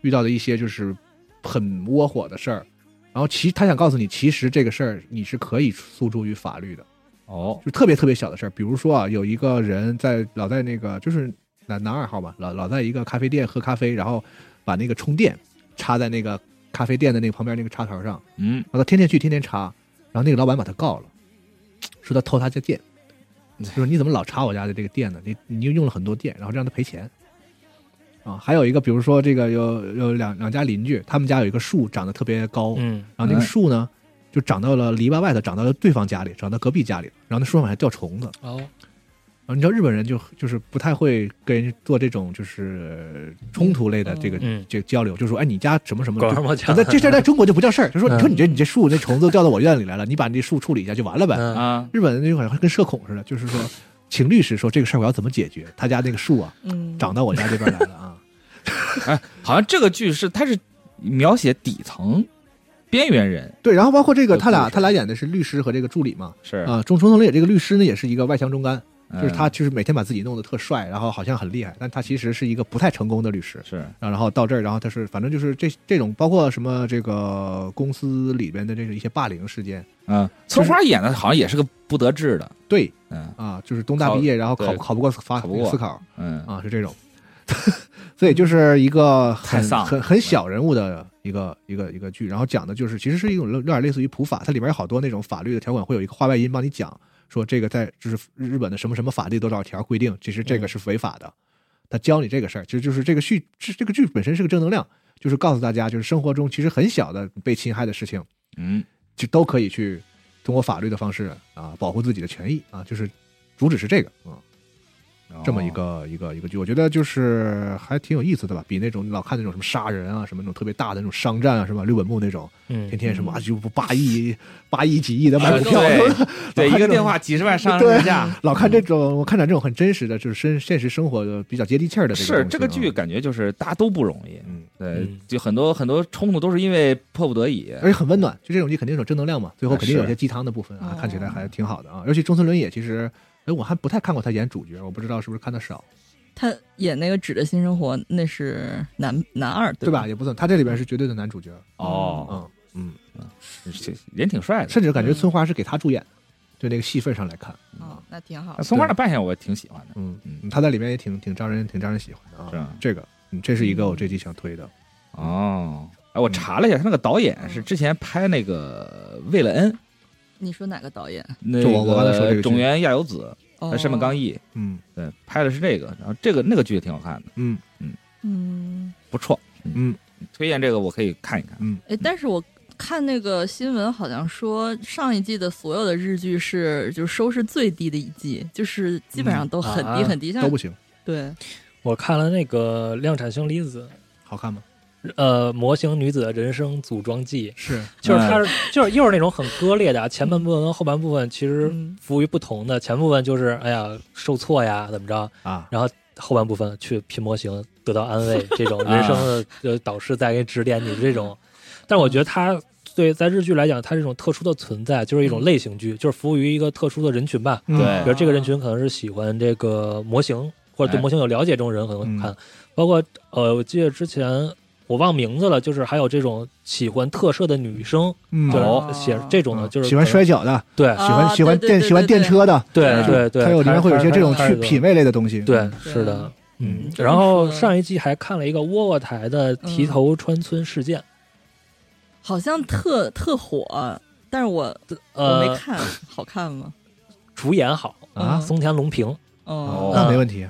Speaker 4: 遇到的一些就是很窝火的事儿。然后其他想告诉你，其实这个事儿你是可以诉诸于法律的，
Speaker 9: 哦，
Speaker 4: 就特别特别小的事儿。比如说啊，有一个人在老在那个就是男男二号吧，老老在一个咖啡店喝咖啡，然后把那个充电插在那个咖啡店的那个旁边那个插头上，然
Speaker 9: 嗯，
Speaker 4: 后他天天去天天插，然后那个老板把他告了，说他偷他家电，就说你怎么老插我家的这个电呢？你你又用了很多电，然后让他赔钱。啊，还有一个，比如说这个有有两两家邻居，他们家有一个树长得特别高，
Speaker 10: 嗯，
Speaker 4: 然后那个
Speaker 9: 嗯
Speaker 4: 树呢，就长到了篱笆外头，长到了对方家里，长到隔壁家里了。然后那树上往下掉虫子，
Speaker 10: 哦，
Speaker 4: 啊，你知道日本人就就是不太会跟人做这种就是冲突类的这个、
Speaker 10: 嗯，
Speaker 4: 这个交流，就说哎，你家什么什么
Speaker 10: 狗什
Speaker 4: 就
Speaker 10: 么
Speaker 4: 啊 *laughs*
Speaker 10: 强？
Speaker 4: 在这事儿在中国就不叫事儿，就说你说
Speaker 10: 嗯
Speaker 4: 你这你这树那虫子掉到我院里来了，你把这树处理一下就完了呗。
Speaker 10: 嗯
Speaker 9: 啊，
Speaker 4: 日本人那种好像跟社恐似的，就是说请律师说这个事儿我要怎么解决，他家那个树啊
Speaker 8: 嗯，
Speaker 4: 长到我家这边来了啊， *laughs*
Speaker 9: 好像这个剧是它是描写底层边缘人，
Speaker 4: 对，然后包括这个
Speaker 9: 有
Speaker 4: 他
Speaker 9: 故
Speaker 4: 俩
Speaker 9: 事
Speaker 4: 他俩演的是律师和这个助理嘛，
Speaker 9: 是
Speaker 4: 啊，中冲藤烈这个律师呢也是一个外强中干，
Speaker 9: 嗯
Speaker 4: 就是他就是每天把自己弄得特帅，然后好像很厉害，但他其实是一个不太成功的律师。啊
Speaker 9: 是
Speaker 4: 然后到这儿，然后他是反正就是这这种包括什么这个公司里边的这个一些霸凌事件，
Speaker 9: 嗯，
Speaker 4: 就是
Speaker 9: 村花演的好像也是个不得志的，
Speaker 4: 对
Speaker 9: 嗯
Speaker 4: 啊，就是东大毕业，然后考
Speaker 9: 对
Speaker 4: 考不过法
Speaker 9: 考不过
Speaker 4: 思考
Speaker 9: 嗯
Speaker 4: 啊，是这种， *laughs* 所以就是一个
Speaker 9: 太
Speaker 4: 很
Speaker 9: 丧了嗯
Speaker 4: 很很小人物的一个一个一个剧，然后讲的就是其实是一种有点类似于普法，它里边有好多那种法律的条款会有一个话外音帮你讲说这个在就是日日本的什么什么法律多少条规定，其实
Speaker 9: 嗯
Speaker 4: 这个是违法的，他教你这个事儿，其实就是这个剧这这个剧本身是个正能量，就是告诉大家就是生活中其实很小的被侵害的事情。
Speaker 9: 嗯，
Speaker 4: 就都可以去通过法律的方式啊保护自己的权益啊，就是主旨是这个啊、嗯
Speaker 9: 哦
Speaker 4: 这么一个一个一个剧，我觉得就是还挺有意思的吧，比那种你老看那种什么杀人啊，什么那种特别大的那种商战啊，是吧？六本木那种
Speaker 10: 嗯
Speaker 4: 天，天什么啊就八亿八亿几亿的买
Speaker 9: 啊
Speaker 4: 股票， *laughs*
Speaker 9: 对对
Speaker 4: 老看这
Speaker 9: *laughs* 一个
Speaker 4: 种
Speaker 9: 电话几十万上
Speaker 4: 对
Speaker 9: 上下。
Speaker 4: 老看这种，我看点这种很真实的，就是身现实生活的比较接地气儿的
Speaker 9: 是
Speaker 4: 这
Speaker 9: 这
Speaker 4: 个
Speaker 9: 个
Speaker 4: 东西啊
Speaker 9: 剧，，感觉就是大家都不容易，
Speaker 4: 嗯，
Speaker 9: 对
Speaker 10: 嗯，
Speaker 9: 就很多很多冲突都是因为迫不得已。
Speaker 4: 而且很温暖，就这种剧肯定有正能量嘛，最后肯定有
Speaker 9: 是嗯
Speaker 4: 些鸡汤的部分啊，
Speaker 8: 哦
Speaker 4: 看起来还挺好的啊。尤其中村伦也，其实，哎，我还不太看过他演主角，我不知道是不是看的少，
Speaker 8: 他演那个《纸的新生活》，那是男男二
Speaker 4: 对
Speaker 8: 吧
Speaker 4: 吧？？也不算，他这里边是绝对的男主角，
Speaker 9: 哦，
Speaker 4: 嗯嗯，
Speaker 9: 是人挺帅的，
Speaker 4: 甚至感觉村花是给他主演的，就那个戏份上来看，
Speaker 8: 哦，那挺好
Speaker 9: 嗯。松花的扮相我挺喜欢的，
Speaker 4: 嗯
Speaker 9: 嗯
Speaker 4: 他在里面也挺挺招人挺招人喜欢的
Speaker 9: 是
Speaker 4: 啊。
Speaker 9: 吧？
Speaker 4: 这个，嗯，这是一个我这季想推的，
Speaker 9: 哦，哎，
Speaker 4: 嗯
Speaker 9: 我查了一下，他那个导演
Speaker 10: 嗯
Speaker 9: 是之前拍那个《为了恩》，
Speaker 8: 你说哪个导演？
Speaker 9: 那
Speaker 4: 就我我刚才说这个剧
Speaker 9: 种原亚由子、
Speaker 8: 哦，
Speaker 9: 山本刚毅，
Speaker 4: 嗯
Speaker 9: 对，拍的是这个，然后这个那个剧也挺好看的，
Speaker 4: 嗯
Speaker 8: 嗯，
Speaker 9: 不错，
Speaker 4: 嗯，
Speaker 9: 推荐这个我可以看一看。
Speaker 4: 嗯，
Speaker 8: 哎，但是我看那个新闻好像说，上一季的所有的日剧是就是收视最低的一季，就是基本上都很低
Speaker 10: 嗯啊
Speaker 8: 很低，像
Speaker 4: 都不行，
Speaker 8: 对，
Speaker 10: 我看了那个量产性离子，
Speaker 4: 好看吗？
Speaker 10: 呃，模型女子的人生组装记，
Speaker 4: 是，
Speaker 10: 就是
Speaker 9: 嗯
Speaker 10: 它是就是又是那种很割裂的，啊，前半部分跟后半部分其实
Speaker 8: 嗯
Speaker 10: 服务于不同的，前部分就是哎呀受挫呀怎么着，
Speaker 4: 啊，
Speaker 10: 然后后半部分去拼模型得到安
Speaker 4: *laughs*
Speaker 10: 慰，这种
Speaker 9: 啊
Speaker 10: 人生的呃导师在给指点你这种，但我觉得它对在日剧来讲，它这种特殊的存在就是一种类型剧，就是服务于一个特殊的人群吧，
Speaker 4: 嗯
Speaker 9: 对
Speaker 10: 比如这个人群可能是喜欢这个模型，或
Speaker 9: 哎
Speaker 10: 者对模型有了解这种人可能
Speaker 4: 嗯
Speaker 10: 会看，包括呃，我记得之前我忘名字了，就是还有这种喜欢特摄的女生，
Speaker 4: 嗯
Speaker 10: 就，
Speaker 9: 哦
Speaker 10: 是写这种的，
Speaker 4: 嗯
Speaker 10: 就是
Speaker 4: 喜欢
Speaker 10: 可能
Speaker 4: 摔跤的，
Speaker 10: 对
Speaker 4: 喜欢
Speaker 8: 啊
Speaker 4: 喜欢
Speaker 8: 对对
Speaker 4: 电
Speaker 8: 对
Speaker 4: 喜欢
Speaker 8: 对
Speaker 4: 电
Speaker 8: 对
Speaker 4: 车的，
Speaker 10: 对对对，
Speaker 4: 它有里面会有一些这种
Speaker 10: 太
Speaker 4: 去品，味类的东西，
Speaker 10: 对
Speaker 4: 嗯，
Speaker 10: 是的。嗯，
Speaker 8: 对
Speaker 10: 然后上一季还看了一个窝窝台的提
Speaker 8: 嗯
Speaker 10: 头川村事件，
Speaker 8: 好像特特火，但是我我没
Speaker 10: 呃，
Speaker 8: 看，好看吗？嗯
Speaker 10: 主演好
Speaker 4: 啊
Speaker 10: 松田龙平，
Speaker 8: 哦，
Speaker 9: 哦，
Speaker 4: 那没问题，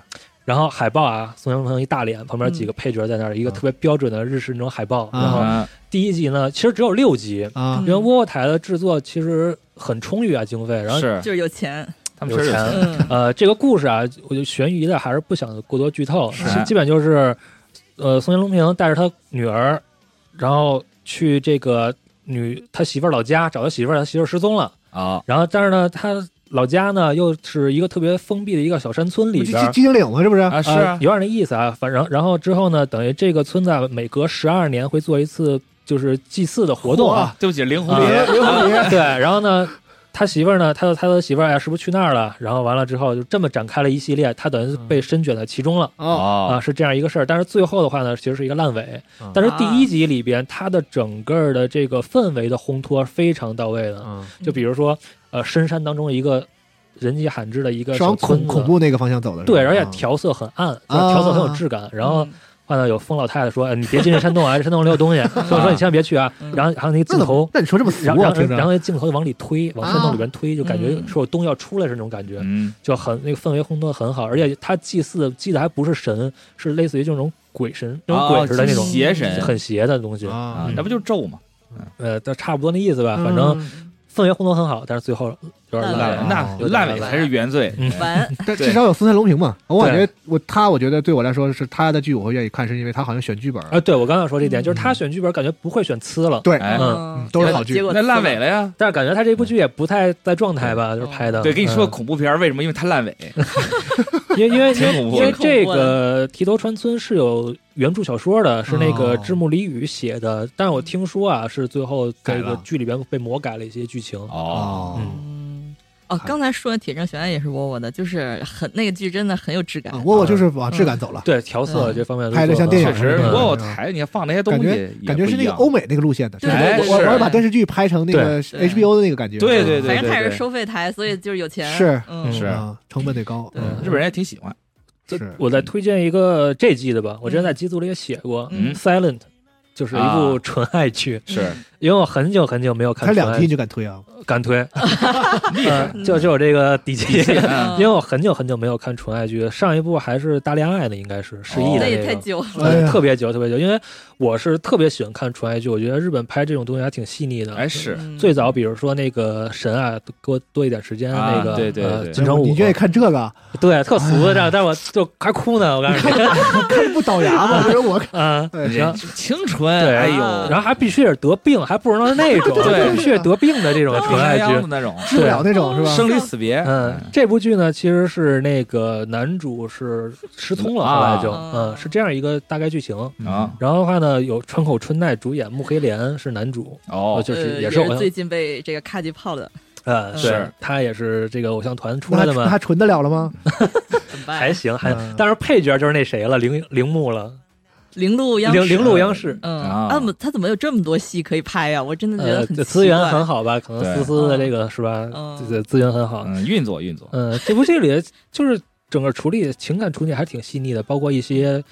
Speaker 10: 然后海报啊，宋江鹏一大脸，
Speaker 8: 嗯
Speaker 10: 旁边几个配角在那儿，一个特别标准的日式那种海报。
Speaker 4: 嗯啊
Speaker 10: 然后
Speaker 9: 啊
Speaker 10: 第一集呢，其实只有六集，
Speaker 4: 啊
Speaker 10: 因为窝窝台的制作其实很充裕啊，经费，然后
Speaker 9: 是
Speaker 8: 就是有钱，
Speaker 9: 他们
Speaker 10: 有
Speaker 9: 确实
Speaker 10: 钱。
Speaker 8: 嗯，
Speaker 10: 呃，这个故事啊，我就悬疑的还是不想过多剧透，
Speaker 9: 是
Speaker 10: 基基本就是，呃，宋江龙平带着他女儿，然后去这个女他媳妇儿老家找他媳妇儿，他媳妇儿失踪了，
Speaker 9: 啊，
Speaker 10: 然后但是呢，他老家呢又是一个特别封闭的一个小山村里
Speaker 4: 不是
Speaker 10: 边
Speaker 4: 寂
Speaker 10: 儿，
Speaker 4: 寂静岭吗？是不是？
Speaker 9: 啊是
Speaker 10: 呃有点那意思啊。反正然后之后呢，等于这个村子啊每隔十二年会做一次就是祭祀的活动啊。
Speaker 9: 对不起，灵狐
Speaker 10: 啊
Speaker 9: 狸，
Speaker 4: 灵狐狸
Speaker 10: 对，然后呢，他媳妇儿呢，他的他的媳妇儿呀，哎是不是去那儿了？然后完了之后，就这么展开了一系列，他等于被深卷在其中了。
Speaker 4: 哦，
Speaker 10: 啊，
Speaker 9: 哦，
Speaker 10: 是这样一个事儿，但是最后的话呢，其实是一个烂尾
Speaker 4: 嗯。
Speaker 10: 但是第一集里边，它的整个的这个氛围的烘托非常到位的，
Speaker 4: 嗯，
Speaker 10: 就比如说，呃，深山当中一个人迹罕至的一个
Speaker 4: 是往
Speaker 10: 小
Speaker 4: 恐
Speaker 10: 村
Speaker 4: 恐
Speaker 10: 子，
Speaker 4: 怖那个方向走的是吧，
Speaker 10: 对，而且
Speaker 4: 啊
Speaker 10: 调色很暗，就是调色很有质感。然后话呢，有疯老太太说：“哎，你别进这山洞啊，这山洞里有东西，所以说你千万别去啊。”然后，然后那
Speaker 4: 哎那
Speaker 10: 镜
Speaker 4: 怎
Speaker 10: 头
Speaker 4: 么，，那你说这么俗
Speaker 10: 然后
Speaker 4: 啊？
Speaker 10: 然后
Speaker 4: 听着，
Speaker 10: 然后那镜头就往里推，往山洞里边推，就感觉
Speaker 8: 嗯
Speaker 10: 说有东西要出来是那种感觉，
Speaker 9: 嗯，
Speaker 10: 就很那个氛围烘托得很好。而且他祭祀祭的还不是神，是类似于这种鬼神、那种鬼似的那种
Speaker 9: 哦邪神
Speaker 10: 很邪的东西，
Speaker 4: 啊
Speaker 9: 啊，那不就是咒吗？
Speaker 10: 呃，都差不多那意思吧。反正氛围烘托很好，但是最后有点
Speaker 8: 烂
Speaker 10: 烂了，
Speaker 8: 尾
Speaker 9: 那
Speaker 10: 有点
Speaker 9: 烂
Speaker 10: 尾
Speaker 9: 尾才啊是原罪。
Speaker 10: 嗯
Speaker 8: 完，
Speaker 4: 但
Speaker 9: 对
Speaker 4: 至少有松山龙平嘛。我感
Speaker 10: 对
Speaker 4: 觉我他，我觉得对我来说是他的剧我会愿意看，是因为他好像选剧本，嗯
Speaker 10: 啊，对我刚想说这点，就是他选剧本感觉不会选呲了，
Speaker 4: 对，
Speaker 9: 哎，
Speaker 10: 嗯
Speaker 4: 嗯都是好剧
Speaker 8: 结果
Speaker 9: 那烂尾
Speaker 8: 了，
Speaker 9: 了呀。
Speaker 10: 但是感觉他这部剧也不太在状态吧，就是拍的。
Speaker 9: 对，跟你说
Speaker 10: 嗯，
Speaker 9: 恐怖片儿为什么？因为它烂尾，
Speaker 10: 因为因为
Speaker 9: 挺恐怖
Speaker 10: 因为
Speaker 9: 的。
Speaker 10: 这个提头川村是有原著小说的，是那个
Speaker 4: 哦
Speaker 10: 志木里宇写的，但是我听说啊，是最后这
Speaker 4: 改
Speaker 10: 个
Speaker 4: 了
Speaker 10: 剧里边被魔改了一些剧情。
Speaker 9: 哦，
Speaker 10: 嗯，
Speaker 8: 嗯哦，刚才说的《铁证悬案》也是窝窝的，就是很那个剧真的很有质感嗯
Speaker 4: 啊，。我我就是往质感走了，
Speaker 10: 对，调色这方面都
Speaker 4: 拍得
Speaker 10: 做
Speaker 4: 像电影
Speaker 9: 确实，
Speaker 4: 嗯
Speaker 9: 不
Speaker 10: 嗯
Speaker 9: 过我台你看放那些东
Speaker 4: 感
Speaker 9: 西
Speaker 4: 觉
Speaker 9: 也
Speaker 4: 感觉
Speaker 9: 不
Speaker 4: 是
Speaker 9: 一
Speaker 4: 那个
Speaker 9: 样
Speaker 4: 欧美那个路线的，
Speaker 8: 对
Speaker 4: 就是我我
Speaker 9: 对
Speaker 4: 我要把电视剧拍成那个
Speaker 8: 对
Speaker 4: HBO 的那个感觉，
Speaker 9: 对对对
Speaker 8: 反正他也是收费台，所以就是有钱。
Speaker 4: 是
Speaker 8: 嗯，
Speaker 9: 是
Speaker 4: 啊，成本得高，
Speaker 8: 对
Speaker 4: 嗯
Speaker 9: 日本人也挺喜欢。
Speaker 10: 这
Speaker 4: 是
Speaker 10: 我再推荐一个这季的吧，我之前在机组里也写过，
Speaker 9: 嗯
Speaker 10: Silent》，就是一部
Speaker 9: 啊
Speaker 10: 纯爱剧， *laughs*
Speaker 9: 是
Speaker 10: 因为我很久很久没有看
Speaker 4: 才
Speaker 10: 纯
Speaker 4: 两
Speaker 10: 爱剧
Speaker 4: 季你就敢推啊？
Speaker 10: 敢推，嗯就就有这个底气。
Speaker 9: 嗯
Speaker 10: *laughs* 因为我很久很久没有看纯爱剧，上一部还是《大恋爱》呢，应该是失忆
Speaker 9: 哦
Speaker 10: 的
Speaker 8: 那
Speaker 10: 那
Speaker 8: 也
Speaker 10: 个
Speaker 8: 太久
Speaker 10: *laughs*
Speaker 8: 了。
Speaker 4: 哎呀
Speaker 10: 特别久，特别久。因为我是特别喜欢看纯爱剧，我觉得日本拍这种东西还挺细腻的。
Speaker 9: 哎是
Speaker 8: 嗯
Speaker 10: 最早比如说那个神啊，给我多一点时间
Speaker 9: 啊
Speaker 10: 那个
Speaker 9: 对对
Speaker 10: 呃
Speaker 9: 对
Speaker 10: 金城武
Speaker 4: 你，愿意看这
Speaker 10: *laughs*
Speaker 4: 哎个？
Speaker 10: 对特俗的这样，但我就还哭呢，我告诉你，
Speaker 4: 看着不倒牙吗？不是我看，
Speaker 10: 啊，
Speaker 4: 哎
Speaker 10: 行
Speaker 9: 人。青春，
Speaker 10: 对
Speaker 9: 哎呦，
Speaker 8: 啊
Speaker 10: 然后还必须得得病，还不能是那种，
Speaker 9: 对
Speaker 10: 必须得得病的这种纯爱
Speaker 9: 鸳鸯的
Speaker 10: 剧。
Speaker 9: 那种，
Speaker 4: 治不了那种是吧？
Speaker 9: 生离死别。
Speaker 10: 嗯，这部剧呢，其实是那个男主是失踪了，后
Speaker 9: 啊
Speaker 10: 来就，嗯，是这样一个大概剧情。
Speaker 9: 啊
Speaker 10: 然后的话呢，有川口春奈主演，木黑莲是男主，
Speaker 9: 哦，
Speaker 10: 就
Speaker 8: 呃
Speaker 10: 是
Speaker 8: 也
Speaker 10: 是偶像
Speaker 8: 最，近被这个卡吉泡的，
Speaker 10: 呃，对
Speaker 9: 是，
Speaker 10: 他也是这个偶像团出
Speaker 4: 那
Speaker 10: 来
Speaker 4: 还
Speaker 10: 的
Speaker 4: 那
Speaker 10: 嘛，
Speaker 4: 还纯得了了吗？
Speaker 8: 怎么办？
Speaker 10: 还行，还
Speaker 4: 嗯，
Speaker 10: 但是配角就是那谁了，铃铃木了，
Speaker 8: 零路央视
Speaker 10: 铃铃鹿央视，
Speaker 8: 嗯
Speaker 9: 啊
Speaker 8: 啊，不他怎么有这么多戏可以拍啊呀？我真的觉得
Speaker 10: 呃，
Speaker 8: 很
Speaker 10: 这资源
Speaker 8: 奇怪
Speaker 10: 很好吧？可能
Speaker 9: 对
Speaker 10: 思思的这个是吧
Speaker 8: 嗯？
Speaker 10: 这个资源很好，
Speaker 9: 嗯，运作运作，
Speaker 10: 嗯，这部剧里就是整个处理情感处理还挺细腻的，包括一些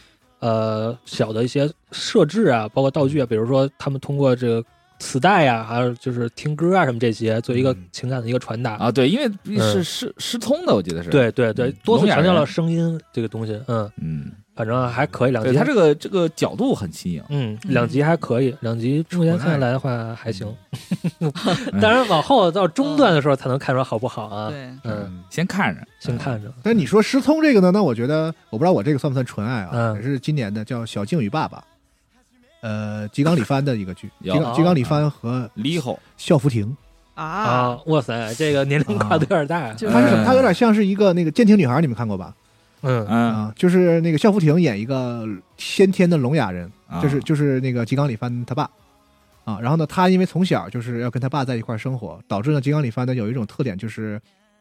Speaker 10: 呃小的一些设置啊，包括道具啊，比如说他们通过这个磁带呀、还有就是听歌啊什么这些，做一个
Speaker 4: 嗯
Speaker 10: 情感的一个传达。
Speaker 9: 啊，对，因为
Speaker 10: 嗯
Speaker 9: 是失失聪的，我记得是。，嗯
Speaker 10: 对对对
Speaker 9: 聋，
Speaker 10: 多次
Speaker 9: 哑
Speaker 10: 强调
Speaker 9: 人
Speaker 10: 了声音这个东西，嗯，
Speaker 9: 嗯，
Speaker 10: 反正还可以，两
Speaker 9: 对
Speaker 10: 集
Speaker 9: 他这个这个角度很新颖，
Speaker 10: 嗯两集还可以，两集目前看下来的话还行，当然往后到中段的时候才能看出来好不好啊，
Speaker 8: 啊哦对，
Speaker 10: 嗯，
Speaker 9: 先看着，
Speaker 10: 先看着，
Speaker 4: 嗯但你说失聪这个呢？那我觉得我不知道我这个算不算纯爱啊？
Speaker 10: 嗯
Speaker 4: 也是今年的叫《小静与爸爸》，呃，吉冈里帆的一个剧，吉
Speaker 9: 有
Speaker 4: 冈吉冈里帆和
Speaker 9: 离后
Speaker 4: 校服亭，
Speaker 8: 啊，
Speaker 10: 啊，哇塞，这个年龄跨度有点大呀，
Speaker 8: 就
Speaker 4: 它是什么？
Speaker 9: 嗯
Speaker 4: 它有点像是一个那个《监听女孩》，你们看过吧？
Speaker 10: 嗯
Speaker 9: 嗯，
Speaker 4: 啊，就是那个校服亭演一个先天的聋哑人，
Speaker 9: 啊
Speaker 4: 就是就是那个吉冈里帆他爸啊。然后呢，他因为从小就是要跟他爸在一块儿生活，导致呢吉冈里帆呢有一种特点就是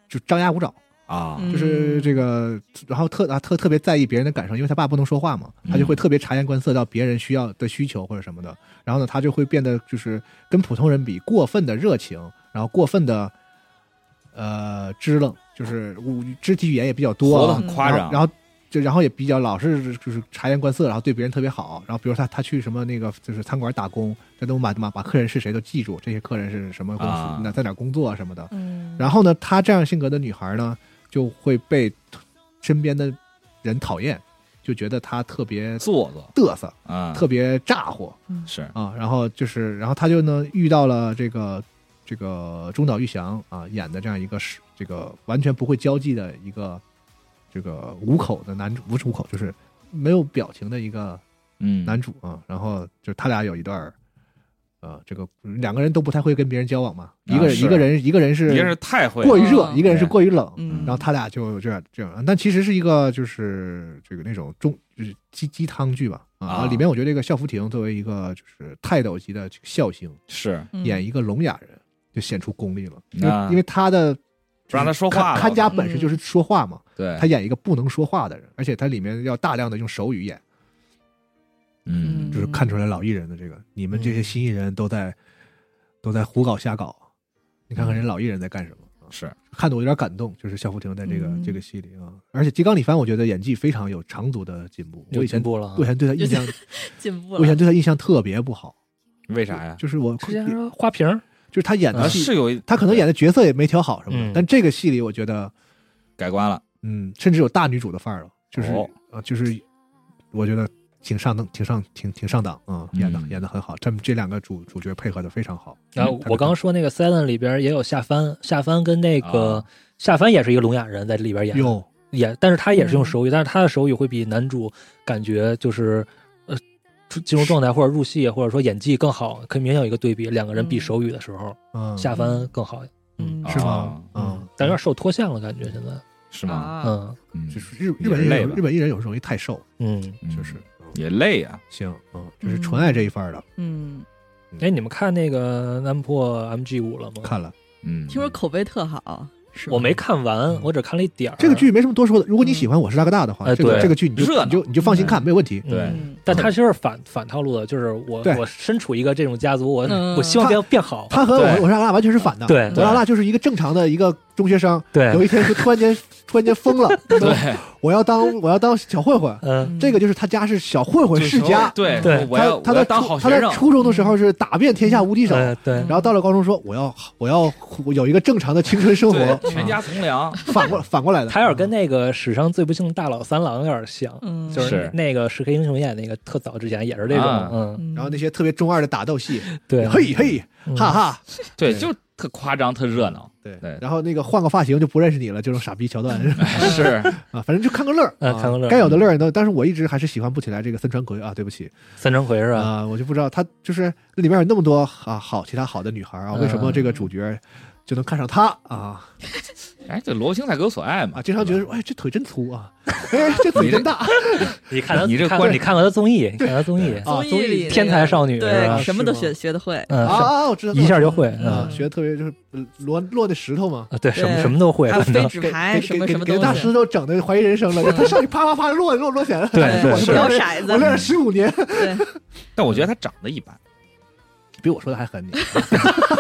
Speaker 4: 就张牙舞爪。
Speaker 9: 啊，
Speaker 8: 嗯
Speaker 4: 就是这个，然后特啊特特别在意别人的感受，因为他爸不能说话嘛，他
Speaker 9: 嗯
Speaker 4: 就会特别察言观色到别人需要的需求或者什么的，然后呢，他就会变得就是跟普通人比过分的热情，然后过分的呃支棱，就是我肢体语言也比较多
Speaker 9: 活得
Speaker 4: 啊，
Speaker 9: 很夸
Speaker 4: 然后
Speaker 9: 张，
Speaker 4: 然后就然后也比较老是就是察言观色，然后对别人特别好。然后比如他他去什么那个就是餐馆打工，他都把把把客人是谁都记住，这些客人是什么公司，
Speaker 9: 啊
Speaker 4: 那在哪工作啊什么的。
Speaker 8: 嗯
Speaker 4: 然后呢，她这样性格的女孩呢，就会被身边的人讨厌，就觉得她特别
Speaker 9: 做作
Speaker 4: 嘚瑟，
Speaker 9: 啊，
Speaker 4: 特别咋呼
Speaker 9: 是
Speaker 4: 啊。然后就是，然后她就呢遇到了这个这个中岛裕翔啊演的这样一个是这个完全不会交际的一个这个五口的男主，不是五口，就是没有表情的一个
Speaker 9: 嗯，
Speaker 4: 男主啊。然后就他俩有一段儿。呃，这个两个人都不太会跟别人交往嘛，一个人、
Speaker 9: 啊是
Speaker 4: 一个人一个人是
Speaker 9: 一个是太会
Speaker 4: 过于热，
Speaker 8: 嗯
Speaker 4: 一个人是
Speaker 9: 对
Speaker 4: 过于冷，
Speaker 8: 嗯
Speaker 4: 然后他俩就这样这样，但其实是一个就是这个那种中就是鸡鸡汤剧吧啊，
Speaker 9: 啊
Speaker 4: 里面我觉得这个校服亭作为一个就是泰斗级的笑星，
Speaker 9: 是
Speaker 8: 嗯
Speaker 4: 演一个聋哑人就显出功力了，因
Speaker 9: 啊
Speaker 4: 为因为他的
Speaker 9: 不让他说话
Speaker 4: 看
Speaker 9: 了，
Speaker 4: 看家本事
Speaker 8: 嗯
Speaker 4: 就是说话嘛，
Speaker 9: 对
Speaker 4: 他，演一个不能说话的人，而且他里面要大量的用手语演，
Speaker 9: 嗯
Speaker 4: 就是看出来老艺人的这个，你们这些新艺人都在都在胡搞瞎搞，你看看人老艺人在干什么。
Speaker 9: 是
Speaker 4: 看得我有点感动，就是夏福亭在这个、
Speaker 8: 嗯
Speaker 4: 这个戏里啊，而且吉冈里帆，我觉得演技非常有长足的进步。
Speaker 10: 有
Speaker 4: 我以前
Speaker 10: 进步了啊
Speaker 4: 我以前对他印象，
Speaker 8: 进步
Speaker 4: 我以前
Speaker 8: 了，
Speaker 4: 对他印象特别不好。
Speaker 9: 为啥呀？
Speaker 4: 就是我，
Speaker 10: 之前
Speaker 8: 啊
Speaker 4: 就
Speaker 10: 说花瓶儿，
Speaker 4: 是他演的
Speaker 9: 啊，
Speaker 4: 戏，
Speaker 9: 是有一
Speaker 4: 他可能演的角色也没调好什么的，
Speaker 10: 嗯
Speaker 4: 但这个戏里我觉得，
Speaker 9: 改观了，
Speaker 4: 嗯，甚至有大女主的范儿了，就是、
Speaker 9: 哦
Speaker 4: 呃，就是我觉得挺上档，挺上，挺挺上档，嗯，演的
Speaker 9: 嗯
Speaker 4: 演的很好，这这两个主主角配合的非常好。
Speaker 10: 然后
Speaker 4: 嗯
Speaker 10: 我刚刚说那个 Seven 里边也有夏帆，夏帆跟那个、
Speaker 9: 啊
Speaker 10: 夏帆也是一个聋哑人在里边演，
Speaker 4: 哟，
Speaker 10: 也，但是他也是用手语，但是他的手语会比男主感觉就是呃出进入状态或者入戏或者说演技更好，可以明显有一个对比，两个人比
Speaker 8: 嗯
Speaker 10: 手语的时候，
Speaker 4: 嗯，
Speaker 10: 夏帆更好，
Speaker 8: 嗯
Speaker 4: 是吗
Speaker 9: 啊？
Speaker 4: 嗯，
Speaker 10: 但有点受脱相了感觉现在，
Speaker 9: 是吗？
Speaker 8: 啊
Speaker 10: 嗯
Speaker 9: 嗯
Speaker 4: 就，是日日本
Speaker 9: 也累
Speaker 4: 人
Speaker 9: 吧
Speaker 4: 有日本艺人有时候容易太瘦，
Speaker 10: 嗯，
Speaker 9: 嗯
Speaker 4: 就是嗯
Speaker 9: 也累啊。
Speaker 4: 行，嗯，这是纯爱这一范儿的，
Speaker 8: 嗯，
Speaker 10: 哎，你们看那个南破 MG 五了吗？
Speaker 4: 看了
Speaker 9: 嗯，
Speaker 8: 听说口碑特好，是
Speaker 10: 我没看完，嗯我只看了一点儿。
Speaker 4: 这个剧没什么多说的。如果你喜欢《我是大哥大》的话，
Speaker 10: 哎
Speaker 4: 这个
Speaker 10: 对
Speaker 4: 这个剧你就
Speaker 9: 热闹
Speaker 4: 你就你就放心看，没有问题。
Speaker 10: 嗯
Speaker 9: 对
Speaker 8: 嗯
Speaker 10: 但它其实是反反套路的，就是我
Speaker 4: 对
Speaker 10: 我身处一个这种家族，我、
Speaker 8: 嗯
Speaker 10: 我希望变变好，
Speaker 4: 他和我
Speaker 9: 对
Speaker 4: 我是大哥大完全是反的。
Speaker 10: 对
Speaker 4: 我是大哥大就是一个正常的一个中学生，
Speaker 10: 对
Speaker 4: 有一天就突然
Speaker 9: *laughs*
Speaker 4: 间突然间疯了，
Speaker 9: 对，
Speaker 4: 我要当我要当小混混。
Speaker 10: 嗯，
Speaker 4: *laughs* 这个就是他家是小混混
Speaker 9: 就
Speaker 4: 世
Speaker 9: 是
Speaker 4: 家，
Speaker 9: 对
Speaker 10: 对
Speaker 9: 我要
Speaker 4: 他他
Speaker 9: 我要
Speaker 4: 在
Speaker 9: 当
Speaker 4: 初
Speaker 9: 好
Speaker 4: 他
Speaker 9: 学
Speaker 4: 在
Speaker 9: 生，嗯
Speaker 4: 初中的时候是打遍天下无敌手，
Speaker 10: 呃对
Speaker 4: 然后到了高中说我要我要我有一个正常的青春生活，
Speaker 9: 对，全家从良，
Speaker 4: 反过反过来的。
Speaker 10: 他有点跟那个史上最不幸大佬三郎有点像，
Speaker 8: 嗯
Speaker 10: 就是那个石黑英雄演那个特早之前也是这种，
Speaker 9: 啊
Speaker 10: 嗯，
Speaker 4: 然后那些特别中二的打斗戏，
Speaker 10: *laughs* 对，
Speaker 4: 嘿嘿，
Speaker 10: 嗯
Speaker 4: 哈，哈，
Speaker 9: 对，
Speaker 4: 对
Speaker 9: 就特夸张，特热
Speaker 4: *laughs*
Speaker 9: 闹，
Speaker 4: 对
Speaker 9: 对
Speaker 4: 然后那个换个发型就不认识你了，这种傻逼
Speaker 10: *laughs*
Speaker 4: 桥段
Speaker 9: 是
Speaker 4: 啊，反正就看个乐儿，
Speaker 10: 呃
Speaker 4: 啊
Speaker 10: 看个乐儿
Speaker 4: 该有的乐儿都。但是我一直还是喜欢不起来这个森川葵啊，对不起
Speaker 10: 三张奎是吧？
Speaker 4: 啊，我就不知道他就是那里面有那么多啊好其他好的女孩啊，
Speaker 10: 嗯
Speaker 4: 为什么这个主角就能看上他啊
Speaker 9: 哎，这罗青才哥所爱嘛
Speaker 4: 啊？经常觉得说，哎，这腿真
Speaker 10: *laughs*
Speaker 4: 粗啊，哎，这嘴真大，
Speaker 10: 你看他，
Speaker 9: 你这
Speaker 10: 看
Speaker 9: 观
Speaker 10: 你看过他综艺，你看他综艺，
Speaker 4: 啊
Speaker 8: 综艺
Speaker 4: 综
Speaker 8: 里那
Speaker 4: 艺
Speaker 8: 个
Speaker 10: 天才少女是吧
Speaker 8: 对，什么都
Speaker 4: 是吗
Speaker 8: 学学得会，
Speaker 10: 嗯，
Speaker 4: 啊
Speaker 10: 什
Speaker 4: 啊，我知道，
Speaker 10: 一下就会，
Speaker 4: 啊
Speaker 10: 嗯，，
Speaker 4: 学的特别就是呃落落那石头嘛。
Speaker 10: 啊，对，什么
Speaker 8: 对
Speaker 10: 什么都会，
Speaker 8: 还有
Speaker 10: 反
Speaker 8: 飞
Speaker 10: 正
Speaker 8: 纸
Speaker 4: 给
Speaker 8: 牌
Speaker 4: 给
Speaker 8: 什么
Speaker 4: 给
Speaker 8: 什么
Speaker 4: 给
Speaker 8: 东
Speaker 4: 大
Speaker 8: 西
Speaker 4: 师，都整的怀疑人生了，
Speaker 8: *laughs*
Speaker 4: 就他上去啪啪啪落落落起来了。
Speaker 10: 对对
Speaker 4: 我
Speaker 10: 是
Speaker 4: 这
Speaker 8: 摇骰
Speaker 4: 我练
Speaker 8: 子，
Speaker 4: 了 *laughs* 十五年，
Speaker 8: 对，
Speaker 9: 但我觉得他长得一般，
Speaker 4: 比我说的还狠你，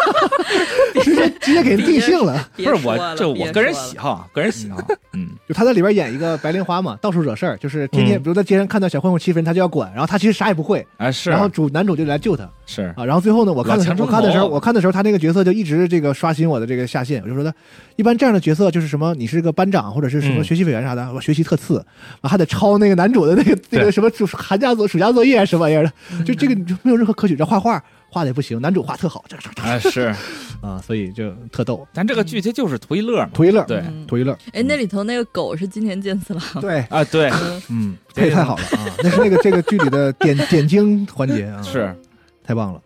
Speaker 4: *laughs* 直接直接给人定性
Speaker 8: *laughs*
Speaker 4: 了。
Speaker 8: 不
Speaker 9: 不是我这我个人喜好啊，个人喜好，嗯，
Speaker 4: 就他在里边演一个白莲花嘛，到处惹事儿，就是天天
Speaker 10: 嗯
Speaker 4: 比如在街上看到小混混欺负人，他就要管，然后他其实啥也不会，
Speaker 9: 哎是
Speaker 4: 然后主男主就来救他
Speaker 9: 是，
Speaker 4: 啊。然后最后呢，我看的时
Speaker 9: 老
Speaker 4: 候，
Speaker 9: 强
Speaker 4: 我看的时候，
Speaker 9: 中国
Speaker 4: 我看的时候，他那个角色就一直这个刷新我的这个下限。我就说他，一般这样的角色就是什么，你是个班长或者是什么
Speaker 10: 嗯，
Speaker 4: 学习委员啥的，我学习特次，啊还得抄那个男主的那个那个什么暑寒假作暑假作业什么玩意儿的，就这个你就没有任何可取。这画画画的也不行，男主画特好，这这这
Speaker 9: 哎是，
Speaker 4: 啊，所以就特逗，
Speaker 9: 咱这个剧它就是图一乐嘛，
Speaker 4: 图一乐，
Speaker 9: 对
Speaker 4: 图一乐。
Speaker 8: 哎，那里头那个狗是今年健次郎，
Speaker 4: 对，
Speaker 9: 啊对，嗯，
Speaker 4: 配太好了啊！那是那个这个剧里的点点睛环节啊，
Speaker 9: 是，
Speaker 4: 太棒了。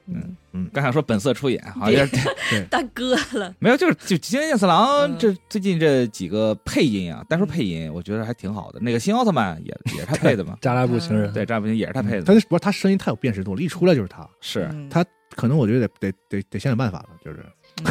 Speaker 4: 嗯
Speaker 9: 刚想说本色出演，好像有
Speaker 8: *laughs*
Speaker 9: 点
Speaker 8: 大哥了，
Speaker 9: 没有，就是就金田健次郎
Speaker 8: 嗯
Speaker 9: 这最近这几个配音啊，单说配音，我觉得还挺好的。那个新奥特曼也也是他配的嘛
Speaker 10: 扎拉布情人，
Speaker 9: 嗯对，这不行也是他配
Speaker 4: 他
Speaker 9: 的，
Speaker 4: 那嗯不是他声音太有辨识度了，一出来就是他，
Speaker 9: 是，
Speaker 8: 嗯
Speaker 4: 他可能我觉得得得得得想想办法了，就是
Speaker 9: 嗯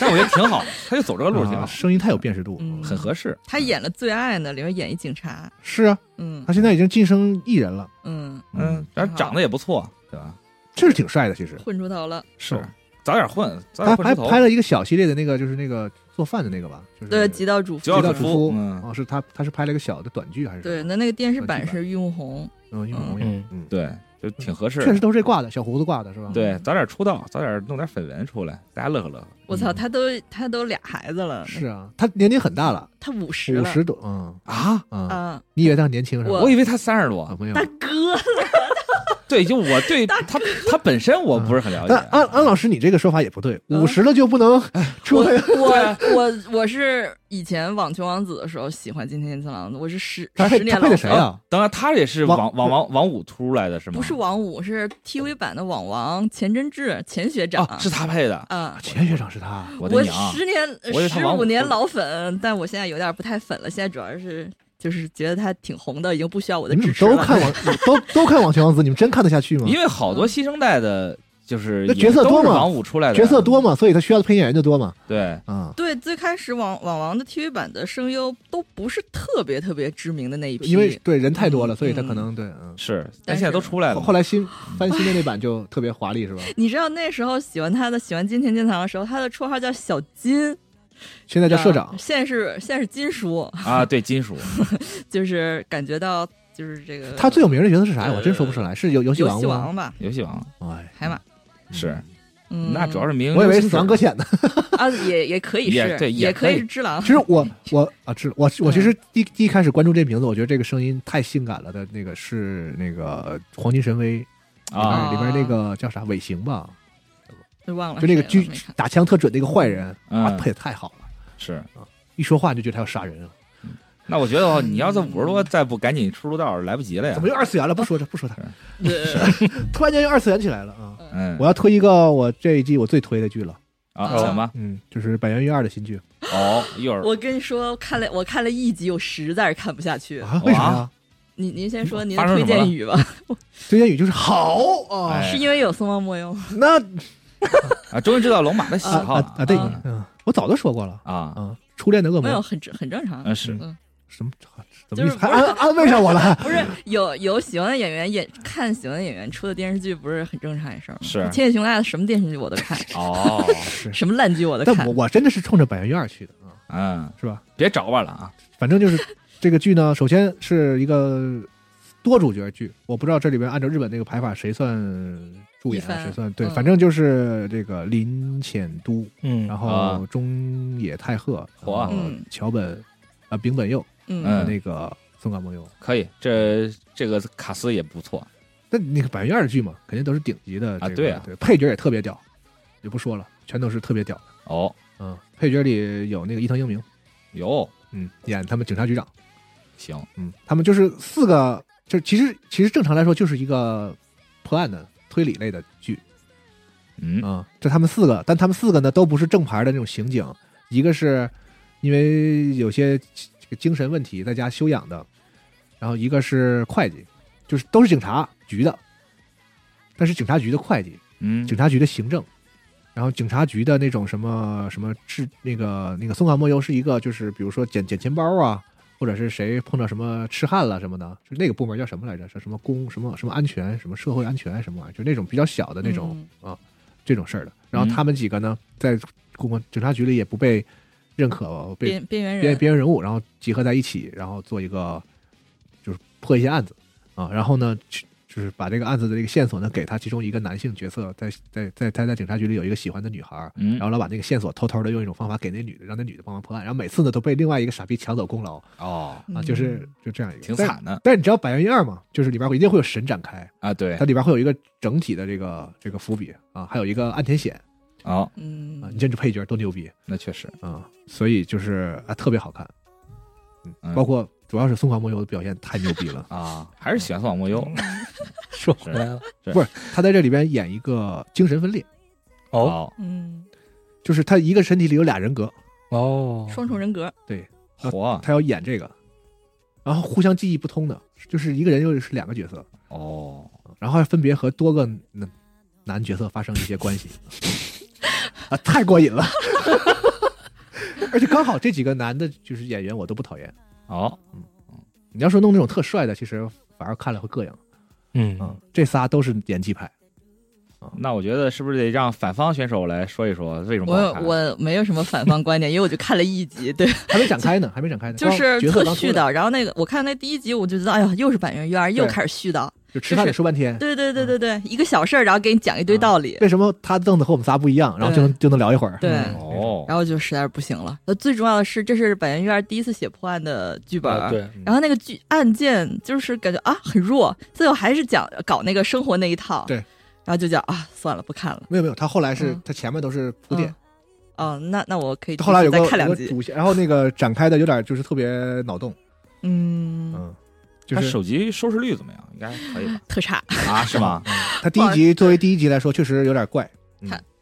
Speaker 9: 但我觉得挺好，他就走这个路挺
Speaker 4: 啊
Speaker 9: 好，
Speaker 4: 声音太有辨识度，
Speaker 8: 嗯
Speaker 9: 很合适。
Speaker 8: 他演了《最爱》呢，里面演一警察，
Speaker 4: 是啊，
Speaker 8: 嗯
Speaker 4: 他现在已经晋升艺人了，
Speaker 8: 嗯，
Speaker 9: 嗯，然
Speaker 8: 挺
Speaker 9: 后
Speaker 8: 好
Speaker 9: 长得也不错，对吧？
Speaker 4: 确实挺帅的。其实
Speaker 8: 混出头了，
Speaker 9: 是
Speaker 4: 哦，
Speaker 9: 早点混，早
Speaker 4: 他
Speaker 9: 点混
Speaker 4: 还
Speaker 9: 出头。
Speaker 4: 拍了一个小系列的那个，就是那个做饭的那个吧，就是
Speaker 8: 对，极道主
Speaker 9: 极
Speaker 8: 夫
Speaker 9: 道
Speaker 4: 极道
Speaker 9: 主夫
Speaker 4: 主夫
Speaker 9: 嗯
Speaker 4: 哦，是他他是拍了一个小的短剧还是什
Speaker 8: 对，
Speaker 4: 么？
Speaker 8: 那那个电视版是玉木宏，
Speaker 4: 嗯，因为我也
Speaker 10: 嗯
Speaker 4: 嗯，
Speaker 9: 对，就挺合适
Speaker 4: 确实
Speaker 9: 的。
Speaker 4: 都是这挂的，小胡子挂的
Speaker 8: 嗯
Speaker 4: 是吧？
Speaker 9: 对，早点出道，早点弄点绯闻出来，大家乐呵乐呵。
Speaker 8: 我操，他都他都俩孩子了，
Speaker 4: 是啊，他年龄很大了，
Speaker 8: 他嗯五十
Speaker 4: 五
Speaker 8: 了
Speaker 4: 十多，嗯
Speaker 9: 啊，
Speaker 4: 啊，
Speaker 8: 啊，
Speaker 4: 你以为他很年轻是吧？
Speaker 9: 我以为他三十
Speaker 4: 啊
Speaker 9: 多。
Speaker 4: 没有
Speaker 8: 大，哥
Speaker 9: 对，就我
Speaker 8: *laughs*
Speaker 9: 对他他本身我不是很了解
Speaker 4: 但。安安老师，你这个说法也不对，
Speaker 8: 嗯
Speaker 4: 五十了就不能出
Speaker 8: 我
Speaker 4: 来。
Speaker 8: 我我我是以前网球王子的时候喜欢金田健次郎的，我是十
Speaker 4: 他
Speaker 8: 十
Speaker 4: 配他
Speaker 8: 年
Speaker 4: 配
Speaker 8: 老
Speaker 4: 的谁啊？
Speaker 9: 当然，他也是
Speaker 4: 王
Speaker 9: 往往往往五出来的是吗？
Speaker 8: 不是网五，是 TV 版的网王钱真志钱学长
Speaker 9: 啊，是他配的。
Speaker 8: 啊。
Speaker 4: 钱学长是他，
Speaker 9: 我的
Speaker 8: 我
Speaker 9: 娘！啊
Speaker 8: 十年
Speaker 9: 我以为他
Speaker 8: 十
Speaker 9: 王五
Speaker 8: 五年老粉，但我现在有点不太粉了。现在主要是就是觉得他挺红的，已经不需要我的
Speaker 4: 你们
Speaker 8: 支持
Speaker 4: 怎么
Speaker 8: 了。
Speaker 4: 都
Speaker 8: *laughs*
Speaker 4: 看网，都都看网球王子，你们真看得下去吗？
Speaker 9: 因为好多新生代的，就是
Speaker 4: 那
Speaker 9: 也
Speaker 4: 角色多
Speaker 9: 都是
Speaker 4: 嘛
Speaker 9: 王五出来的
Speaker 4: 角色多嘛，所以他需要的配音演员就多嘛。
Speaker 9: 对，
Speaker 4: 啊，
Speaker 8: 对，最开始网网王的 TV 版的声优都不是特别特别知名的那一批，
Speaker 4: 因为对人太多了，
Speaker 8: 嗯
Speaker 4: 所以他可能对嗯。
Speaker 9: 是，但
Speaker 8: 但
Speaker 9: 现在
Speaker 8: 是
Speaker 9: 都出来了。
Speaker 4: 后来新翻新的那版就特别华丽是吧？
Speaker 8: 你知道那时候喜欢他的喜欢金田健次郎的时候，他的绰号叫小金，
Speaker 4: 现在叫社长
Speaker 8: 啊，现在是现在是金叔，
Speaker 9: 啊，对，金属
Speaker 8: 就是感觉到就是这
Speaker 9: *laughs*
Speaker 8: 个
Speaker 4: 他最有名的角色是啥呀？
Speaker 8: 呃
Speaker 4: 我真说不出来，是游游戏
Speaker 8: 游
Speaker 4: 王
Speaker 8: 戏王
Speaker 4: 吗？
Speaker 8: 吧，
Speaker 9: 游戏王
Speaker 4: 哎，
Speaker 8: 海马
Speaker 9: 是
Speaker 8: 嗯，
Speaker 9: 那主要是明
Speaker 4: 我以为是死亡
Speaker 8: *laughs*
Speaker 4: 搁浅呢。
Speaker 8: 啊，也也可以
Speaker 9: 也
Speaker 8: 是，
Speaker 9: 对也
Speaker 8: 也可
Speaker 9: 可以
Speaker 8: 是只狼
Speaker 4: 其。实我我啊，知我我其实
Speaker 8: 嗯
Speaker 4: 第第一开始关注这名字，我觉得这个声音太性感了的那个是那个《黄金神威》
Speaker 9: 啊
Speaker 8: 啊
Speaker 4: 里边那个叫啥尾行吧，
Speaker 8: 忘了
Speaker 4: 就
Speaker 8: 谁
Speaker 4: 那
Speaker 8: 了，
Speaker 4: 个狙
Speaker 8: 没看
Speaker 4: 打枪特准那个坏人，啊，
Speaker 9: 嗯
Speaker 4: 配的太好了，
Speaker 9: 是。
Speaker 4: 一说话你就觉得他要杀人啊了。
Speaker 9: 那我觉得哦你要是五十多再不赶紧出出道，来不及了呀
Speaker 4: 嗯怎么。又二次元了？不说他，不说他，
Speaker 8: 对
Speaker 4: 突然间又二次元起来了啊！
Speaker 9: 嗯，
Speaker 4: 我要推一个我这一季我最推的剧了，
Speaker 9: 啊
Speaker 8: 哦
Speaker 9: 怎么？
Speaker 4: 嗯，就是《百元一二》的新剧
Speaker 9: 哦，一会
Speaker 8: *laughs*
Speaker 9: 儿
Speaker 8: 我跟你说，看了我看了一集，我实在是看不下去。
Speaker 4: 啊？为啥呀？
Speaker 8: 您您先说您的
Speaker 9: 嗯发生
Speaker 8: 推
Speaker 9: 什么了
Speaker 8: 荐语吧，
Speaker 4: 推荐语就是好啊，
Speaker 9: *laughs* 哎
Speaker 8: 是因为有松王莫忧吗？
Speaker 4: 那
Speaker 9: 啊，终于知道龙马的喜
Speaker 4: 啊
Speaker 9: 好
Speaker 4: 啊
Speaker 9: 了
Speaker 4: 啊，对
Speaker 8: 啊，
Speaker 4: 嗯，我早就说过了
Speaker 9: 啊，
Speaker 4: 啊，《初恋的恶
Speaker 8: 没
Speaker 4: 魔
Speaker 8: 有，》很正很正常。
Speaker 9: 嗯是
Speaker 8: 嗯，
Speaker 4: 什么怎么
Speaker 8: 就
Speaker 4: 意思
Speaker 8: 是
Speaker 4: 还安安慰上我了？
Speaker 8: *laughs* 不是有有喜欢的演员演看喜欢的演员出的电视剧，不是很正常的事儿吗？
Speaker 9: 是
Speaker 8: 千与熊大的什么电视剧我都看， *laughs*
Speaker 9: 哦，
Speaker 8: 什么烂剧我都
Speaker 4: 但
Speaker 8: 看
Speaker 4: 我。我真的是冲着《百元一二》去的啊，
Speaker 9: 嗯，
Speaker 4: 是吧？
Speaker 9: 别找我了啊，
Speaker 4: 反正就是这个剧呢，首先是一个多主角剧，我不知道这里边按照日本那个排法谁算主演
Speaker 8: 一
Speaker 4: 啊，
Speaker 8: 番
Speaker 4: 谁算对，
Speaker 8: 嗯
Speaker 4: 反正就是这个林浅都，
Speaker 10: 嗯
Speaker 4: 然
Speaker 9: 啊
Speaker 4: 后中野太鹤，
Speaker 9: 火啊
Speaker 4: 然后
Speaker 8: 嗯
Speaker 4: 桥本啊丙本佑，
Speaker 8: 嗯
Speaker 9: 嗯
Speaker 4: 和那个松冈梦优。
Speaker 9: 可以，这这个卡斯也不错，
Speaker 4: 那那个百元一二的剧嘛，肯定都是顶级的这个
Speaker 9: 啊对啊
Speaker 4: 对，配角也特别屌，就不说了，全都是特别屌的。
Speaker 9: 哦，
Speaker 4: 嗯，配角里有那个伊藤英明，
Speaker 9: 有
Speaker 4: 嗯，演他们警察局长。
Speaker 9: 行，
Speaker 4: 嗯，他们就是四个，就其实其实正常来说就是一个破案的推理类的剧
Speaker 9: 嗯
Speaker 4: 啊、这他们四个，但他们四个呢都不是正牌的那种刑警，一个是因为有些这个精神问题在家休养的，然后一个是会计，就是都是警察局的，但是警察局的会计，
Speaker 9: 嗯
Speaker 4: 警察局的行政。然后警察局的那种什么什么治那个那个松冈莫优是一个就是比如说捡捡钱包啊，或者是谁碰到什么痴汉了什么的，就那个部门叫什么来着？是什么公什么什么安全什么社会安全什么玩意儿？就那种比较小的那
Speaker 8: 嗯
Speaker 4: 种、啊这种事儿的。然后他们几个呢，在公安警察局里也不被认可，被
Speaker 8: 边边缘
Speaker 4: 边
Speaker 9: 嗯
Speaker 8: 人，
Speaker 4: 边缘人物，然后集合在一起，然后做一个就是破一些案子啊，然后呢去就是把这个案子的这个线索呢给他其中一个男性角色，在在在他在警察局里有一个喜欢的女孩儿，
Speaker 9: 嗯
Speaker 4: 然后老把那个线索偷偷的用一种方法给那女的，让那女的帮忙破案，然后每次呢都被另外一个傻逼抢走功劳
Speaker 9: 哦，
Speaker 8: 嗯
Speaker 4: 啊，就是就这样一个，
Speaker 9: 挺
Speaker 4: 但。
Speaker 9: 惨的
Speaker 4: 但是你知道《百元一二》嘛，就是里边会一定会有神展开，
Speaker 9: 啊，对
Speaker 4: 它，里边会有一个整体的这个这个伏笔啊，还有一个岸田显
Speaker 9: 哦，
Speaker 8: 嗯
Speaker 4: 啊，，你这配角都牛逼
Speaker 9: 那确实，
Speaker 4: 啊，所以就是啊特别好看，
Speaker 9: 嗯，
Speaker 4: 嗯，包括主要是松冈莫优的表现太牛逼了
Speaker 9: 啊，还是喜欢宋莫优，
Speaker 10: 说回来了，
Speaker 4: 不是他在这里边演一个精神分裂，
Speaker 10: 哦
Speaker 9: 哦，
Speaker 8: 嗯，
Speaker 4: 就是他一个身体里有俩人格，
Speaker 10: 哦，
Speaker 8: 双重人格，
Speaker 4: 嗯
Speaker 9: 火啊
Speaker 4: 他要演这个，然后互相记忆不通的，就是一个人又是两个角色，
Speaker 9: 哦，
Speaker 4: 然后还分别和多个男男角色发生一些关系，啊，太过瘾了。 *laughs* 而且刚好这几个男的，就是演员我都不讨厌。
Speaker 9: 哦，
Speaker 4: 你要说弄那种特帅的，其实反而看了会膈应。
Speaker 10: 嗯
Speaker 4: 嗯，这仨都是演技派。
Speaker 9: 那我觉得是不是得让反方选手来说一说为什么不
Speaker 8: 我
Speaker 9: 好
Speaker 8: 有
Speaker 9: 看？嗯
Speaker 8: 我没有什么反方观点，因为我就看了一集，对，
Speaker 4: 还没展开呢，还没展开呢，
Speaker 8: 就是
Speaker 4: 刚哦角
Speaker 8: 特
Speaker 4: 色刚出
Speaker 8: 絮
Speaker 4: 来，
Speaker 8: 叨。然后那个我看那第一集，我就觉得，哎呀，又是板垣院儿，又
Speaker 4: 对
Speaker 8: 开始絮叨。
Speaker 4: 就吃饭得
Speaker 8: 就是
Speaker 4: 说半天。
Speaker 8: 对对对对对，一个小事儿，然后给你讲一堆
Speaker 4: 嗯
Speaker 8: 道理，
Speaker 4: 为什么他的凳子和我们仨不一样？然后就能就能聊一会儿。
Speaker 8: 对
Speaker 4: 嗯
Speaker 9: 哦，
Speaker 8: 然后就实在是不行了。呃，最重要的是，这是板垣院儿第一次写破案的剧本儿，
Speaker 10: 啊
Speaker 4: 嗯
Speaker 10: 对，
Speaker 8: 然后那个剧案件就是感觉啊很弱，最后还是讲搞那个生活那一套。
Speaker 4: 对，
Speaker 8: 然后就讲啊算了不看了。
Speaker 4: 没有没有，他后来是
Speaker 8: 嗯
Speaker 4: 他前面都是铺垫
Speaker 8: 嗯，哦，那那我可以
Speaker 4: 他后来有
Speaker 8: 继续
Speaker 4: 个
Speaker 8: 再看
Speaker 4: 有
Speaker 8: 两
Speaker 4: 个
Speaker 8: 集。
Speaker 4: 主线，然后那个展开的有点就是特别脑洞，
Speaker 8: 嗯，
Speaker 4: 嗯，就
Speaker 9: 他
Speaker 4: 是
Speaker 9: 手机收视率怎么样？应该可以吧？
Speaker 8: 特差。
Speaker 9: 啊，是
Speaker 4: *laughs*
Speaker 9: 吗？
Speaker 4: 他第一集作为第一集来说确实有点怪，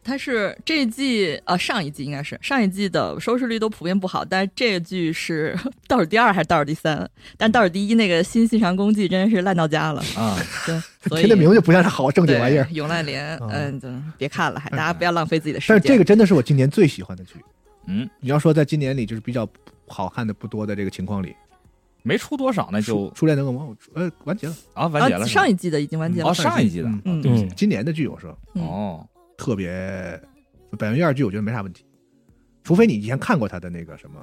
Speaker 8: 它是这一季啊，上一季应该是上一季的呃收视率都普遍不好，但是这一季是倒数第二还是倒数第三？但倒数第一那个新信长公祭真是烂到家了，
Speaker 9: 啊，
Speaker 8: 对，所以
Speaker 4: 听这名字就不像是好正
Speaker 8: 对
Speaker 4: 经
Speaker 9: 哎
Speaker 4: 玩意儿。
Speaker 8: 永濑廉，
Speaker 4: 嗯
Speaker 8: 嗯，就别看了，还大家不要浪费自己的时
Speaker 4: 但
Speaker 8: 间。
Speaker 4: 是这个真的是我今年最喜欢的剧。
Speaker 9: 嗯，
Speaker 4: 你要说在今年里就是比较好看的不多的这个情况里，
Speaker 9: 没出多少，那
Speaker 4: 初
Speaker 9: 就
Speaker 4: 《初恋的恶魔》我呃完结了，
Speaker 9: 啊完结
Speaker 8: 啊
Speaker 9: 了是吧。
Speaker 8: 上一季的已经完结了
Speaker 9: 哦，，上一季的，
Speaker 4: 嗯，
Speaker 8: 嗯
Speaker 4: 对不起
Speaker 10: 嗯
Speaker 4: 今年的剧我说
Speaker 8: 嗯
Speaker 9: 哦，
Speaker 4: 特别，百元院剧我觉得没啥问题，除非你以前看过他的那个什么，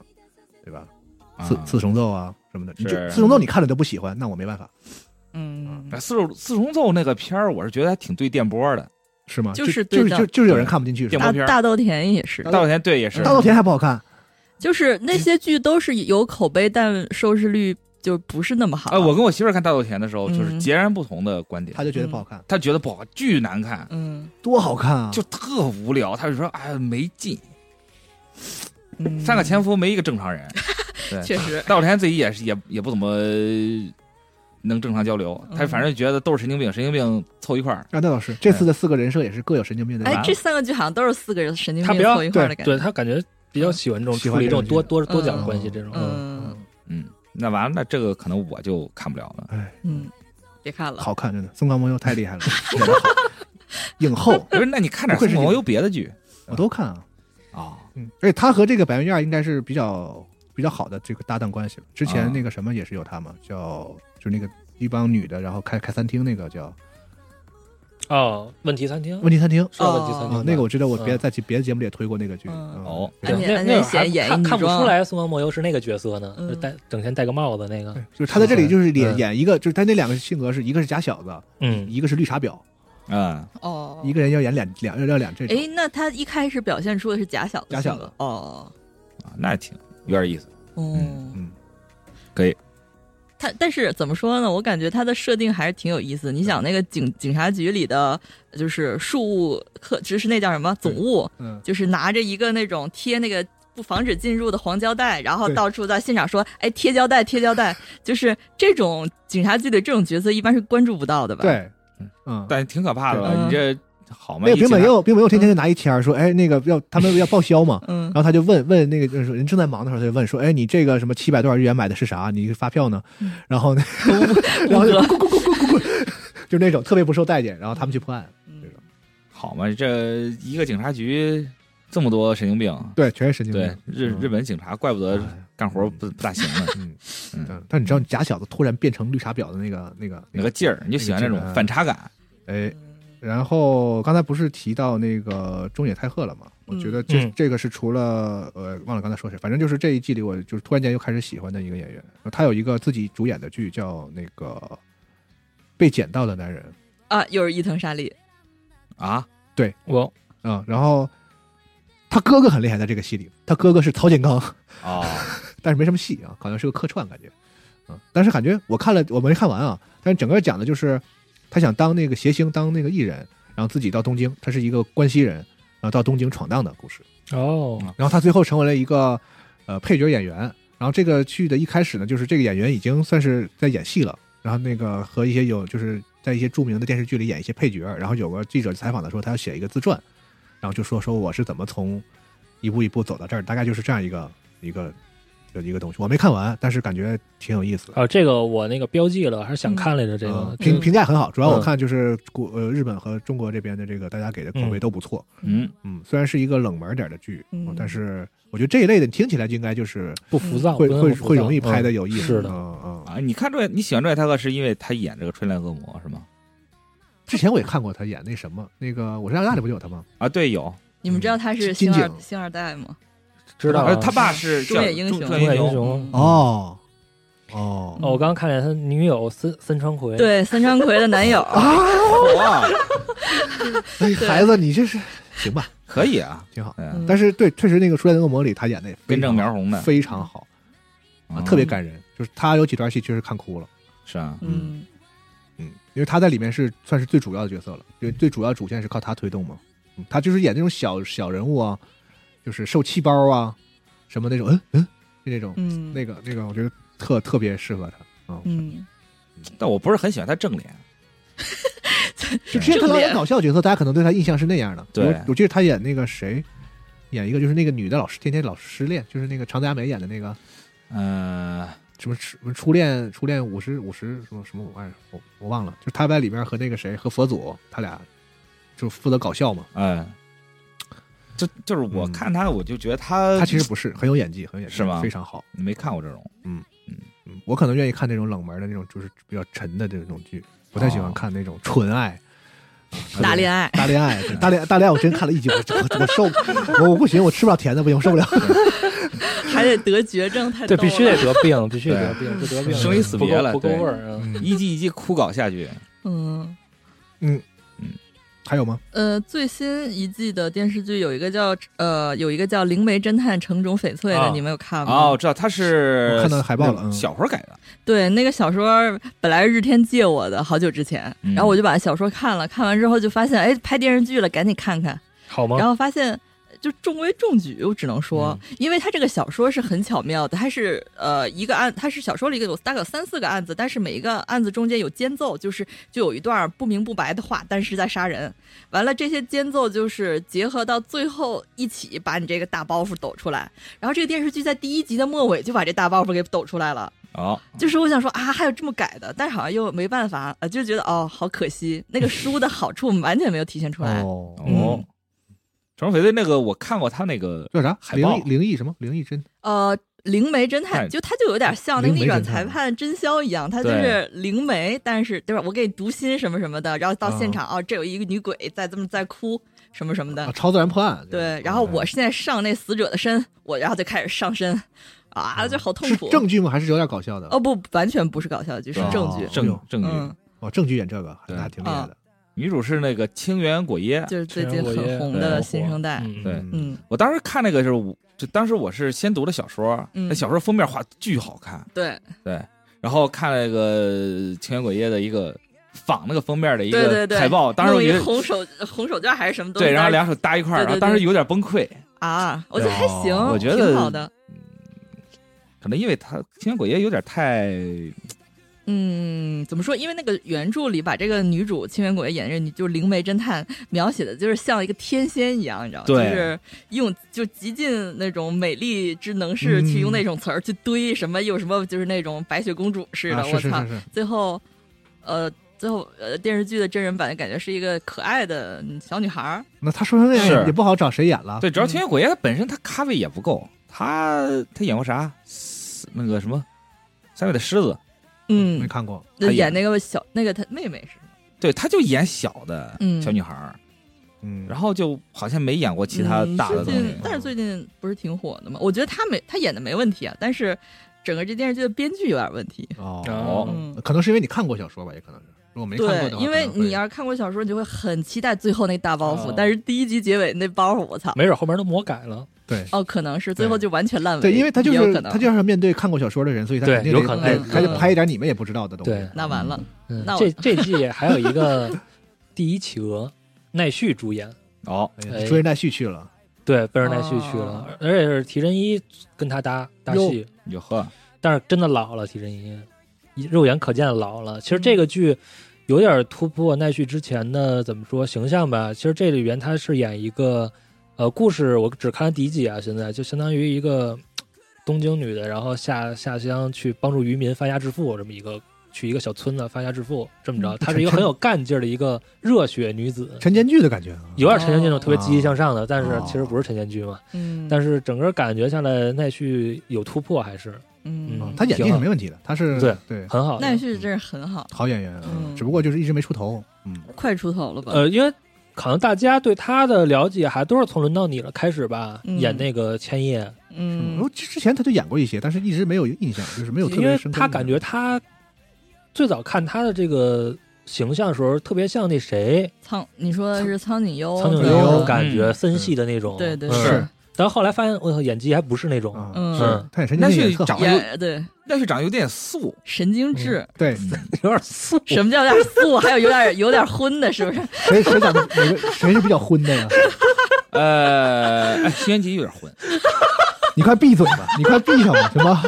Speaker 4: 对吧？
Speaker 9: 啊
Speaker 4: 四四重奏啊什么的，你就是四重奏你看了都不喜欢，那我没办法，
Speaker 8: 嗯，
Speaker 9: 哎四重四重奏那个片儿，我是觉得还挺对电波的，
Speaker 4: 是吗？
Speaker 8: 就
Speaker 4: 就是
Speaker 8: 对
Speaker 4: 就是
Speaker 8: 的
Speaker 4: 就就是有人看不进去是
Speaker 9: 电
Speaker 4: 吧。
Speaker 8: 大
Speaker 9: 影片儿
Speaker 8: 大豆田也是
Speaker 9: 大，豆田对也是
Speaker 4: 大豆田还不好看，
Speaker 8: 就是那些剧都是有口碑，但收视率就不是那么好。
Speaker 9: 啊，我跟我媳妇儿看大豆田的时候，就是
Speaker 8: 嗯
Speaker 9: 截然不同的观点
Speaker 4: 他。就觉得不好看，
Speaker 9: 她觉得不好，巨难看，
Speaker 8: 嗯
Speaker 4: 多好看啊！
Speaker 9: 嗯就特无聊。她就说：“哎呀，没劲，
Speaker 8: 嗯，
Speaker 9: 三个前夫没一个正常
Speaker 4: *laughs*
Speaker 9: 人。
Speaker 8: 确实”
Speaker 9: 大豆田自己也是也也不怎么能正常交流，她
Speaker 8: 嗯
Speaker 9: 反正觉得都是神经病，神经病凑一块儿。
Speaker 4: 啊，那倒是，这次的四个人设也是各有神经病的地
Speaker 8: 哎
Speaker 4: 方。，
Speaker 8: 这三个剧好像都是四个人神经
Speaker 10: 他
Speaker 8: 病
Speaker 10: 比较
Speaker 8: 凑一块儿的感觉。
Speaker 10: 对他感觉比较喜欢这种
Speaker 4: 喜
Speaker 10: 处
Speaker 4: 欢
Speaker 10: 理这种
Speaker 4: 这种
Speaker 10: 多
Speaker 4: 剧
Speaker 10: 多多角
Speaker 8: 嗯
Speaker 10: 关系这种。
Speaker 8: 嗯
Speaker 9: 嗯，那完了，那这个可能我就看不了
Speaker 4: *laughs*
Speaker 9: 了。
Speaker 8: 嗯，别看了。
Speaker 4: 好看，真的，松冈萌优太厉害了，演得好影后
Speaker 9: 不是，那你看点
Speaker 4: 不愧是
Speaker 9: 宋
Speaker 4: 你
Speaker 9: 某有别的剧
Speaker 4: 我都看啊，
Speaker 9: 啊？
Speaker 4: 嗯，而且他和这个百元院应该是比较比较好的这个搭档关系了。之
Speaker 9: 啊
Speaker 4: 前那个什么也是有他嘛，叫就那个一帮女的，然后开开餐厅那个叫
Speaker 10: 哦，问题餐厅
Speaker 4: 问题餐厅
Speaker 10: 是问题餐厅
Speaker 4: 啊
Speaker 10: 吧，
Speaker 4: 那个我知道，我别
Speaker 10: 嗯哎
Speaker 4: 在别的节目里也推过那个剧。
Speaker 8: 嗯
Speaker 4: 嗯
Speaker 9: 哦
Speaker 10: 对
Speaker 8: 安
Speaker 10: 那
Speaker 8: 恋
Speaker 10: 那会儿
Speaker 8: 安恋
Speaker 10: 还
Speaker 8: 贤演一
Speaker 10: 看
Speaker 8: 女
Speaker 10: 看不出
Speaker 8: 装，
Speaker 10: 来松冈莫优是那个角色呢，
Speaker 8: 嗯
Speaker 10: 就戴整天戴个帽子那个。
Speaker 4: 就是他在这里就是
Speaker 10: 嗯
Speaker 4: 演演一个，就是他那两个性格是一个是假小子，
Speaker 10: 嗯，
Speaker 4: 一个是绿茶婊，
Speaker 9: 嗯，
Speaker 8: 哦
Speaker 4: 一个人要演两两要演这种
Speaker 8: 哎，，那他一开始表现出的是假小子，
Speaker 4: 假小
Speaker 8: 是吗
Speaker 4: 子
Speaker 8: 哦，
Speaker 9: 啊那挺有点意思。
Speaker 8: 哦
Speaker 9: 嗯，
Speaker 4: 嗯，
Speaker 8: 他但是怎么说呢？我感觉他的设定还是挺有意思的。你想那个警警察局里的就是树务科，就是那叫什么总务，
Speaker 4: 嗯，
Speaker 8: 就是拿着一个那种贴那个。不防止进入的黄胶带，然后
Speaker 4: 对
Speaker 8: 到处在现场说：“哎，贴胶带，贴胶带。” *laughs* 就是这种警察局里这种角色，一般是关注不到的吧？，
Speaker 4: 对，嗯，
Speaker 9: 但挺可怕的吧？
Speaker 8: 嗯，
Speaker 9: 你这好吗？
Speaker 4: 那个
Speaker 9: 一起
Speaker 4: 冰本
Speaker 9: 看
Speaker 4: 佑，冰本佑
Speaker 10: 嗯
Speaker 4: 天天就拿一签儿说，哎，那个要他们要报销嘛
Speaker 8: 嗯
Speaker 4: 然，后他就问问那个就是人正在忙的时候，他就问说，哎，你这个什么七百多少日元买的是啥？你发票呢？
Speaker 10: 嗯
Speaker 4: *laughs* 然后呢，然后就咕咕咕咕咕咕咕，就那种特别不受待见，然后他们去破案，
Speaker 8: 嗯
Speaker 9: 好嘛，这一个警察局这么多神经病，
Speaker 4: 对，全是神经病
Speaker 9: 对。日
Speaker 4: 嗯
Speaker 9: 日本警察，怪不得
Speaker 4: 哎
Speaker 9: 干活不不大行呢，
Speaker 4: 嗯
Speaker 9: 嗯
Speaker 4: 嗯，但你知道假小子突然变成绿茶婊的那个那个
Speaker 9: 那个劲儿，你就喜欢这种
Speaker 4: 那个劲儿啊
Speaker 9: 反差感。
Speaker 4: 哎，然后刚才不是提到那个中野太鹤了吗？我觉得这、
Speaker 10: 嗯
Speaker 4: 这个是除了呃忘了刚才说谁，反正就是这一季里我就是突然间又开始喜欢的一个演员，他有一个自己主演的剧叫那个被捡到的男人
Speaker 8: 啊，又是伊藤沙莉，
Speaker 9: 啊，
Speaker 10: 我
Speaker 4: 啊、然后他哥哥很厉害，在这个戏里，他哥哥是曹建刚，
Speaker 9: 哦，
Speaker 4: 但是没什么戏啊，好像是个客串感觉，啊，但是感觉我看了我没看完啊，但是整个讲的就是他想当那个谐星，当那个艺人，然后自己到东京，他是一个关西人，然后到东京闯荡的故事，
Speaker 10: 哦，
Speaker 4: 然后他最后成为了一个呃配角演员，然后这个剧的一开始呢，就是这个演员已经算是在演戏了，然后那个和一些有就是在一些著名的电视剧里演一些配角，然后有个记者采访的时候，他要写一个自传，然后就说说我是怎么从一步一步走到这儿，大概就是这样一个一个有一个东西，我没看完，但是感觉挺有意思的。
Speaker 10: 啊，这个我那个标记了，还是想
Speaker 8: 嗯
Speaker 10: 看来着这个
Speaker 4: 呃。评
Speaker 8: 嗯
Speaker 4: 评价很好，主要我
Speaker 10: 嗯
Speaker 4: 看就是国呃日本和中国这边的这个大家给的口碑
Speaker 10: 嗯
Speaker 4: 都不错，
Speaker 9: 嗯，
Speaker 4: 嗯，虽然是一个冷门点儿的剧，
Speaker 8: 嗯
Speaker 4: 哦但是我觉得这一类的听起来就应该就是
Speaker 10: 不浮躁，
Speaker 4: 会
Speaker 10: 不那么
Speaker 4: 会
Speaker 10: 浮
Speaker 4: 会
Speaker 10: 躁
Speaker 4: 容易
Speaker 10: 嗯
Speaker 4: 拍的有意思。
Speaker 10: 是的
Speaker 4: 嗯嗯。
Speaker 9: 啊，你看这你喜欢这太恶是因为他演这个春兰恶魔是吗？
Speaker 4: 之前我也看过他演那什么，那个《我是爱大》里不就有他吗？
Speaker 9: 啊，对，有，
Speaker 8: 你们知道他是
Speaker 4: 嗯金
Speaker 8: 星二
Speaker 4: 井
Speaker 8: 星二代吗？嗯
Speaker 10: 知道
Speaker 9: 呃
Speaker 10: 啊
Speaker 9: 他爸是
Speaker 8: 中
Speaker 9: 叫
Speaker 8: 野英雄
Speaker 9: 中
Speaker 10: 中
Speaker 9: 野
Speaker 10: 野英
Speaker 9: 英
Speaker 10: 雄
Speaker 8: 嗯
Speaker 4: 哦哦
Speaker 10: 哦，我刚刚看见他女友森森川葵，，
Speaker 8: 对，森川葵的男
Speaker 4: *laughs*
Speaker 8: 友。
Speaker 4: 啊
Speaker 9: 哇，
Speaker 4: 哎，孩子，你这是 *laughs* 行吧，
Speaker 9: 可以啊，
Speaker 4: 挺好。
Speaker 9: 嗯，
Speaker 8: 嗯
Speaker 4: 但是对，确实那个《初恋的恶魔》里他演的也非
Speaker 9: 根
Speaker 4: 常
Speaker 9: 正苗红的，
Speaker 4: 非常好啊，
Speaker 9: 嗯
Speaker 4: 特别感人。就是他有几段戏确实看哭了，
Speaker 9: 是啊，
Speaker 8: 嗯
Speaker 4: 嗯，因为他在里面是算是最主要的角色了，因为最主要主线是靠他推动嘛。嗯他就是演那种小小人物啊，就是受气包啊，什么那种，嗯嗯，就那种
Speaker 8: 嗯，
Speaker 4: 那个那个，我觉得特特别适合他啊。
Speaker 8: 嗯，
Speaker 9: 但我不是很喜欢他正
Speaker 8: *laughs*
Speaker 9: 脸，
Speaker 4: 就之前他老演搞笑角色，大家可能对他印象是那样的。
Speaker 9: 对
Speaker 4: 我我记得他演那个谁，演一个就是那个女的老师，天天老失恋，就是那个长泽雅美演的那个
Speaker 9: 嗯，
Speaker 4: 什么初什么初恋初恋五十五十什么什么玩意儿，我我忘了。就是他在里边和那个谁和佛祖，他俩就负责搞笑嘛。
Speaker 9: 哎，就就是我
Speaker 4: 嗯
Speaker 9: 看他，我就觉得他
Speaker 4: 他其实不是很有演技，很有演技，
Speaker 9: 呃是吗
Speaker 4: 非常好。
Speaker 9: 没看过这种，
Speaker 4: 嗯，我可能愿意看那种冷门的那种，就是比较沉的这种剧，不太喜
Speaker 9: 哦
Speaker 4: 欢看那种纯爱。
Speaker 8: 大恋爱。
Speaker 4: 大恋
Speaker 9: *laughs*
Speaker 4: 爱，对大恋大恋爱，我真看了一集，我我我受，我我不行，我吃不了甜的，不行，我受不了。
Speaker 8: 还得得绝症，太
Speaker 10: 对，
Speaker 8: 逗了
Speaker 10: 必须得得病，必须得得病，不得病
Speaker 9: 生离死
Speaker 10: 不
Speaker 9: 别
Speaker 10: 够
Speaker 9: 了
Speaker 10: 不够
Speaker 4: 嗯
Speaker 9: 对
Speaker 10: 味儿啊。
Speaker 9: 一季一季枯槁下去，
Speaker 8: 嗯
Speaker 4: 嗯，还有吗？
Speaker 8: 呃，最新一季的电视剧有一个叫呃，有一个叫《灵媒侦探城冢翡翠》的，
Speaker 5: 啊
Speaker 8: 你们有看吗？
Speaker 9: 哦，我知道他是
Speaker 4: 嗯我看到海报了嗯
Speaker 9: 小说改的，
Speaker 8: 对，那个小说本来是日天借我的，好久之前，
Speaker 9: 嗯
Speaker 8: 然后我就把小说看了，看完之后就发现，哎，拍电视剧了，赶紧看看，
Speaker 10: 好吗
Speaker 8: 然？后发现。呃就中规中矩，我只能说，因为它这个小说是很巧妙的，它是呃一个案，它是小说里有大概有三四个案子，但是每一个案子中间有间奏，就是就有一段不明不白的话，但是在杀人。完了，这些间奏就是结合到最后一起把你这个大包袱抖出来。然后这个电视剧在第一集的末尾就把这大包袱给抖出来了。
Speaker 9: 哦，
Speaker 8: 就是我想说啊，还有这么改的，但是好像又没办法，呃，就觉得哦，好可惜，那个书的好处完全没有体现出来。
Speaker 4: 哦
Speaker 8: 嗯
Speaker 9: 哦，陈翡翠那个我看过他那个
Speaker 4: 叫啥？
Speaker 9: 海
Speaker 4: 灵
Speaker 9: 报
Speaker 4: 异灵异什么？灵异真
Speaker 8: 呃，灵媒侦
Speaker 9: 哎
Speaker 8: 探就它就有点像那
Speaker 4: 灵
Speaker 8: 个
Speaker 4: 媒
Speaker 8: 逆转
Speaker 4: 侦探
Speaker 8: 裁判真宵一样，它就
Speaker 9: 对
Speaker 8: 是灵媒，但是对吧？我给你读心什么什么的，然后到
Speaker 9: 嗯
Speaker 8: 现场哦，这有一个女鬼在这么在哭什么什么的
Speaker 4: 啊，，超自然破案。
Speaker 8: 嗯
Speaker 4: 嗯
Speaker 8: 对。然
Speaker 9: 嗯
Speaker 8: 后我现在上那死者的身，我然后就开始上身，啊，
Speaker 9: 嗯
Speaker 8: 就好痛
Speaker 4: 是
Speaker 8: 苦。
Speaker 4: 正剧吗？还是有点搞笑的？
Speaker 8: 哦不，完全不是搞笑剧，是
Speaker 9: 对啊
Speaker 8: 正剧
Speaker 4: 哦。
Speaker 9: 证
Speaker 4: 哎呦
Speaker 9: 证
Speaker 8: 嗯
Speaker 9: 据，，
Speaker 4: 哦，正剧演这个，
Speaker 9: 对
Speaker 4: 那还挺厉害的。
Speaker 9: 女主是那个清源果耶，
Speaker 8: 就是最近很红
Speaker 9: 对
Speaker 8: 的新生代。
Speaker 10: 嗯
Speaker 9: 对
Speaker 4: 嗯
Speaker 8: 嗯，
Speaker 9: 我当时看那个就是我，就当时我是先读的小说，
Speaker 8: 嗯
Speaker 9: 那小说封面画巨好看，
Speaker 8: 对
Speaker 9: 对，然后看了一个清源果耶的一个仿那个封面的一
Speaker 8: 对
Speaker 9: 个
Speaker 8: 对对
Speaker 9: 海报，当时我
Speaker 8: 弄一
Speaker 9: 觉得
Speaker 8: 红手红手绢还是什么东西，
Speaker 9: 对，然后两手搭一块儿，
Speaker 8: 对对
Speaker 9: 然后当时
Speaker 8: 对
Speaker 9: 有点崩溃，
Speaker 8: 啊，我觉得还行，
Speaker 9: 我觉
Speaker 8: 挺
Speaker 9: 得
Speaker 8: 好的，
Speaker 9: 可能因为他清源果耶有点太
Speaker 8: 嗯，怎么说？因为那个原著里把这个女主清源果耶演这女就是灵媒侦探描写的就是像一个天仙一样，你知道吗？就
Speaker 9: 对
Speaker 8: 是用就极尽那种美丽之能事，
Speaker 4: 嗯
Speaker 8: 去用那种词儿去堆什么，有什么就是那种白雪公主似的，
Speaker 4: 啊，是是
Speaker 8: 我操
Speaker 4: 是！是，
Speaker 8: 最后，呃，最后呃电视剧的真人版感觉是一个可爱的小女孩儿，
Speaker 4: 那他说成那
Speaker 9: 是
Speaker 4: 样也不好找谁演了。
Speaker 9: 对，
Speaker 8: 嗯
Speaker 9: 主要清源果耶他本身他咖位也不够，他他演过啥？那个什么三月的狮子，
Speaker 4: 没
Speaker 8: 嗯，
Speaker 4: 看过。
Speaker 9: 她演
Speaker 8: 演那个小那个她妹妹是吗
Speaker 9: 对，他就演小的
Speaker 8: 嗯
Speaker 9: 小女孩儿，
Speaker 4: 嗯，
Speaker 9: 然后就好像没演过其他
Speaker 8: 嗯
Speaker 9: 大的东
Speaker 8: 最
Speaker 9: 西。
Speaker 8: 近但是最近不是挺火的吗？我觉得他没他演的没问题啊，但是整个这电视剧的编剧有点问题。
Speaker 4: 哦，
Speaker 9: 哦
Speaker 8: 嗯，
Speaker 4: 可能是因为你看过小说吧，也可能是。如果没看过
Speaker 8: 对
Speaker 4: 的，话，
Speaker 8: 因为
Speaker 4: 可能会
Speaker 8: 你要是看过小说，你就会很期待最后那大包袱
Speaker 10: 哦，
Speaker 8: 但是第一集结尾那包袱，我操！
Speaker 10: 没准后面都魔改了，
Speaker 4: 对
Speaker 8: 哦，可能是最后就完全烂尾。
Speaker 4: 对，因为他就
Speaker 8: 嗯也有
Speaker 4: 是
Speaker 8: 可
Speaker 4: 他
Speaker 8: 能，
Speaker 4: 就是要面对看过小说的人，所以他
Speaker 10: 对
Speaker 4: 肯定
Speaker 10: 有
Speaker 4: 得
Speaker 10: 可
Speaker 8: 能
Speaker 4: 哎
Speaker 8: 嗯
Speaker 4: 还得
Speaker 8: 嗯
Speaker 4: 拍一点你们也不知道的东西。
Speaker 10: 对
Speaker 8: 那完了，
Speaker 10: 嗯
Speaker 8: 那，我
Speaker 10: 这这季还有一个第一企鹅奈绪主演，哦
Speaker 9: 哦，
Speaker 4: 哎，追人带续去了，
Speaker 10: 对，奔着奈绪去了，而而且是提真一跟他搭搭戏，
Speaker 9: 哟呵，
Speaker 10: 但是真的老了，提真一肉眼可见地老了。其实这个剧有点突破奈绪之前的怎么说形象吧。其实这里边他是演一个呃故事，我只看了第一集啊，现在就相当于一个东京女的，然后下下乡去帮助渔民发家致富这么一个。去一个小村子发家致富，这么着，她是一个很有干劲儿的一个热血女子，
Speaker 4: 陈间剧的感觉啊。
Speaker 10: 有点陈建剧那种特别积极向上的，但是
Speaker 4: 哦
Speaker 10: 其实不是陈建剧嘛。
Speaker 8: 嗯，
Speaker 10: 但
Speaker 8: 是
Speaker 10: 是整个感觉下来，奈绪有突破，还是
Speaker 8: 嗯
Speaker 10: 嗯，
Speaker 4: 啊他演嗯技
Speaker 10: 挺
Speaker 4: 是
Speaker 10: 好
Speaker 4: 没问题的，他是
Speaker 10: 对
Speaker 4: 对
Speaker 10: 很好的。
Speaker 8: 奈绪真是很好，
Speaker 4: 好演员，
Speaker 8: 嗯
Speaker 4: 只不过就是一直没出头。嗯，
Speaker 8: 快出头了吧？
Speaker 10: 呃，因为可能大家对他的了解还都是从《轮到你了》开始吧，
Speaker 8: 嗯
Speaker 10: 演那个千叶，
Speaker 4: 然
Speaker 8: 嗯
Speaker 4: 后之之前他就演过一些，但是一直没有印象，就是没有特
Speaker 10: 因
Speaker 4: 别
Speaker 10: 为
Speaker 4: 深刻的印象。
Speaker 10: 他感觉他最早看他的这个形象的时候，特别像那谁
Speaker 8: 苍，你说的是苍井优，
Speaker 10: 苍井
Speaker 4: 对
Speaker 10: 优，
Speaker 4: 嗯
Speaker 10: 感觉
Speaker 9: 嗯
Speaker 10: 森系的那种，
Speaker 8: 对对
Speaker 10: 嗯
Speaker 4: 是，
Speaker 10: 但后来发现，我操，演技还不是那种，
Speaker 4: 啊，
Speaker 8: 嗯
Speaker 4: 是他演陈
Speaker 9: 那
Speaker 4: 间剧演得
Speaker 9: 是
Speaker 4: 特好
Speaker 9: 长，
Speaker 8: 也对
Speaker 9: 但是长得有点
Speaker 10: *laughs*
Speaker 9: 素，
Speaker 8: 神经质，
Speaker 4: 对，
Speaker 10: 有点
Speaker 4: 嗯
Speaker 8: *laughs*
Speaker 10: 素。
Speaker 8: 什么叫有点素，还有有点有点昏的，
Speaker 4: *laughs*
Speaker 8: 是不是？
Speaker 4: 谁谁长得哪个谁是比较昏的呀？
Speaker 9: 呃，哎，新垣结衣有点混，
Speaker 4: 你快闭嘴吧，你快闭上吧，行吗？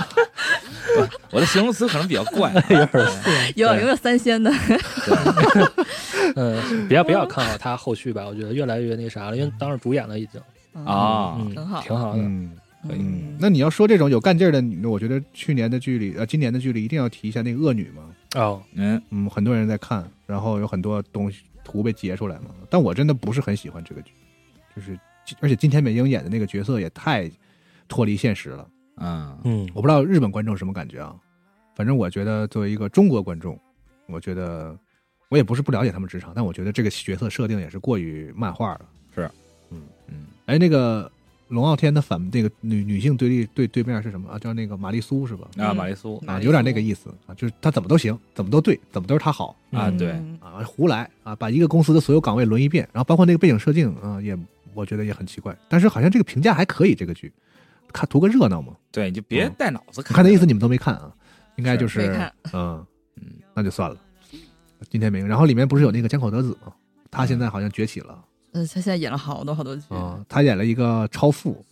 Speaker 9: 我的形容词可能比较怪，啊
Speaker 10: *laughs*
Speaker 8: 有
Speaker 9: 对
Speaker 8: 有没有三仙的？
Speaker 10: 嗯，不要不要看好他后续吧，我觉得越来越那啥了，因为当时主演了已经，
Speaker 9: 啊
Speaker 10: 嗯，
Speaker 8: 很好
Speaker 10: 挺好的。
Speaker 4: 嗯。
Speaker 9: 可以
Speaker 4: 嗯，那你要说这种有干劲儿的女的，我觉得去年的剧里，呃，今年的剧里一定要提一下那个恶女嘛。
Speaker 10: 哦，
Speaker 9: 嗯，
Speaker 4: 嗯，很多人在看，然后有很多东西图被截出来嘛。但我真的不是很喜欢这个剧，就是而且金田美英演的那个角色也太脱离现实了。
Speaker 9: 嗯，
Speaker 10: 嗯，
Speaker 4: 我不知道日本观众什么感觉啊，反正我觉得作为一个中国观众，我觉得我也不是不了解他们职场，但我觉得这个角色设定也是过于漫画了。
Speaker 9: 是，
Speaker 4: 嗯
Speaker 9: 嗯，
Speaker 4: 哎，那个龙傲天的反那个女女性对立对对面是什么啊？叫那个玛丽苏是吧？
Speaker 9: 啊，
Speaker 8: 嗯
Speaker 9: 玛丽苏
Speaker 4: 啊，
Speaker 8: 玛丽
Speaker 4: 有点那
Speaker 8: 苏
Speaker 4: 个意思啊，就是他怎么都行，怎么都对，怎么都是他好
Speaker 9: 啊，对，
Speaker 8: 嗯
Speaker 4: 啊，胡来啊，把一个公司的所有岗位轮一遍，然后包括那个背景设定啊，也我觉得也很奇怪，但是好像这个评价还可以，这个剧看图个热闹嘛。
Speaker 9: 对，你就别
Speaker 4: 嗯
Speaker 9: 带脑子
Speaker 4: 看
Speaker 9: 看
Speaker 4: 那意思你们都没看啊，应该
Speaker 9: 是
Speaker 4: 就是
Speaker 8: 没看
Speaker 4: 嗯
Speaker 9: 嗯，
Speaker 4: 那就算了，今天没。然后里面不是有那个江口德子吗？他现在好像崛起了
Speaker 8: 呃，他现在演了好多好多剧。
Speaker 4: 啊，他演了一个超富，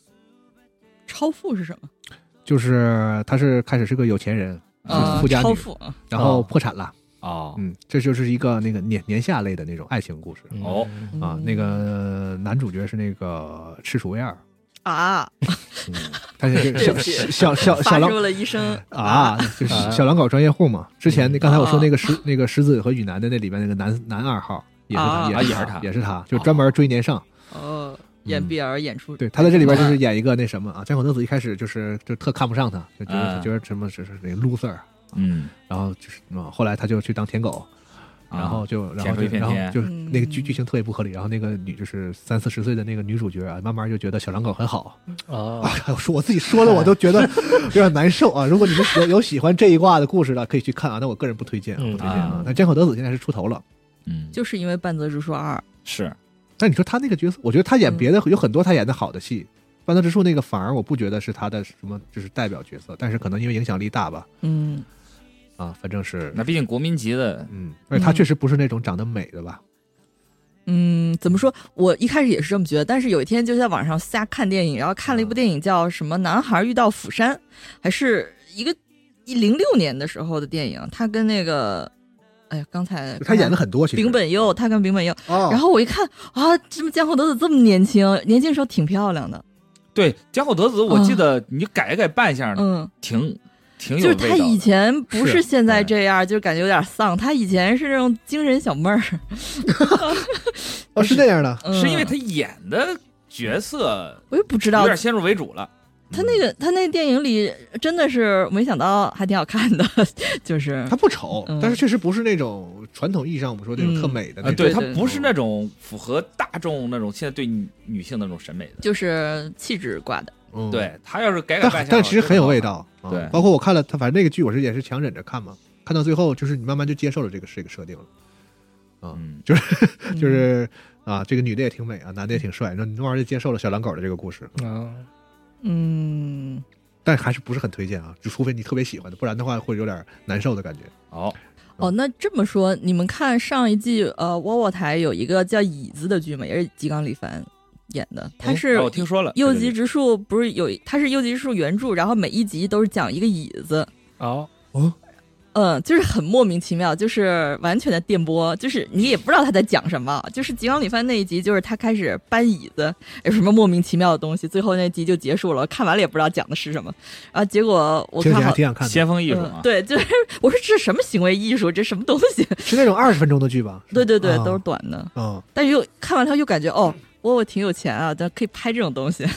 Speaker 8: 超富是什么？
Speaker 4: 就是他是开始是个有钱人，
Speaker 8: 啊，
Speaker 4: 嗯富家女
Speaker 8: 超富啊，
Speaker 4: 然后破产了，
Speaker 9: 哦
Speaker 4: 嗯，这就是一个那个年年下类的那种爱情故事。
Speaker 9: 哦，
Speaker 4: 啊，那个男主角是那个赤楚卫二，
Speaker 8: 啊，
Speaker 4: 嗯，他是
Speaker 8: 对不起
Speaker 4: 小小小小
Speaker 8: 发
Speaker 4: 狼
Speaker 8: 出了一声
Speaker 4: 啊，就是小狼搞专业户嘛。之前那刚才我
Speaker 8: 啊
Speaker 4: 说那个石那个石子和雨男的那里面那个男男二号也是
Speaker 8: 啊
Speaker 4: 他，
Speaker 9: 啊
Speaker 4: 也
Speaker 9: 也是他
Speaker 4: 也是他，就专门追年上。
Speaker 8: 哦，演
Speaker 4: 嗯
Speaker 8: BL 演出
Speaker 4: 对，他在这里边就是演一个那什么啊，江口德子一开始就是就特看不上他，就觉得
Speaker 9: 嗯
Speaker 4: 觉得什么就是那个 loser，啊
Speaker 9: 嗯，
Speaker 4: 然后就是啊，后来他就去当舔狗。
Speaker 8: 啊
Speaker 4: 然后就，然后
Speaker 9: 舔啊出
Speaker 4: 就，
Speaker 9: 一片
Speaker 4: 然后
Speaker 9: 天
Speaker 4: 就那个剧
Speaker 8: 嗯
Speaker 4: 剧情特别不合理。然后那个女就是三四十岁的那个女主角啊，慢慢就觉得小狼狗很好，
Speaker 8: 嗯
Speaker 9: 哦
Speaker 4: 啊
Speaker 10: 啊，，
Speaker 4: 我说我自己说的我
Speaker 8: *laughs*
Speaker 4: 都觉得有点难受啊。如果你们有有喜欢这一挂的故事的，可以去看啊。但我个人不推荐，啊，
Speaker 10: 嗯
Speaker 4: 不推荐啊
Speaker 9: 啊。
Speaker 4: 但江口德子现在是出头了，
Speaker 9: 嗯，
Speaker 8: 就是因为《半泽直树二》
Speaker 9: 是
Speaker 4: 但你说他那个角色，我觉得他
Speaker 8: 嗯
Speaker 4: 演别的有很多他演的好的戏，《半泽直树》那个反而我不觉得是他的什么就是代表角色，但是可能因为影响力大吧，
Speaker 8: 嗯，
Speaker 4: 啊，反正是
Speaker 9: 那毕竟国民级的，
Speaker 4: 嗯，而且他确实不是那种长得美的吧，
Speaker 8: 嗯，怎么说？我一开始也是这么觉得，但是有一天就在网上瞎看电影，然后看了一
Speaker 4: 嗯
Speaker 8: 部电影叫什么《男孩遇到釜山》，还是一个一零六年的时候的电影。他跟那个，哎呀，刚才
Speaker 4: 他演的
Speaker 8: *laughs*
Speaker 4: 很多其实
Speaker 8: 丙。本佑，他跟丙本佑。
Speaker 4: 哦
Speaker 8: 然后我一看啊，这么江户德子这么年轻，年轻时候挺漂亮的，
Speaker 9: 对，江口德子，我记得你改一改扮相，
Speaker 8: 嗯，
Speaker 9: 挺挺
Speaker 8: 就
Speaker 9: 有
Speaker 8: 是
Speaker 9: 味道
Speaker 8: 他
Speaker 9: 的。
Speaker 8: 以前不
Speaker 9: 是
Speaker 8: 是现在
Speaker 9: 嗯
Speaker 8: 这样，就是感觉有点丧。他以前是那种精神小妹儿，
Speaker 4: 哦，是那样的，
Speaker 8: 嗯
Speaker 9: 是因为他演的角色
Speaker 8: 我也不知
Speaker 9: 有
Speaker 8: 道
Speaker 9: 点先入为主了，
Speaker 8: 他那
Speaker 4: 嗯
Speaker 8: 个他那电影里真的是没想到还挺好看的， *laughs* 就是
Speaker 4: 他不丑，
Speaker 8: 嗯
Speaker 4: 但是确实不是那种传统意义上我们说那种特美的那
Speaker 9: 啊，
Speaker 4: 种。
Speaker 9: 对
Speaker 8: 对
Speaker 9: 他
Speaker 8: 对
Speaker 9: 不是
Speaker 4: 嗯
Speaker 9: 那种符合大众那种现在对女女性那种审美的。
Speaker 8: 就是气质挂的，
Speaker 4: 嗯，
Speaker 9: 对他要是改改扮
Speaker 4: 但
Speaker 9: 相，
Speaker 4: 但其实很有味。道。啊
Speaker 9: 对
Speaker 4: 包括我看了他，反正那个剧我是也是强忍着看嘛，看到最后就是你慢慢就接受了这个这个设定了，
Speaker 9: 嗯，
Speaker 8: 嗯
Speaker 4: 就是啊，这个女的也挺美啊，男的也挺帅，然后你慢慢就接受了小狼狗的这个故事，
Speaker 10: 啊，
Speaker 8: 嗯，
Speaker 4: 但还是不是很推荐啊，就除非你特别喜欢的，不然的话会有点难受的感觉。
Speaker 9: 哦，
Speaker 8: 哦，那这么说，你们看上一季呃窝窝台有一个叫《椅子》的剧嘛，也是吉冈里帆演的，他是
Speaker 9: 啊我听说了，
Speaker 8: 右
Speaker 9: 对
Speaker 8: 吉直树不是有他是右吉直树原著，然后每一集都是讲一个椅子，
Speaker 4: 哦
Speaker 10: 好，
Speaker 8: 嗯，就是很莫名其妙，就是完全的电波，就是你也不知道他在讲什么。就是吉冈里帆那一集，就是他开始搬椅子，有什么莫名其妙的东西，最后那集就结束了，看完了也不知道讲的是什么。然后结果我
Speaker 4: 听
Speaker 8: 看
Speaker 4: 起来还
Speaker 8: 好，
Speaker 4: 挺想
Speaker 9: 对
Speaker 4: 看的，
Speaker 9: 先锋艺术
Speaker 8: 嗯
Speaker 9: 啊，
Speaker 8: 对，就是我说这什么行为艺术，这什么东西？
Speaker 4: 是那种二十分钟的剧吧？
Speaker 8: 对对对，
Speaker 4: 啊
Speaker 8: 都是短的，
Speaker 4: 啊，
Speaker 8: 但是又看完了又感觉哦，我我挺有钱啊，但可以拍这种东西，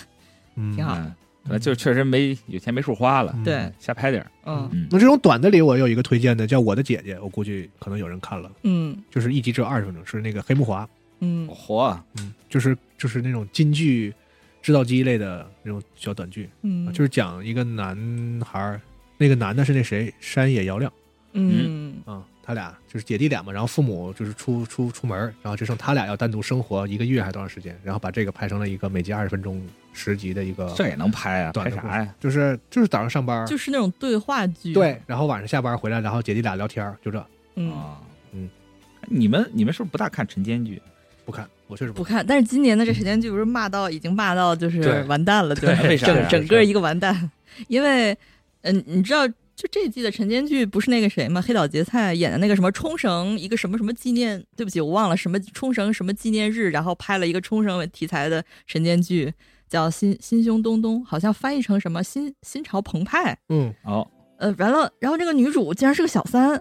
Speaker 4: 嗯
Speaker 8: 挺好
Speaker 9: 嗯，那就是确实没有钱没处花了，
Speaker 4: 嗯
Speaker 8: 对，
Speaker 9: 瞎拍点儿。
Speaker 8: 嗯
Speaker 9: 嗯
Speaker 4: 那这种短的里，我有一个推荐的，叫《我的姐姐》，我估计可能有人看了，
Speaker 8: 嗯
Speaker 4: 就是一集只有二十分钟，是那个黑木华，
Speaker 8: 嗯
Speaker 9: 嚯，
Speaker 4: 嗯，就是就是那种金剧制造机类的那种小短剧，
Speaker 8: 嗯，
Speaker 4: 啊就是讲一个男孩儿，那个男的是那谁山野遥亮
Speaker 8: 嗯
Speaker 4: 啊、他俩就是姐弟俩嘛，然后父母就是出出出门儿，然后就剩他俩要单独生活一个月还多长时间，然后把这个拍成了一个每集二十分钟十集的一个
Speaker 9: 这也能拍啊？
Speaker 4: 短
Speaker 9: 拍
Speaker 4: 的故
Speaker 9: 啥
Speaker 4: 事
Speaker 9: 呀？，
Speaker 4: 就是就是早上上班儿，
Speaker 8: 就是那种对话剧，
Speaker 4: 对，，然后晚上下班回来，然后姐弟俩聊天儿，就这
Speaker 8: 嗯。
Speaker 9: 啊，
Speaker 4: 嗯，
Speaker 9: 你们你们是不是不大看晨间剧？
Speaker 4: 不看，我确实
Speaker 8: 不
Speaker 4: 不看。
Speaker 8: 看，但是今年的这神仙剧不是骂到已经骂到就是
Speaker 4: 对
Speaker 8: 完蛋了，对，
Speaker 9: 为啥呀
Speaker 8: 整整个一个完蛋，因为嗯，你知道就这季的晨间剧不是那个谁吗？黑岛结菜演的那个什么冲绳一个什么什么纪念，对不起，我忘了什么冲绳什么纪念日，然后拍了一个冲绳为题材的晨间剧，叫《新新胸东东》，好像翻译成什么新新潮澎湃，
Speaker 4: 嗯，
Speaker 9: 哦，
Speaker 8: 呃，完了，然后这个女主竟然是个小三，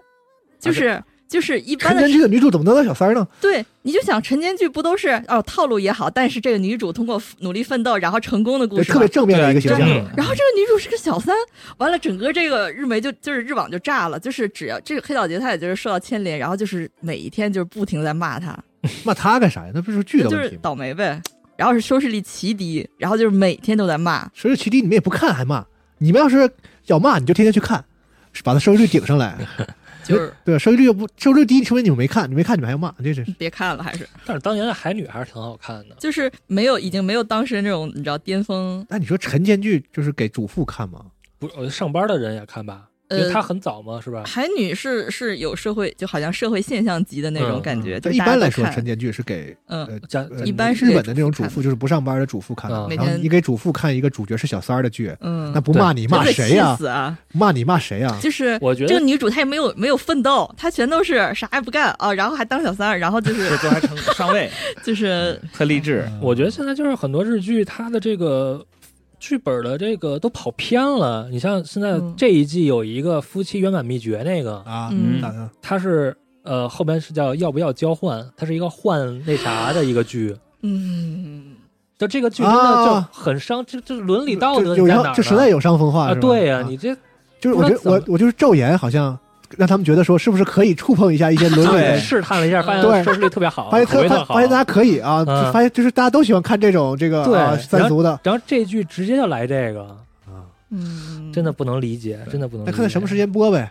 Speaker 8: 就是、就是
Speaker 4: *laughs*
Speaker 8: 一般
Speaker 4: 陈
Speaker 8: 的
Speaker 4: 真这个女主怎么能当小三儿呢？
Speaker 8: 对，你就想晨间剧不都是哦套路也好，但是这个女主通过努力奋斗然后成功的故
Speaker 4: 对，
Speaker 8: 事嘛
Speaker 4: 特别。正面的一个形
Speaker 8: 对
Speaker 4: 象。
Speaker 10: 嗯
Speaker 8: 然后这个女主是个小三，完了整个这个日媒就就是日网就炸了，就是只要这个黑岛节她也就是受到牵连，然后就是每一天就是不停地在骂她，
Speaker 4: 骂他干啥呀？那不是剧
Speaker 8: 这
Speaker 4: 的
Speaker 8: 就
Speaker 4: 问
Speaker 8: 是
Speaker 4: 题吗？
Speaker 8: 倒霉呗。然后是收视率奇低，然后就是每天都在骂，
Speaker 4: 收视率奇低，你们也不看还骂。你们要是要骂，你就天天去看，把它收视率顶上来。
Speaker 8: *laughs* 就是
Speaker 4: 对，啊收视率又不收视率低，说明你们没看，你没看你们还要骂，这真是。
Speaker 8: 别看了，还是
Speaker 10: 但是当年的海女还是挺好看的，
Speaker 8: 就是没有已经没有当时那种你知道巅峰，
Speaker 4: 那你说晨间剧就是给主妇看吗？
Speaker 10: 不是呃上班的人也看吧？因
Speaker 8: 呃
Speaker 10: 为她很早嘛，是吧？
Speaker 8: 海女是是有社会就好像社会现象级的那种感觉，就
Speaker 4: 但
Speaker 8: 是
Speaker 4: 嗯一
Speaker 8: 大家
Speaker 4: 般
Speaker 8: 都
Speaker 4: 来说，
Speaker 8: 看
Speaker 4: 晨间剧是给
Speaker 8: 嗯
Speaker 4: 呃
Speaker 10: 讲
Speaker 4: 呃
Speaker 8: 一般是
Speaker 4: 日
Speaker 8: 给
Speaker 4: 本的那种
Speaker 8: 主妇看啊
Speaker 4: 主妇，就是不上班的主妇看的
Speaker 10: 嗯。
Speaker 8: 每
Speaker 4: 然后
Speaker 8: 天
Speaker 4: 你给主妇看一个主角是小三儿的剧，
Speaker 8: 嗯，
Speaker 4: 那不骂你骂
Speaker 8: 真的
Speaker 4: 谁呀
Speaker 8: 气？死啊！
Speaker 4: 骂你骂谁呀？
Speaker 8: 就是
Speaker 10: 我觉得
Speaker 8: 这个女主她也没有没有奋斗，她全都是啥也不干啊，然后还当小三儿，然后就是
Speaker 9: 这都还成上位，
Speaker 8: 就是
Speaker 9: 特励志。
Speaker 4: 嗯
Speaker 10: 我觉得现在就是很多日剧，它的这个剧本的这个都跑偏了。你像现在
Speaker 8: 嗯
Speaker 10: 这一季有一个夫妻圆满秘诀，那个
Speaker 4: 啊，
Speaker 8: 嗯
Speaker 4: 咋的？
Speaker 10: 它是呃后边是叫要不要交换，它是一个换那啥的一个剧。
Speaker 8: 嗯，
Speaker 10: 就这个剧真的就
Speaker 4: 啊
Speaker 10: 很伤，这这伦理道德
Speaker 4: 就
Speaker 10: 你
Speaker 4: 有
Speaker 10: 在哪儿呢
Speaker 4: 伤，就实在有伤风化
Speaker 10: 啊，
Speaker 4: 是吧
Speaker 10: 对呀，你这
Speaker 4: 就是我觉得
Speaker 10: 不知道怎
Speaker 4: 我
Speaker 10: 么
Speaker 4: 我就是昼颜好像让他们觉得说是不是可以触碰一下一些伦理的
Speaker 9: 对
Speaker 10: 试探了一下，发
Speaker 4: 对
Speaker 10: 现收视率特别好，
Speaker 4: 发现
Speaker 10: 口
Speaker 4: 特
Speaker 10: 碑特
Speaker 4: 发
Speaker 10: 好
Speaker 4: 发现大家可以啊，
Speaker 10: 嗯
Speaker 4: 发现就是大家都喜欢看这种这个
Speaker 10: 对
Speaker 4: 啊三俗的。
Speaker 10: 然后这剧直接就来这个，
Speaker 8: 嗯，
Speaker 10: 真的不能理解，真的不能理
Speaker 4: 那
Speaker 10: 解。
Speaker 4: 看在什么时间播呗？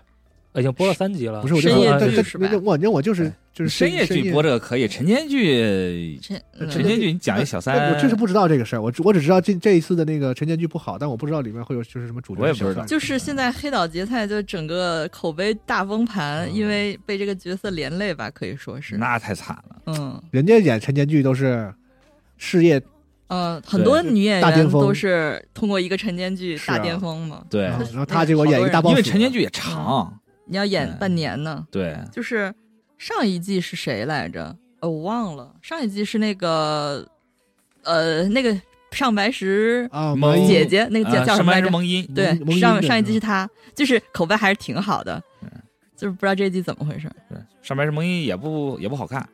Speaker 10: 呃？已经播了三集了。
Speaker 9: 嗯
Speaker 4: 不是我就
Speaker 8: 深夜
Speaker 4: 但
Speaker 8: 剧
Speaker 4: 但
Speaker 8: 是吧
Speaker 4: 我反正我就是就是
Speaker 9: 深夜剧播这个可以，晨间剧
Speaker 8: 真
Speaker 9: 晨间剧你讲一小
Speaker 4: 哎
Speaker 9: 三，
Speaker 4: 我确实不知道这个事儿，我只我只知道这这一次的那个陈年剧不好，但我不知道里面会有就是什么主角
Speaker 9: 我也
Speaker 4: 小
Speaker 9: 不知
Speaker 4: 三
Speaker 9: 道
Speaker 8: 就是现在黑岛结菜就整个口碑大崩盘，
Speaker 4: 嗯
Speaker 8: 因为被这个角色连累吧，可以说是，
Speaker 9: 那太惨了。
Speaker 8: 嗯
Speaker 4: 人家演陈年剧都是事业
Speaker 8: 嗯，很多女演
Speaker 4: 大巅
Speaker 8: 员
Speaker 4: 峰
Speaker 8: 都是通过一个晨间剧
Speaker 4: 是啊
Speaker 8: 大巅峰嘛，
Speaker 9: 对
Speaker 4: 啊，然后
Speaker 8: 那
Speaker 4: 他结果演一个大 boss，
Speaker 9: 因为晨间剧也长，
Speaker 8: 你要演
Speaker 9: 嗯
Speaker 8: 半年呢，
Speaker 9: 对，
Speaker 8: 就是上一季是谁来着？呃，我忘了，上一季是那个呃那个上白石
Speaker 4: 啊，
Speaker 9: 萌
Speaker 4: 萌
Speaker 8: 姐姐，那个叫
Speaker 9: 呃
Speaker 8: 叫什
Speaker 9: 上
Speaker 8: 么来
Speaker 9: 班
Speaker 8: 着
Speaker 9: 是？蒙音，
Speaker 8: 对
Speaker 4: 蒙蒙，音嗯
Speaker 8: 上
Speaker 4: 的
Speaker 8: 上一
Speaker 4: 是
Speaker 8: 季是他，就是口碑还是挺好的
Speaker 9: 嗯，
Speaker 8: 就是不知道这一季怎么回事。
Speaker 9: 对，上班是蒙音也不也不好看，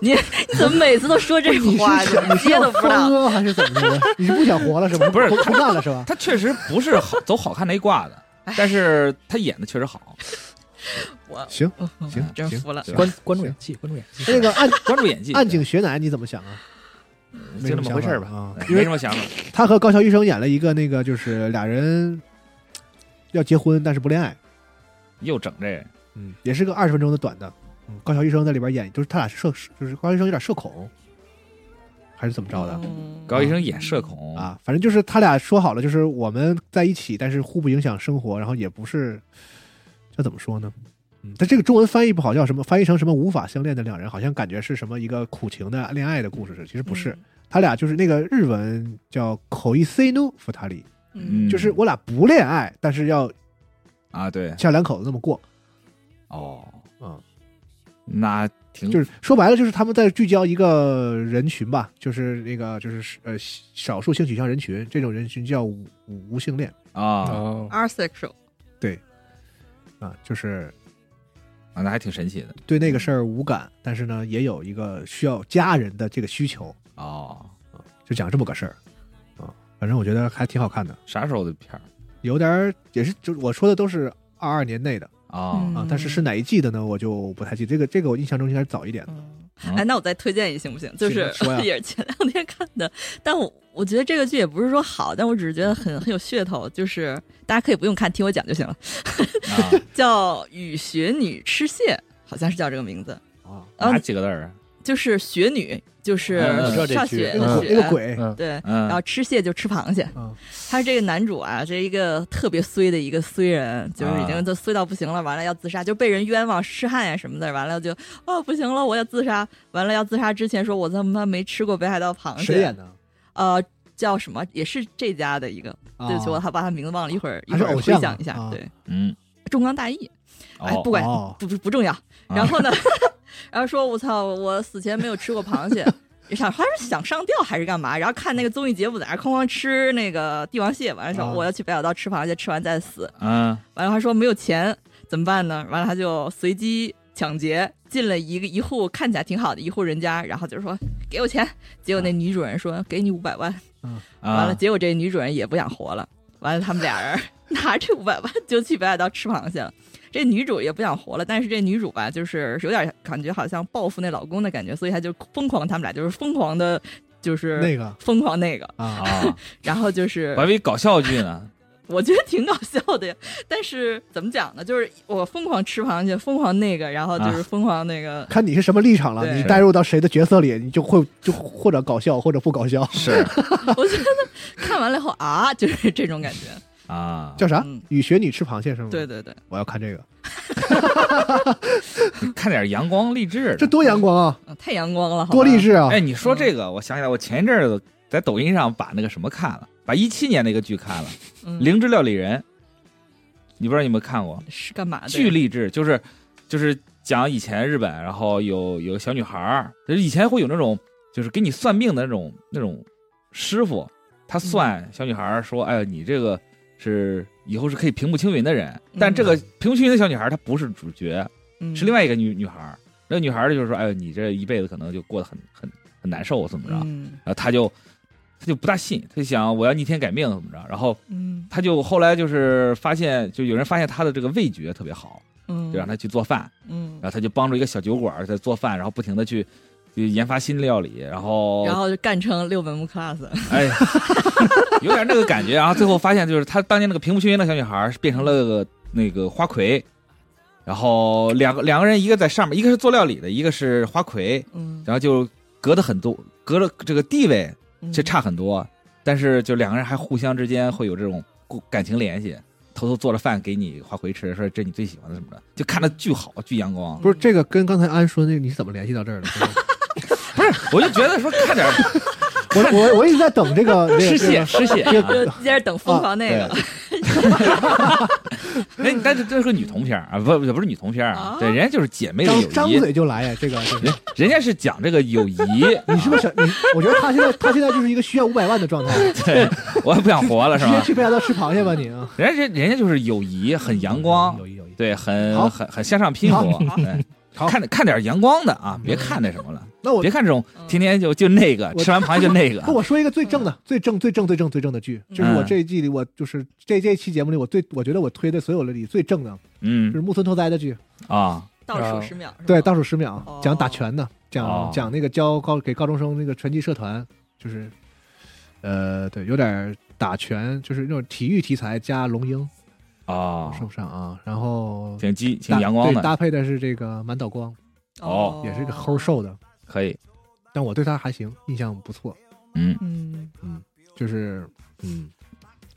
Speaker 8: 你怎么每次都说这种
Speaker 4: 你
Speaker 8: 话
Speaker 4: 是
Speaker 8: 呢？
Speaker 4: 想你是
Speaker 8: 接都
Speaker 4: 要
Speaker 8: 不知道
Speaker 4: 疯。啊还是怎么着？你是不想活了
Speaker 9: *laughs*
Speaker 4: 是吧？
Speaker 9: 不是
Speaker 4: 不干了是吧？
Speaker 9: 他确实不是好走好看那一挂的，
Speaker 8: 哎
Speaker 9: 但是他演的确实好，
Speaker 8: 我
Speaker 4: 行，
Speaker 8: 嗯
Speaker 4: 行
Speaker 8: 真
Speaker 4: 行
Speaker 8: 服了。
Speaker 9: 对吧
Speaker 10: 关关注演技，关注演技。
Speaker 4: *laughs* 那个暗
Speaker 9: 关注演技，
Speaker 4: 暗井雪乃你怎么想啊？没
Speaker 9: 就
Speaker 4: 什
Speaker 9: 那么回事儿吧
Speaker 4: 想法啊
Speaker 9: 对，
Speaker 4: 因
Speaker 9: 没
Speaker 4: 为
Speaker 9: 什么想法。
Speaker 4: 他和高桥医生演了一个那个，就是俩人要结婚，但是不恋爱，
Speaker 9: 又整这个，
Speaker 4: 嗯，也是个二十分钟的短的。嗯，高桥医生在里边演，就是他俩是社，就是高桥医生有点社恐，还是怎么着的、
Speaker 8: 嗯
Speaker 9: 高医生演社恐，
Speaker 4: 啊？反正就是他俩说好了，就是我们在一起，但是互不影响生活，然后也不是，这怎么说呢？嗯，但这个中文翻译不好，叫什么？翻译成什么无法相恋的两人，好像感觉是什么一个苦情的恋爱的故事似的，其实不是。
Speaker 8: 嗯
Speaker 4: 他俩就是那个日文叫口一 say no for 他里，
Speaker 8: 嗯
Speaker 9: 嗯
Speaker 4: 就是我俩不恋爱，但是要
Speaker 9: 啊，对，
Speaker 4: 像两口子那么过，
Speaker 9: 哦，
Speaker 4: 嗯，
Speaker 9: 那挺
Speaker 4: 就是说白了，就是他们在聚焦一个人群吧，就是那个就是呃少数性取向人群，这种人群叫无无无性恋
Speaker 9: 啊，
Speaker 10: 哦，
Speaker 8: ，asexual，
Speaker 4: 啊，就是
Speaker 8: 嗯
Speaker 9: 啊那还挺神奇的
Speaker 4: 对那个事儿无感，但是呢也有一个需要家人的这个需求，
Speaker 9: 哦。
Speaker 4: 就讲这么个事儿啊，反正我觉得还挺好看的，
Speaker 9: 啥时候的片儿
Speaker 4: 有点儿也是就是我说的都是二二年内的
Speaker 9: 啊？
Speaker 4: 啊，但是是
Speaker 8: 嗯
Speaker 4: 哪一季的呢？我就不太记，这个这个我印象中应该是早一点的。
Speaker 8: 嗯
Speaker 9: 啊
Speaker 8: 哎，那我再推荐一行不行？就
Speaker 4: 行
Speaker 8: 是
Speaker 4: 说呀
Speaker 8: *laughs* 也是前两天看的，但我我觉得这个剧也不是说好，但我只是觉得很很有噱头，就是大家可以不用看，听我讲就行了。 *laughs*
Speaker 9: 啊，
Speaker 8: 叫《与雪女吃蟹》，好像是叫这个名字，
Speaker 4: 啊，
Speaker 8: 啊
Speaker 9: 哪几个字儿啊？
Speaker 8: 就是雪女，就是
Speaker 9: 嗯我知
Speaker 10: 道这
Speaker 8: 上
Speaker 10: 剧
Speaker 8: 雪
Speaker 4: 那
Speaker 8: 的
Speaker 4: 个
Speaker 8: 雪，
Speaker 4: 鬼那个鬼，
Speaker 10: 嗯，
Speaker 8: 对，
Speaker 9: 嗯
Speaker 8: 然后吃蟹就吃螃蟹
Speaker 4: 嗯。
Speaker 8: 他这个男主啊，这一个特别衰的一个衰人，就是已经
Speaker 9: 啊
Speaker 8: 都衰到不行了，完了要自杀，就被人冤枉痴汉呀、什么的，完了就哦不行了，我要自杀，完了要自杀之前说我他妈没吃过北海道螃蟹，
Speaker 4: *laughs* 谁演的？
Speaker 8: 呃。叫什么？也是这家的一个，
Speaker 4: 啊
Speaker 8: 对不起，我还把他名字忘了，一会儿一
Speaker 4: 还是
Speaker 8: 会儿
Speaker 4: 偶
Speaker 8: 回
Speaker 4: 像啊
Speaker 8: 想一下。
Speaker 4: 啊
Speaker 8: 对，
Speaker 9: 嗯，
Speaker 8: 中冈大义，哎，
Speaker 9: 哦嗯
Speaker 8: 不管、
Speaker 4: 哦
Speaker 8: 不不不重要。
Speaker 9: 啊
Speaker 8: 然后呢， *laughs* 然后说我操，我死前没有吃过螃蟹， *laughs* 想他是想上吊还是干嘛？然后看那个综艺节目，在那儿哐哐吃那个帝王蟹，完了说
Speaker 4: 啊
Speaker 8: 我要去北海道吃螃蟹，吃完再死。
Speaker 9: 嗯，
Speaker 8: 完了他说没有钱怎么办呢？完了他就随机抢劫。进了一个一户看起来挺好的一户人家，然后就说给我钱，结果那女主人说给你五百万，
Speaker 9: 啊
Speaker 8: 完了，结果这女主人也不想活了，完了他们俩人拿这五百万就去北海道吃螃蟹了。这女主也不想活了，但是这女主吧，就是有点感觉好像报复那老公的感觉，所以她就疯狂，他们俩就是疯狂的。就是
Speaker 4: 那个
Speaker 8: 疯狂那个，
Speaker 4: 啊，
Speaker 9: 啊，
Speaker 8: 然后就是 *laughs*
Speaker 9: 我还以为搞笑剧呢。
Speaker 8: 我觉得挺搞笑的呀，但是怎么讲呢？就是我疯狂吃螃蟹，疯狂那个，然后
Speaker 9: 啊
Speaker 8: 就是疯狂那个，
Speaker 4: 看你是什么立场了，
Speaker 8: 对
Speaker 4: 你带入到谁的角色里，你就会就或者搞笑或者不
Speaker 8: *laughs*
Speaker 4: 搞笑，
Speaker 9: 是
Speaker 8: 我觉得看完了以后啊，就是这种感觉。
Speaker 9: *laughs* 啊，
Speaker 4: 叫啥
Speaker 8: 嗯？
Speaker 4: 雨学你吃螃蟹是吗？
Speaker 8: 对，对对，
Speaker 4: 我要看这个，
Speaker 9: 看点阳光励志的。
Speaker 4: 这多阳光啊，
Speaker 8: 嗯太阳光了，好吧
Speaker 4: 多励。志啊！
Speaker 9: 哎，你说这个，我想起来，我前一阵子在抖音上把那个什么看了，把一七年那个剧看了，《
Speaker 8: 嗯啊
Speaker 9: 灵芝料理人》，你不知道你有没有看过？
Speaker 8: 是干嘛的？
Speaker 9: 巨励志，就是就是讲以前日本，然后有有小女孩儿，就是以前会有那种就是给你算命的那种那种师傅，他算小女孩儿说，哎，你这个是以后是可以平步青云的人，但这个平步青云的小女孩儿她不是主角，
Speaker 8: 嗯
Speaker 9: 是另外一个女女孩儿，那个女孩儿就是说，哎，你这一辈子可能就过得很很很难受，怎么着？
Speaker 8: 嗯
Speaker 9: 然后她就她就不大信，她就想我要逆天改命怎么着，然后
Speaker 8: 嗯
Speaker 9: 她就后来就是发现，就有人发现她的这个味觉特别好。
Speaker 8: 嗯，
Speaker 9: 就让他去做饭，
Speaker 8: 嗯
Speaker 9: 然，后他就帮助一个小酒馆在做饭，然后不停的去就研发新料理，然后
Speaker 4: 哦
Speaker 8: 然后就干成六本木
Speaker 9: *laughs*
Speaker 8: class。
Speaker 9: 哎，有点那个感觉，然后最后发现就是他当年那个平步青云的小女孩变成了个那个花魁，然后两个两个人一个在上面，一个是做料理的，一个是花魁，
Speaker 8: 嗯，
Speaker 9: 然后就隔得很多，隔了这个地位
Speaker 8: 嗯
Speaker 9: 这差很多，但是就两个人还互相之间会有这种故感情联系。偷偷做了饭给你花魁吃，说这你最喜欢的什么的，就看着巨好，巨阳 *laughs*
Speaker 8: 嗯
Speaker 9: 光。
Speaker 4: 不是这个跟刚才安说那个你是怎么联系到这儿
Speaker 9: *laughs*
Speaker 4: 的？
Speaker 9: 不是，我就觉得说看点儿
Speaker 4: 我我我一直在等这个这
Speaker 9: *laughs*
Speaker 4: 个
Speaker 9: 失
Speaker 4: 这
Speaker 9: 血
Speaker 4: 个
Speaker 9: 失血。
Speaker 4: 这
Speaker 8: 就
Speaker 4: 个
Speaker 8: 接着等疯狂那
Speaker 4: 啊
Speaker 8: 个。
Speaker 4: *laughs*
Speaker 9: 哎，但是这是个女同片儿啊，不不不是女同片儿啊
Speaker 8: 啊，
Speaker 9: 对，人家就是姐妹的
Speaker 4: 张张
Speaker 9: 友谊，
Speaker 4: 嘴就来呀，这个这个
Speaker 9: 人人家是讲这个友
Speaker 4: *laughs*
Speaker 9: 谊。啊
Speaker 4: 你是不是想你？我觉得他现在他现在就是一个需要五百万的状态，
Speaker 9: 对，我也不想活了是
Speaker 4: 直接 *laughs*
Speaker 9: 吗？
Speaker 4: 去贝加德吃螃蟹吧你啊！
Speaker 9: 人家人人家就是友谊，很阳光，
Speaker 4: 有意有意。
Speaker 9: 对，
Speaker 4: 好
Speaker 9: 很很很向上拼搏。对
Speaker 4: 好
Speaker 9: 看看点阳光的啊，别看那什么了，
Speaker 4: 那我
Speaker 9: 别看这种
Speaker 8: 嗯
Speaker 9: 天天就就那个
Speaker 4: 我
Speaker 9: 吃完螃蟹就那个
Speaker 4: 那我说一个最正的、最正、最正、最正、最正的剧，就是我
Speaker 9: 嗯
Speaker 4: 这一季里，我就是这这一期节目里，我最我觉得我推的所有的里最正的，就
Speaker 9: 嗯
Speaker 4: 是木村拓哉的剧，
Speaker 9: 啊
Speaker 8: 倒数十秒，是吧
Speaker 4: 对，倒数十秒
Speaker 8: 哦，
Speaker 4: 讲打拳的，
Speaker 9: 哦
Speaker 4: 讲讲那个教高给高中生那个拳击社团，就是，呃，对，有点打拳，就是那种体育题材加龙樱，
Speaker 9: 啊，
Speaker 4: 是不是啊？然后
Speaker 9: 挺激
Speaker 4: 搭
Speaker 9: 挺阳光
Speaker 4: 对
Speaker 9: 的，
Speaker 4: 搭配的是这个满岛光，
Speaker 9: 哦
Speaker 4: 也是个齁。瘦的，
Speaker 9: 可以，
Speaker 4: 但我对他还行，印象不错，
Speaker 9: 嗯
Speaker 8: 嗯
Speaker 4: 就是嗯，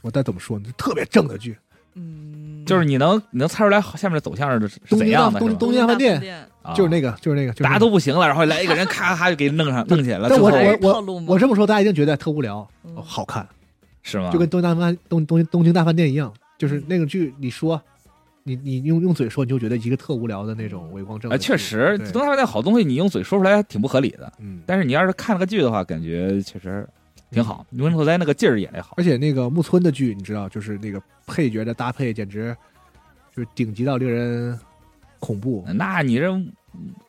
Speaker 4: 我再怎么说呢，就特别正的剧，
Speaker 8: 嗯，
Speaker 9: 就是你能你能猜出来下面的走向是是
Speaker 4: 东
Speaker 9: 怎
Speaker 4: 京
Speaker 9: 样
Speaker 4: 大
Speaker 9: 的，
Speaker 4: 东
Speaker 9: 是吧
Speaker 4: 东京大饭店，
Speaker 9: 啊
Speaker 4: 就是那个，就是那个，就是
Speaker 9: 大
Speaker 4: 那
Speaker 9: 家
Speaker 4: 个
Speaker 9: 都不行了，然后来一个人咔咔咔就给弄
Speaker 4: *laughs*
Speaker 9: 上弄起来了，最
Speaker 4: 但我
Speaker 9: 后
Speaker 8: 还是
Speaker 4: 我
Speaker 8: 套路
Speaker 4: 我
Speaker 8: 吗
Speaker 4: 我这么说，大家一定觉得特无聊，
Speaker 8: 嗯
Speaker 4: 哦好看，
Speaker 9: 是吗？
Speaker 4: 就跟东京大饭东东东京大饭店一样，就是那个剧，你说，你你用用嘴说，你就觉得一个特无聊的那种伪光正的
Speaker 9: 哎，
Speaker 4: 剧。
Speaker 9: 确实，
Speaker 4: 对
Speaker 9: 东大饭店好东西，你用嘴说出来还挺不合理的。
Speaker 4: 嗯，
Speaker 9: 但是你要是看了个剧的话，感觉确实挺好。
Speaker 4: 嗯
Speaker 9: 牛头哉那个劲儿演得好
Speaker 4: 而且那个木村的剧，你知道，就是那个配角的搭配，简直就是顶级到令人恐怖。
Speaker 9: 那你这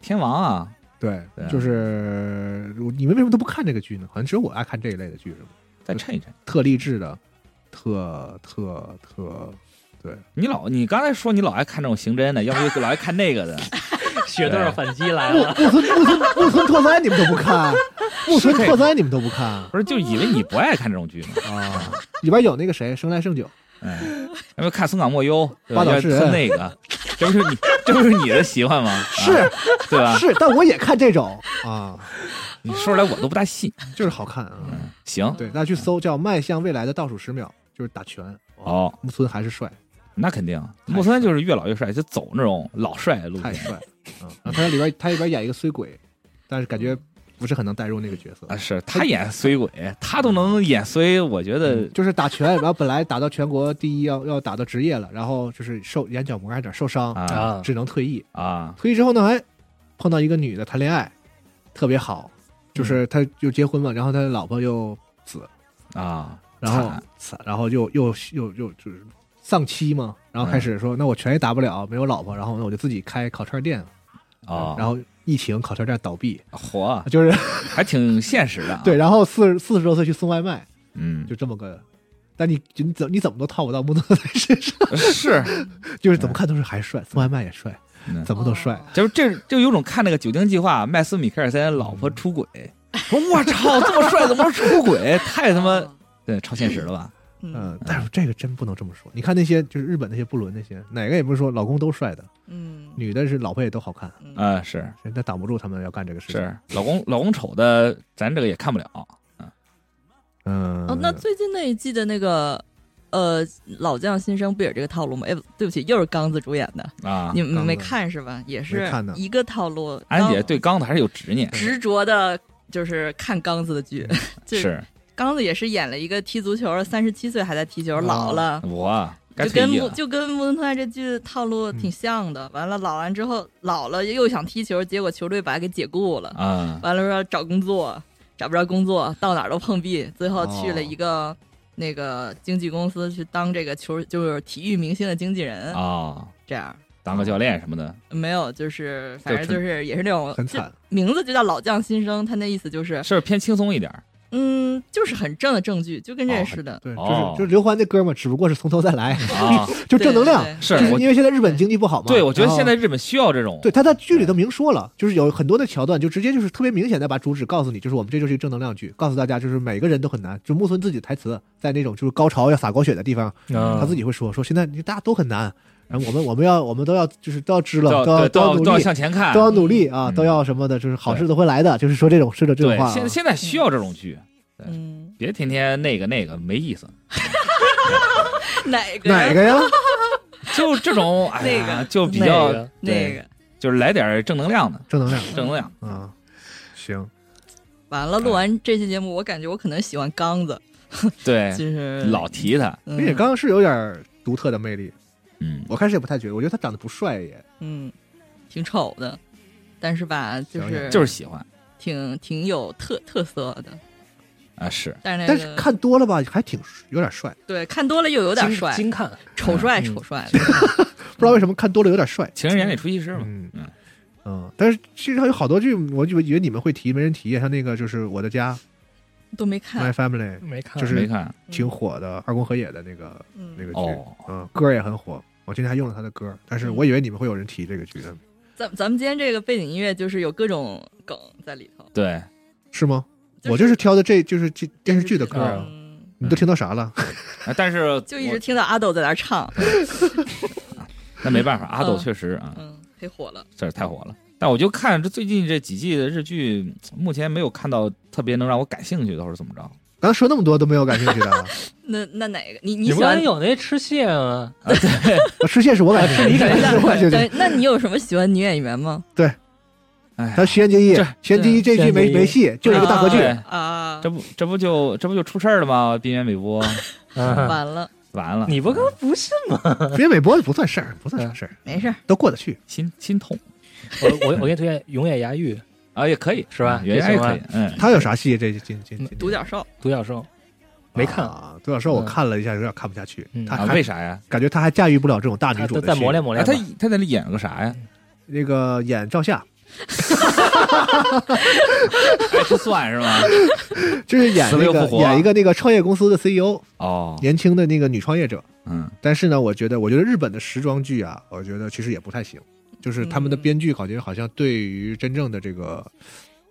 Speaker 9: 天王啊，
Speaker 4: 对
Speaker 9: 嗯对啊，
Speaker 4: 就是你们为什么都不看这个剧呢？好像只有我爱看这一类的剧，是吗？
Speaker 9: 再抻一抻。
Speaker 4: 特励志的，特特特，对，
Speaker 9: 你老你刚才说你老爱看这种刑侦的，要不就老爱看那个的，
Speaker 10: 血豆儿反击来
Speaker 4: 木
Speaker 10: 了，
Speaker 4: 木村木村木村拓哉你们都不
Speaker 9: *laughs*
Speaker 4: 看，木村拓哉你们都不看啊
Speaker 9: 不是就以为你不爱看这种剧吗？？
Speaker 4: 里边有那个谁，生来胜久，
Speaker 9: 哎，要不就看松冈莫优，对
Speaker 4: 八
Speaker 9: 吧
Speaker 4: 岛
Speaker 9: 要
Speaker 4: 士人
Speaker 9: 看那个，这不是你这不是你的习惯吗？啊
Speaker 4: 是
Speaker 9: 对吧？
Speaker 4: 是，但我也看这种啊，
Speaker 9: 你说出来我都不大信。
Speaker 4: 就是好看
Speaker 9: 嗯
Speaker 4: 啊。
Speaker 9: 行，
Speaker 4: 对，大家去搜叫《迈向未来的倒数十秒》，就是打拳。
Speaker 9: 哦，
Speaker 4: 木村还是帅，
Speaker 9: 那肯定，木村就是越老越帅，就走那种老帅的路
Speaker 4: 太
Speaker 9: 线。
Speaker 4: 帅了啊！然后他在里边，他里边演一个衰鬼，但是感觉不是很能带入那个角色嗯
Speaker 9: 啊，。是他演衰鬼，他都能演衰，我觉得
Speaker 4: 就是打拳，然后本来打到全国第一，要要打到职业了，然后就是受眼角膜还有点受伤，
Speaker 9: 啊
Speaker 10: 啊，
Speaker 4: 只能退役。
Speaker 9: 啊
Speaker 4: 退役之后呢，哎，碰到一个女的谈恋爱，特别好，
Speaker 9: 嗯
Speaker 4: 就是他就结婚嘛，然后他老婆又死，
Speaker 9: 啊，
Speaker 4: 然后
Speaker 9: 惨
Speaker 4: 惨，然后又又又又就是丧妻嘛，然后开始说、那我拳也打不了，没有老婆，然后那我就自己开烤串店，
Speaker 9: 啊，
Speaker 4: 然后疫情烤串店倒闭， *laughs*
Speaker 9: 活
Speaker 4: 就是
Speaker 9: 还挺现实的，
Speaker 4: 对，，然后四四十多岁去送外卖，
Speaker 9: 嗯，
Speaker 4: 就这么个。但你你怎你怎么都套不到木头在身上，
Speaker 9: 是，
Speaker 4: *laughs* 就是怎么看都是还帅，送外卖也帅，
Speaker 9: 嗯
Speaker 4: 怎么都帅。
Speaker 8: 哦
Speaker 9: 就是这就有种看那个《酒精计划》，麦斯米克尔森老婆出轨，说我操，这么帅怎么能出轨？太哎他
Speaker 4: 哦
Speaker 9: 妈对超现实了吧？
Speaker 8: 嗯
Speaker 4: 嗯，但是这个真不能这么说。你看那些就是日本那些不伦那些，哪个也不是说老公都帅的，
Speaker 8: 嗯
Speaker 4: 女的是老婆也都好看，
Speaker 8: 嗯
Speaker 9: 啊、是
Speaker 4: 人家挡不住他们要干这个事情。
Speaker 9: 是，老公老公丑的，咱这个也看不了。
Speaker 4: 嗯，
Speaker 8: 哦，那最近那一季的那个呃老将新生不也是这个套路吗？哎，对不起，又是刚子主演的，
Speaker 9: 啊
Speaker 8: 你，们
Speaker 4: 刚
Speaker 8: 没
Speaker 4: 子
Speaker 8: 看是吧？也是
Speaker 4: 没看呢
Speaker 8: 一个套路。
Speaker 9: 安姐
Speaker 8: 刚
Speaker 9: 对刚子还是有执念，
Speaker 8: 哦
Speaker 9: 嗯
Speaker 8: 执着的，就是看刚子的剧。 *laughs* 对
Speaker 9: 是
Speaker 8: 刚子也是演了一个踢足球，三十七岁还在踢球，老了。
Speaker 9: 我啊该
Speaker 8: 就
Speaker 9: 退
Speaker 8: 跟
Speaker 9: 役
Speaker 8: 木
Speaker 9: 了。
Speaker 8: 就跟木村拓哉这剧套
Speaker 4: 嗯
Speaker 8: 路挺像的，完了老完之后老了又想踢球，结果球队把他给解雇了，
Speaker 9: 啊
Speaker 8: 完了说找工作，找不着工作，到哪儿都碰壁，最后去
Speaker 9: 哦
Speaker 8: 了一个那个经纪公司去当这个球，就是体育明星的经纪人，
Speaker 4: 哦
Speaker 9: 啊，
Speaker 8: 这样
Speaker 9: 当个教练什么的，
Speaker 8: 没有，就是反正
Speaker 9: 就
Speaker 8: 就
Speaker 9: 纯
Speaker 8: 是也是那种
Speaker 4: 很惨，
Speaker 8: 就名字就叫老将新生，他那意思就是
Speaker 9: 是不是偏轻松一点儿？
Speaker 8: 嗯，就是很正的证据，就跟这
Speaker 9: 哦
Speaker 8: 似的。
Speaker 4: 对，就是、
Speaker 9: 哦
Speaker 4: 就是刘欢那哥们儿，只不过是从头再来，
Speaker 9: 啊，
Speaker 4: 就 *laughs* 正能量。
Speaker 8: 对对
Speaker 9: 是
Speaker 4: 就是
Speaker 9: 我
Speaker 4: 因为现在日本经济不好嘛。
Speaker 9: 对我觉得
Speaker 4: 然后
Speaker 9: 现在日本需要这种
Speaker 4: 对他在剧里都明说了，就是有很多的桥段，就直接就是特别明显的把主旨告诉你，就是我们这就是一个正能量剧，告诉大家就是每个人都很难。就木村自己的台词，在那种就是高潮要洒狗血的地方，
Speaker 10: 啊
Speaker 4: 他自
Speaker 9: 嗯
Speaker 4: 己会说说现在大家都很难，然后我们我们要我们都要就是都要支棱，
Speaker 9: 都
Speaker 4: 都要
Speaker 9: 对都
Speaker 4: 要
Speaker 9: 要
Speaker 4: 努
Speaker 9: 都要
Speaker 4: 力，
Speaker 9: 向前看
Speaker 4: 都。要努力啊，
Speaker 9: 嗯
Speaker 4: 都要什么的，就是好事都会来的，就是说这种是的这种
Speaker 9: 对
Speaker 4: 话，啊。
Speaker 9: 现现在需要这种剧，
Speaker 8: 嗯，
Speaker 9: 别天天那个那个没意思。
Speaker 8: *laughs* 哪个呀
Speaker 4: 哪个呀？
Speaker 9: 就这种，
Speaker 8: *laughs*
Speaker 9: 哎呀，
Speaker 8: 那个
Speaker 9: 就比
Speaker 10: 那
Speaker 9: 较
Speaker 10: 个
Speaker 8: 那个嗯
Speaker 9: 就是来点正能量的，
Speaker 4: 正能量
Speaker 9: 正能量。
Speaker 4: 啊，行，
Speaker 8: 完了，录完这期节目，我感觉我可能喜欢刚子，
Speaker 9: 对，
Speaker 8: 就是
Speaker 9: 老提他，
Speaker 8: 嗯
Speaker 4: 哎而且刚刚是有点独特的魅力，
Speaker 9: 嗯，
Speaker 4: 我开始也不太觉得，我觉得他长得不帅也，
Speaker 8: 嗯挺丑的，但是吧，就
Speaker 4: 行
Speaker 8: 是
Speaker 9: 就是喜欢
Speaker 8: 挺挺有特特色的，
Speaker 9: 啊，是
Speaker 8: 但是那
Speaker 4: 但
Speaker 8: 个
Speaker 4: 是看多了吧，还挺有点帅。
Speaker 8: 对看多了又有点
Speaker 10: 金
Speaker 8: 帅，
Speaker 10: 金看
Speaker 8: 丑帅
Speaker 10: 嗯
Speaker 8: 丑帅的，
Speaker 4: 不知道为什么看多了有点帅。
Speaker 9: 情人眼里出西施嘛，
Speaker 4: 嗯
Speaker 9: 嗯
Speaker 4: 嗯，但是其实还有好多剧，我就以为你们会提，没人提。像那个就是《我的家
Speaker 8: 都没》
Speaker 4: My
Speaker 8: 看，
Speaker 4: Family
Speaker 10: 没看，
Speaker 4: 就是
Speaker 9: 没看
Speaker 4: 挺火的，二宫和也的那个
Speaker 8: 嗯
Speaker 4: 那个剧，
Speaker 9: 哦，
Speaker 4: 嗯，歌也很火。我今天还用了他的歌，
Speaker 8: 嗯
Speaker 4: 但是我以为你们会有人提这个剧，嗯
Speaker 8: 咱咱们今天这个背景音乐就是有各种梗在里头， *laughs*
Speaker 9: 对，
Speaker 4: 是吗？
Speaker 8: 就是
Speaker 4: 我就是挑的这就是这电视剧的歌
Speaker 10: 电视剧
Speaker 4: 啊，
Speaker 8: 嗯，
Speaker 4: 你都听到啥了？ *laughs*
Speaker 9: 啊但是
Speaker 8: 就一直
Speaker 9: 我
Speaker 8: 听到阿斗在那儿唱，
Speaker 9: 那没办法，阿斗
Speaker 8: 嗯
Speaker 9: 确实啊，
Speaker 8: 嗯，忒火了，
Speaker 9: 这是太火了。但我就看这最近这几季的日剧，目前没有看到特别能让我感兴趣的，或者怎么着
Speaker 4: 刚才说那么多都没有感兴
Speaker 8: *laughs*
Speaker 4: 趣的啊，
Speaker 8: 那那哪个你你
Speaker 10: 你
Speaker 8: 喜
Speaker 10: 不刚
Speaker 8: 欢
Speaker 10: 才有那哎吃蟹吗？
Speaker 9: 啊？对，
Speaker 4: 吃蟹是我感兴趣，
Speaker 10: 你感兴
Speaker 4: 是我感兴趣。
Speaker 8: 对，那你有什么喜欢女演员吗？
Speaker 9: 哎
Speaker 4: 他，西安结衣
Speaker 9: 这，
Speaker 4: 西安结衣这
Speaker 10: 西
Speaker 4: 剧
Speaker 10: 安结
Speaker 4: 没
Speaker 10: 衣
Speaker 4: 没戏，就一个大合剧。
Speaker 9: 对
Speaker 8: 啊，
Speaker 9: 这不这不就这不就出事儿了吗？滨原美波
Speaker 10: 啊，
Speaker 8: 完了，
Speaker 9: 完了，
Speaker 10: 你不刚不信吗？
Speaker 9: 啊
Speaker 4: 别美波不算事儿，不算
Speaker 9: 嗯
Speaker 4: 啥事儿，
Speaker 8: 没事儿，
Speaker 4: 都过得去。
Speaker 9: 心心痛
Speaker 10: 我我我给你推荐《永野芽郁》《
Speaker 9: 啊，也可以
Speaker 10: 是吧
Speaker 9: 嗯原来也
Speaker 10: 也行吧
Speaker 9: 可以，嗯，
Speaker 4: 他有啥戏？这这这这
Speaker 8: 独角兽，
Speaker 10: 独角兽》，没看啊，
Speaker 4: 啊，独角兽我看了一下，有点看不下去
Speaker 10: 嗯。
Speaker 4: 他
Speaker 9: 嗯啊，
Speaker 4: 还
Speaker 9: 为啥呀？
Speaker 4: 感觉他还驾驭不了这种大女
Speaker 10: 他
Speaker 4: 主的戏。
Speaker 10: 再磨练磨
Speaker 9: 啊，
Speaker 10: 练
Speaker 9: 他
Speaker 10: 吧。
Speaker 9: 他在那里演了个啥呀？
Speaker 4: 那个演赵夏，
Speaker 9: 哎，不算是吗？
Speaker 4: 就是演
Speaker 9: 死了
Speaker 4: 那
Speaker 9: 又
Speaker 4: 个
Speaker 9: 复活
Speaker 4: 演一个那个创业公司的 CEO，
Speaker 9: 哦，
Speaker 4: 年轻的那个女创业者。
Speaker 9: 嗯，
Speaker 4: 但是呢，我觉得我觉得日本的时装剧啊，我觉得其实也不太行，就是他们的
Speaker 8: 嗯
Speaker 4: 编剧感觉好像对于真正的这个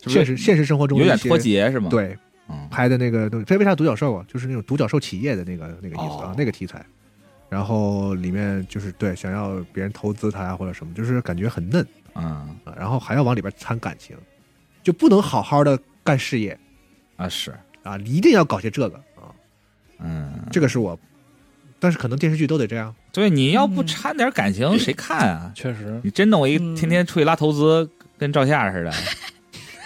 Speaker 9: 是不
Speaker 4: 现
Speaker 9: 是
Speaker 4: 实现实生活中
Speaker 9: 有
Speaker 4: 的
Speaker 9: 点
Speaker 4: 一些
Speaker 9: 脱节是吗？，
Speaker 4: 对
Speaker 9: 嗯，
Speaker 4: 拍的那个东西，这为啥独角兽啊？就是那种独角兽企业的那个那个意思啊，
Speaker 9: 哦
Speaker 4: 那个题材。然后里面就是对想要别人投资他啊呀、或者什么，就是感觉很嫩
Speaker 9: 嗯
Speaker 4: 啊，然后还要往里边掺感情，就不能好好的干事业
Speaker 9: 啊是，
Speaker 4: 啊，一定要搞些这个啊，
Speaker 9: 嗯，
Speaker 4: 这个是我，但是可能电视剧都得这样，
Speaker 9: 对，你要不掺点感情，谁看啊？
Speaker 10: 确实，
Speaker 9: 你真弄一
Speaker 8: 嗯
Speaker 9: 个天天出去拉投资，跟赵夏似的，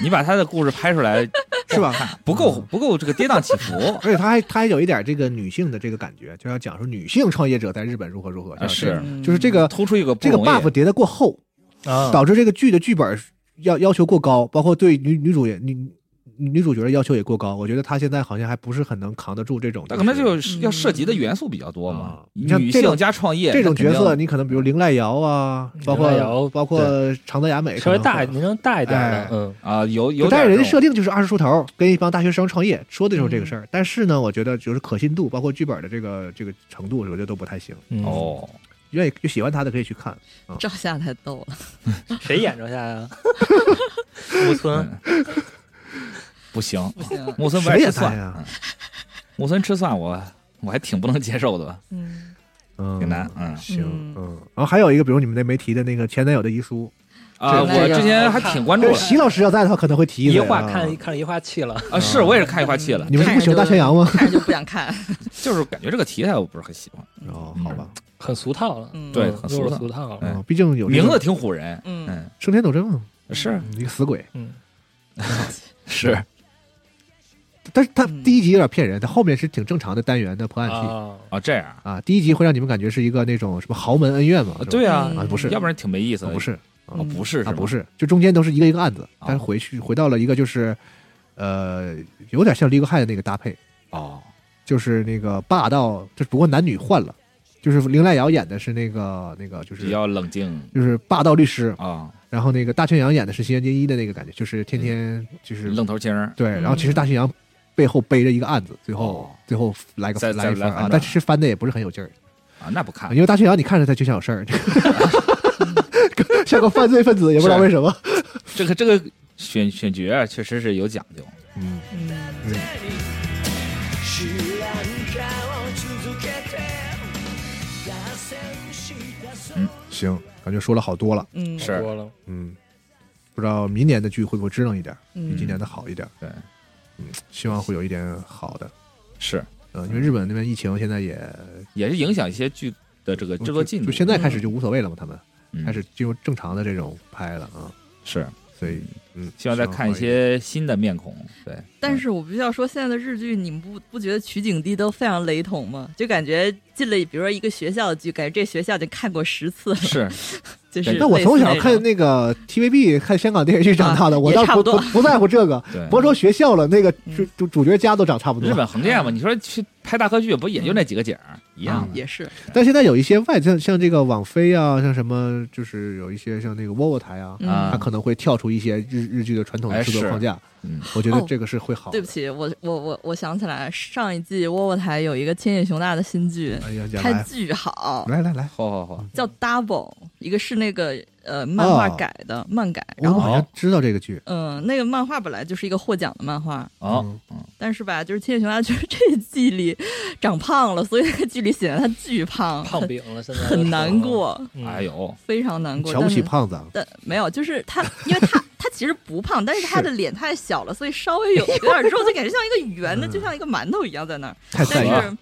Speaker 9: 你把他的故事拍出来，
Speaker 4: 是吧？ *laughs*
Speaker 9: 不够
Speaker 4: 嗯
Speaker 9: 不够这个跌宕起伏
Speaker 4: 而且他还他还有一点这个女性的这个感觉，就要讲说女性创业者在日本如何如何，
Speaker 9: 啊，
Speaker 4: 就是
Speaker 8: 嗯
Speaker 4: 嗯就是这个
Speaker 9: 突出一个不
Speaker 4: 这个
Speaker 9: 容易
Speaker 4: buff 叠的过厚，
Speaker 10: 啊，
Speaker 4: 导致这个剧的剧本要要求过高，包括对女女主也女女女主角的要求也过高。我觉得她现在好像还不是很能扛得住这种，
Speaker 9: 他可能
Speaker 4: 是
Speaker 9: 就是要涉及的元素比较多嘛
Speaker 4: 啊，你像
Speaker 9: 女
Speaker 4: 这种
Speaker 9: 性加创业
Speaker 4: 这种
Speaker 9: 那肯定
Speaker 4: 角色，你可能比如林濑遥啊，包
Speaker 10: 林濑遥
Speaker 4: 括包括长泽雅美，
Speaker 10: 稍微大年
Speaker 4: 可能会。
Speaker 10: 龄大一点的
Speaker 4: 哎，
Speaker 10: 嗯，
Speaker 9: 啊，有有
Speaker 4: 但
Speaker 9: 点
Speaker 4: 是人家
Speaker 9: 这
Speaker 4: 设
Speaker 9: 种嗯
Speaker 4: 定就是二十出头，跟一帮大学生创业，说的就是这个事儿。但是呢，我觉得就是可信度，包括剧本的这个这个程度，我觉得都不太行。
Speaker 10: 嗯，
Speaker 9: 哦，
Speaker 4: 愿意就喜欢他的可以去看，
Speaker 8: 赵夏太逗了。
Speaker 4: *laughs*
Speaker 10: 谁演着下呀？木村
Speaker 9: 嗯不行，
Speaker 2: 不行，
Speaker 9: 木村不爱
Speaker 4: 谁也
Speaker 9: 吃
Speaker 4: 在
Speaker 9: 蒜，
Speaker 4: 呀
Speaker 9: 嗯，木村吃蒜我我还挺不能接受的，
Speaker 8: 嗯，
Speaker 4: 嗯，
Speaker 9: 挺难，嗯
Speaker 4: 行，
Speaker 8: 嗯
Speaker 4: 嗯，然后还有一个，比如你们那没提的那个前男友的遗书，
Speaker 9: 啊，
Speaker 4: 这
Speaker 9: 我之前还挺关注
Speaker 4: 这
Speaker 9: 的
Speaker 4: 席老师要在的话，可能会提
Speaker 10: 一
Speaker 4: 嘴
Speaker 10: 话
Speaker 4: 啊
Speaker 10: 看看着一话气了，
Speaker 9: 啊，是我也是看一话气了，
Speaker 4: 嗯你们是不喜欢大山羊吗？
Speaker 8: 看着就不想看。
Speaker 9: 就是感觉这个题材我不是很喜欢，
Speaker 4: 哦，
Speaker 9: 嗯
Speaker 4: 好吧，
Speaker 10: 很俗套了，
Speaker 8: 嗯，
Speaker 9: 对
Speaker 10: 嗯
Speaker 9: 很
Speaker 10: 又
Speaker 9: 俗
Speaker 10: 是
Speaker 9: 套
Speaker 10: 俗套了。
Speaker 9: 哎
Speaker 4: 嗯，毕竟有这
Speaker 9: 名
Speaker 4: 个
Speaker 9: 字挺唬人，
Speaker 8: 嗯，
Speaker 9: 嗯，
Speaker 4: 升天斗争嘛，
Speaker 9: 是
Speaker 4: 嗯一个死鬼，
Speaker 10: 嗯，
Speaker 9: 是，
Speaker 4: 但是他
Speaker 8: 嗯
Speaker 4: 第一集有点骗人，他后面是挺正常的单元的破案题
Speaker 10: 啊，
Speaker 9: 哦这样啊，
Speaker 4: 啊。第一集会让你们感觉是一个那种什么豪门恩怨嘛？是吧
Speaker 9: 对啊，
Speaker 8: 嗯
Speaker 4: 啊，不是，
Speaker 9: 要不然挺没意思
Speaker 4: 啊
Speaker 9: 的，
Speaker 4: 不是
Speaker 9: 啊，不是
Speaker 4: 啊，不
Speaker 9: 是
Speaker 4: 是，就中间都是一个一个案子，
Speaker 9: 啊
Speaker 4: 但是回去回到了一个就是，呃，有点像《Legal High》的那个搭配，
Speaker 9: 吗哦，
Speaker 4: 就是那个霸道，就是不过男女换了，就是林濑遥演的是那个那个就是
Speaker 9: 比较冷静
Speaker 4: 就是霸道律师，
Speaker 9: 啊，
Speaker 4: 然后那个大泉洋演的是新垣结衣的那个感觉，就是天
Speaker 9: 嗯
Speaker 4: 天就是
Speaker 9: 愣头青儿，
Speaker 4: 对，然后其实大西洋背后背着一个案子，最后、
Speaker 9: 嗯哦
Speaker 4: 最后来个
Speaker 9: 再
Speaker 4: 来一番
Speaker 9: 再来
Speaker 4: 啊
Speaker 9: 反，
Speaker 4: 但
Speaker 9: 转
Speaker 4: 是翻的也不是很有劲儿，
Speaker 9: 啊，那不看
Speaker 4: 因为大西洋你看着他就像有事儿， *laughs* 像个犯罪分子，也不知道为什么。
Speaker 9: 这个这个选选角啊确实是有讲究，
Speaker 4: 嗯，嗯行，感觉说了好多了，
Speaker 8: 嗯，
Speaker 9: 是
Speaker 10: 多了，
Speaker 4: 嗯，不知道明年的剧会不会支棱一点，比
Speaker 8: 嗯，
Speaker 4: 今年的好一点，
Speaker 9: 对，
Speaker 4: 嗯，希望会有一点好的。
Speaker 9: 是
Speaker 4: 嗯，因为日本那边疫情现在也
Speaker 9: 也是影响一些剧的这个嗯制作进
Speaker 4: 嗯就
Speaker 9: 度，
Speaker 4: 就现在开始就无所谓了嘛，他们
Speaker 9: 嗯
Speaker 4: 开始进入正常的这种拍了啊，
Speaker 9: 是
Speaker 4: 所以嗯，
Speaker 9: 希望再看一
Speaker 4: 好点
Speaker 9: 些新的面孔，对，
Speaker 8: 但是我必须要说，现在的日剧，你们不不觉得取景地都非常雷同吗？就感觉进了，比如说一个学校的剧，感觉这学校就看过十次了，
Speaker 9: 嗯是
Speaker 8: *laughs* 就是。
Speaker 4: 但我从小看，那个 TVB 看香港电视剧长大的，
Speaker 8: 啊
Speaker 4: 我
Speaker 8: 也
Speaker 4: 倒
Speaker 8: 差
Speaker 4: 不
Speaker 8: 不
Speaker 4: 不
Speaker 8: 多
Speaker 4: 不在乎这个。
Speaker 9: 对
Speaker 4: 别说学校了，那个主
Speaker 8: 嗯
Speaker 4: 主主角家都长差不多
Speaker 9: 日。本横店嘛，你说去拍大合剧不也就那几个景儿一样的，
Speaker 8: 啊也是，
Speaker 4: 但现在有一些外像像这个网飞啊，像什么就是有一些像那个 VOVO 台啊，
Speaker 8: 嗯
Speaker 9: 啊
Speaker 4: 它可能会跳出一些日日剧的传统的
Speaker 9: 哎
Speaker 4: 制作
Speaker 9: 是
Speaker 4: 框架
Speaker 9: 嗯。
Speaker 4: 我觉得
Speaker 8: 哦
Speaker 4: 这个是会好。
Speaker 8: 对不，起，我我我我想起来，上一季窝窝台有一个千叶雄大的新剧，
Speaker 4: 哎呀，
Speaker 8: 拍
Speaker 4: 来
Speaker 8: 巨好，
Speaker 4: 来来来，
Speaker 9: 好好好，
Speaker 8: 叫 Double，一个是那个呃漫画改的、漫改，
Speaker 4: 哦我
Speaker 8: 然
Speaker 4: 怎
Speaker 8: 后
Speaker 4: 么
Speaker 9: 哦
Speaker 4: 好像啊知道这个剧？
Speaker 8: 嗯、那个漫画本来就是一个获奖的漫画，
Speaker 9: 哦，嗯
Speaker 8: 但是吧，就是千叶雄大觉得 *laughs* 这剧里长胖了，所以那个剧里显得他巨胖，
Speaker 10: 胖饼了，现在
Speaker 8: 很难，过，
Speaker 10: 嗯
Speaker 9: 哎，呦，
Speaker 8: 非常难过。
Speaker 4: 瞧不起
Speaker 8: 但是
Speaker 4: 胖子啊，
Speaker 8: 但没有，就是他，因为
Speaker 4: *laughs*
Speaker 8: 他他其实不胖，但是他的脸太小了，所以稍微有有点肉，就感觉像一个圆的，
Speaker 4: 嗯
Speaker 8: 就像一个馒头一样在那儿。
Speaker 4: 太
Speaker 8: 但
Speaker 4: 在意了。
Speaker 8: 是，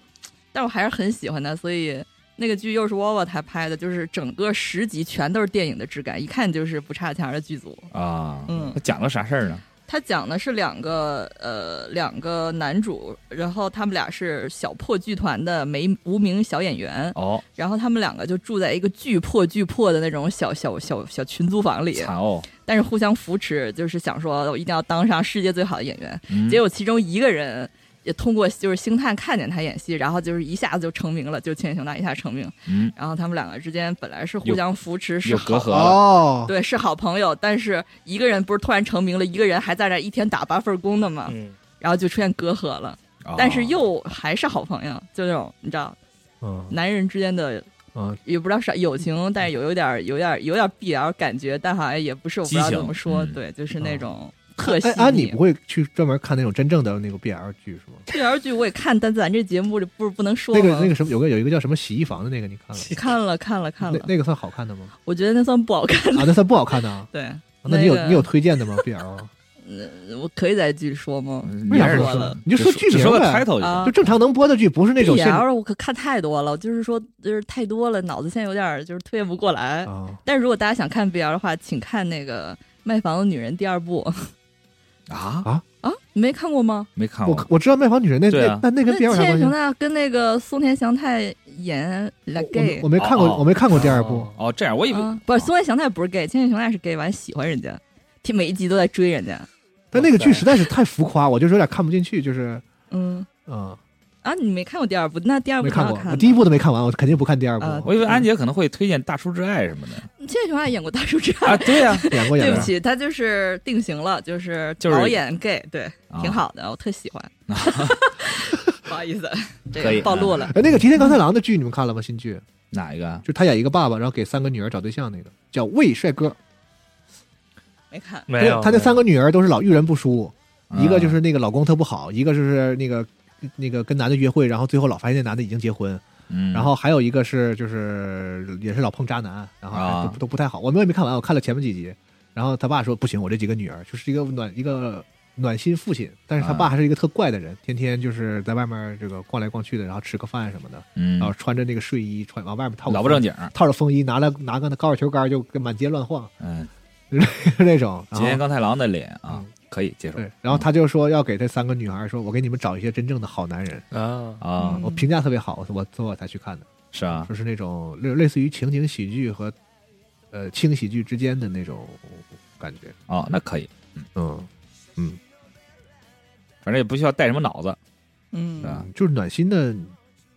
Speaker 8: 但我还是很喜欢他，所以那个剧又是沃沃台拍的，就是整个十集全都是电影的质感，一看就是不差钱儿的剧组。
Speaker 9: 啊，
Speaker 8: 嗯
Speaker 9: 他讲了啥事儿呢？
Speaker 8: 他讲的是两个呃两个男主，然后他们俩是小破剧团的没无名小演员，
Speaker 9: 哦，
Speaker 8: 然后他们两个就住在一个巨破巨破的那种小小小小群租房里，
Speaker 9: 惨哦，
Speaker 8: 但是互相扶持，就是想说我一定要当上世界最好的演员。
Speaker 9: 嗯
Speaker 8: 结果其中一个人也通过就是星探看见他演戏，然后就是一下子就成名了，就千叶雄大一下成名。
Speaker 9: 嗯，
Speaker 8: 然后他们两个之间本来是互
Speaker 9: 有
Speaker 8: 相扶持，是
Speaker 9: 有
Speaker 8: 好
Speaker 9: 隔阂了，
Speaker 4: 哦，
Speaker 8: 对，是好朋友，但是一个人不是突然成名了，一个人还在那一天打八份工的嘛，
Speaker 10: 嗯，
Speaker 8: 然后就出现隔阂了，
Speaker 9: 哦
Speaker 8: 但是又还是好朋友，就那种你知道，
Speaker 4: 嗯
Speaker 8: 男人之间的
Speaker 4: 嗯，
Speaker 8: 也不知道是友情，但是有有点儿有点儿有点儿 BL 感觉，但好像也不是我不知道
Speaker 9: 激情
Speaker 8: 怎么说，
Speaker 9: 嗯
Speaker 8: 对，就是那种特
Speaker 4: 哎
Speaker 8: 细腻。
Speaker 4: 安妮不会去专门看那种真正的那个 BL 剧是吗？
Speaker 8: BL 剧我也看，但咱这节目里不是不能啊说
Speaker 4: 那
Speaker 8: 吗？
Speaker 4: 个那个什么，有个有一个叫什么洗衣房的那个，你看了吗？
Speaker 8: 看了看了看了
Speaker 4: 那，那个算好看的吗？
Speaker 8: 我觉得那算不好看的。
Speaker 4: 啊，那算不好看的
Speaker 8: *laughs*
Speaker 4: 啊。
Speaker 8: 对，
Speaker 4: 那你有
Speaker 8: 个
Speaker 4: 你有推荐的吗？BL
Speaker 8: *laughs* 我可以在剧说吗？
Speaker 9: 嗯
Speaker 4: 为啥
Speaker 9: 也
Speaker 4: 不
Speaker 9: 是
Speaker 4: 能
Speaker 8: 说
Speaker 4: 说
Speaker 8: 了？
Speaker 4: 你就说剧
Speaker 9: 只
Speaker 4: 名
Speaker 9: 说个
Speaker 4: 呗，
Speaker 9: title 就行
Speaker 8: 啊
Speaker 4: 就正常能播的剧，不是那种现
Speaker 8: BL 我可看太多了，就是说就是太多了，脑子现在有点儿就是推不过来。
Speaker 4: 啊。
Speaker 8: 但是如果大家想看 BL 的话，请看那个《卖房的女人》第二部
Speaker 9: 啊，
Speaker 8: 啊，你没看过吗？
Speaker 9: 没看
Speaker 4: 我
Speaker 9: 过，
Speaker 4: 我知道《卖房女人》那
Speaker 9: 对啊
Speaker 4: 那那那
Speaker 8: 啊那
Speaker 4: 跟 BL 有啥
Speaker 8: 千叶
Speaker 4: 关系
Speaker 8: 雄？大跟那个松田翔太演 La
Speaker 4: 我没
Speaker 8: Gay
Speaker 4: 我没看
Speaker 9: 哦
Speaker 4: 过，
Speaker 9: 哦
Speaker 4: 我没看过第二部。
Speaker 9: 哦，这样我以为
Speaker 8: 啊，不是松田翔太不是 gay，千叶雄大是 gay，完喜欢人家，听每一集都在追人家。
Speaker 4: 但那个剧实在是太浮夸，我就是有点看不进去，就是
Speaker 8: 嗯
Speaker 4: 嗯，
Speaker 8: 啊，你没看过第二部？那第二部
Speaker 4: 没看
Speaker 8: 挺
Speaker 4: 过
Speaker 8: 好，看的
Speaker 4: 我第一部都没看完，我肯定不看第二部。
Speaker 8: 啊
Speaker 9: 我以为安杰可能会推荐《大叔之爱》什么
Speaker 8: *laughs*
Speaker 9: 的
Speaker 8: 千叶雄大演过大叔之
Speaker 9: 啊，
Speaker 8: 爱。
Speaker 9: 对呀，
Speaker 4: 演过演
Speaker 8: *laughs* 对
Speaker 4: 过
Speaker 8: 不。起，他就是定型了，就是
Speaker 9: 就是
Speaker 8: 导演 gay，对，
Speaker 9: 啊
Speaker 8: 挺好的，我特喜
Speaker 9: *laughs*
Speaker 8: 欢。 *laughs* 不好意思，这
Speaker 9: 可以啊
Speaker 8: 个暴露了。
Speaker 4: 哎，那个吉田刚太郎的剧你们看了吗？新剧
Speaker 9: 哪一个啊？
Speaker 4: 就他演一个爸爸，然后给三个女儿找对象，那个叫魏帅哥。
Speaker 8: 没看，
Speaker 10: 没有，
Speaker 4: 他那三个女儿都是老遇人不淑，
Speaker 9: 嗯
Speaker 4: 一个就是那个老公特不好，一个就是那个那个跟男的约会，然后最后老发现那男的已经结婚，
Speaker 9: 嗯，
Speaker 4: 然后还有一个是就是也是老碰渣男，然后还
Speaker 9: 啊
Speaker 4: 都都不太好。我们也没看完，我看了前面几集。然后他爸说不行，我这几个女儿就是一个暖一个暖心父亲，但是他爸
Speaker 9: 啊
Speaker 4: 还是一个特怪的人，天天就是在外面这个逛来逛去的，然后吃个饭什么的，
Speaker 9: 嗯
Speaker 4: 然后穿着那个睡衣穿往外面套个
Speaker 9: 老不正经，
Speaker 4: 套着风衣，拿了拿个那高尔球杆就跟满街乱晃 *laughs*
Speaker 9: 嗯，
Speaker 4: 那种。然
Speaker 9: 吉田
Speaker 4: 后
Speaker 9: 刚太郎的脸啊
Speaker 4: 嗯，
Speaker 9: 可以接受
Speaker 4: 对，然后他就说要给这三个女孩说，我给你们找一些真正的好男人。
Speaker 10: 啊，
Speaker 8: 嗯
Speaker 9: 啊，
Speaker 4: 我评价特别好，我我所以我才去看的，
Speaker 9: 是啊，
Speaker 4: 就是那种类类似于情景喜剧和呃轻喜剧之间的那种感觉。
Speaker 9: 哦，那可以，
Speaker 4: 嗯
Speaker 9: 反正也不需要带什么脑子，
Speaker 8: 嗯
Speaker 9: 是吧？
Speaker 4: 嗯，就是暖心的，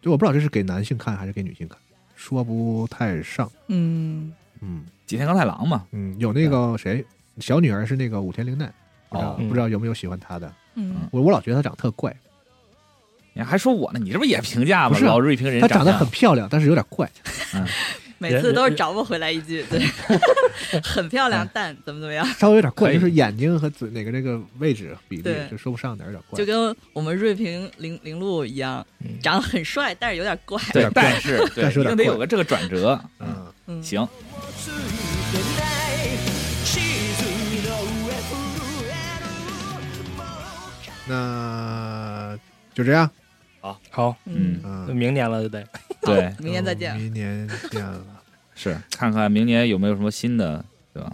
Speaker 4: 就我不知道这是给男性看还是给女性看，说不太上。
Speaker 8: 嗯，
Speaker 4: 嗯
Speaker 9: 吉田刚太郎嘛，
Speaker 4: 嗯，有那个谁，小女儿是那个武田玲奈，不知道、
Speaker 9: 哦
Speaker 4: 不知道有没有喜欢她的？
Speaker 8: 嗯
Speaker 4: 我我老觉得她长得特怪，
Speaker 9: 你还说我呢，你这不也评价
Speaker 4: 不
Speaker 9: 吗？
Speaker 4: 是啊
Speaker 9: 老瑞评人
Speaker 4: 她长得
Speaker 9: 相
Speaker 4: 很漂亮，但是有点怪。
Speaker 8: 每次都是找不回来一句，对， *laughs* 很漂亮，但怎么怎么样，
Speaker 4: 稍微有点怪，
Speaker 9: 可以
Speaker 4: 就是眼睛和嘴哪个这个位置比例
Speaker 8: 对
Speaker 4: 就说不上哪儿有点怪，
Speaker 8: 就跟我们瑞平林林路一样，长得很帅，但是有点怪。
Speaker 9: 对，嗯但是
Speaker 4: *laughs*
Speaker 9: 对，
Speaker 4: 但是有
Speaker 9: 一
Speaker 4: 点
Speaker 9: 定得
Speaker 4: 怪
Speaker 9: 有个这个转折，
Speaker 4: 嗯，
Speaker 8: 嗯，
Speaker 4: *laughs*
Speaker 9: 行，
Speaker 7: ついてない沈みの上震えるもう
Speaker 4: 那就这样，
Speaker 10: 好，
Speaker 8: 嗯，
Speaker 4: 嗯，
Speaker 10: 明年了就得，
Speaker 9: 对，
Speaker 8: 明天再见。
Speaker 4: 明年见
Speaker 9: *laughs*
Speaker 4: 了，
Speaker 9: 是看看明年有没有什么新的，对吧？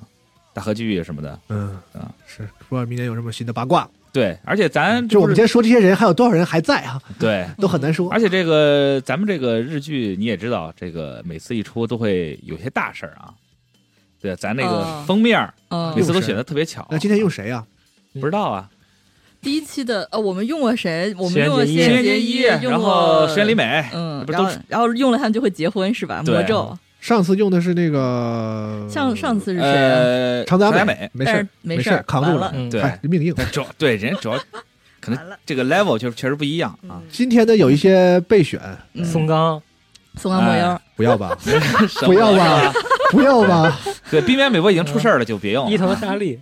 Speaker 9: 大合剧什么的，
Speaker 4: 嗯
Speaker 9: 啊，
Speaker 4: 是不知道明年有什么新的八卦。
Speaker 9: 对，而且咱
Speaker 4: 就我们今
Speaker 9: 这
Speaker 4: 天说这些人，还有多少人还在啊？
Speaker 9: 对，
Speaker 4: 都很难说
Speaker 9: 而。且这个咱们这个日剧你也知道，这个每次一出都会有些大事儿啊。对，咱那个
Speaker 8: 哦
Speaker 9: 封面儿
Speaker 8: 嗯
Speaker 9: 每，次都选的特别巧。
Speaker 4: 那今天用谁啊？
Speaker 9: 不知道啊，
Speaker 8: 第一期的呃，我们用过谁？我们用过
Speaker 10: 石
Speaker 9: 石
Speaker 10: 原
Speaker 8: 原
Speaker 9: 原结
Speaker 8: 一，
Speaker 9: 衣，
Speaker 8: 用
Speaker 9: 然后
Speaker 8: 过
Speaker 9: 石原里。美，
Speaker 8: 嗯，
Speaker 9: 不是
Speaker 8: 然
Speaker 9: 都
Speaker 8: 后然后用了他们就会结婚是吧？
Speaker 9: 对
Speaker 8: 魔咒，
Speaker 4: 上次用的是那个，
Speaker 8: 像上次是谁啊？
Speaker 9: 呃
Speaker 4: 长
Speaker 9: 泽
Speaker 4: 泽雅
Speaker 9: 美，，
Speaker 4: 没事
Speaker 8: 但
Speaker 4: 儿
Speaker 8: 是，没
Speaker 4: 没
Speaker 8: 事
Speaker 4: 事儿
Speaker 8: 儿，
Speaker 4: 扛住
Speaker 8: 完
Speaker 4: 了
Speaker 8: 了，
Speaker 10: 嗯，
Speaker 9: 对
Speaker 4: 哎，命硬。
Speaker 9: 但主要对人
Speaker 8: *laughs*
Speaker 9: 主要可
Speaker 8: 完
Speaker 9: 能
Speaker 8: 了
Speaker 9: 这个 level 就是确实不一样嗯啊。
Speaker 8: 嗯
Speaker 4: 今天的有一些备选，
Speaker 8: 嗯
Speaker 10: 宋刚，
Speaker 8: 松冈莫妖，
Speaker 4: 不要
Speaker 9: *laughs*
Speaker 4: 吧，
Speaker 8: 嗯
Speaker 4: *laughs*
Speaker 9: 什么
Speaker 4: 不要吧？不要吧， *laughs*
Speaker 9: 对，冰原美波已经出事儿了，就别用
Speaker 4: 嗯
Speaker 9: 了。
Speaker 10: 伊藤沙莉，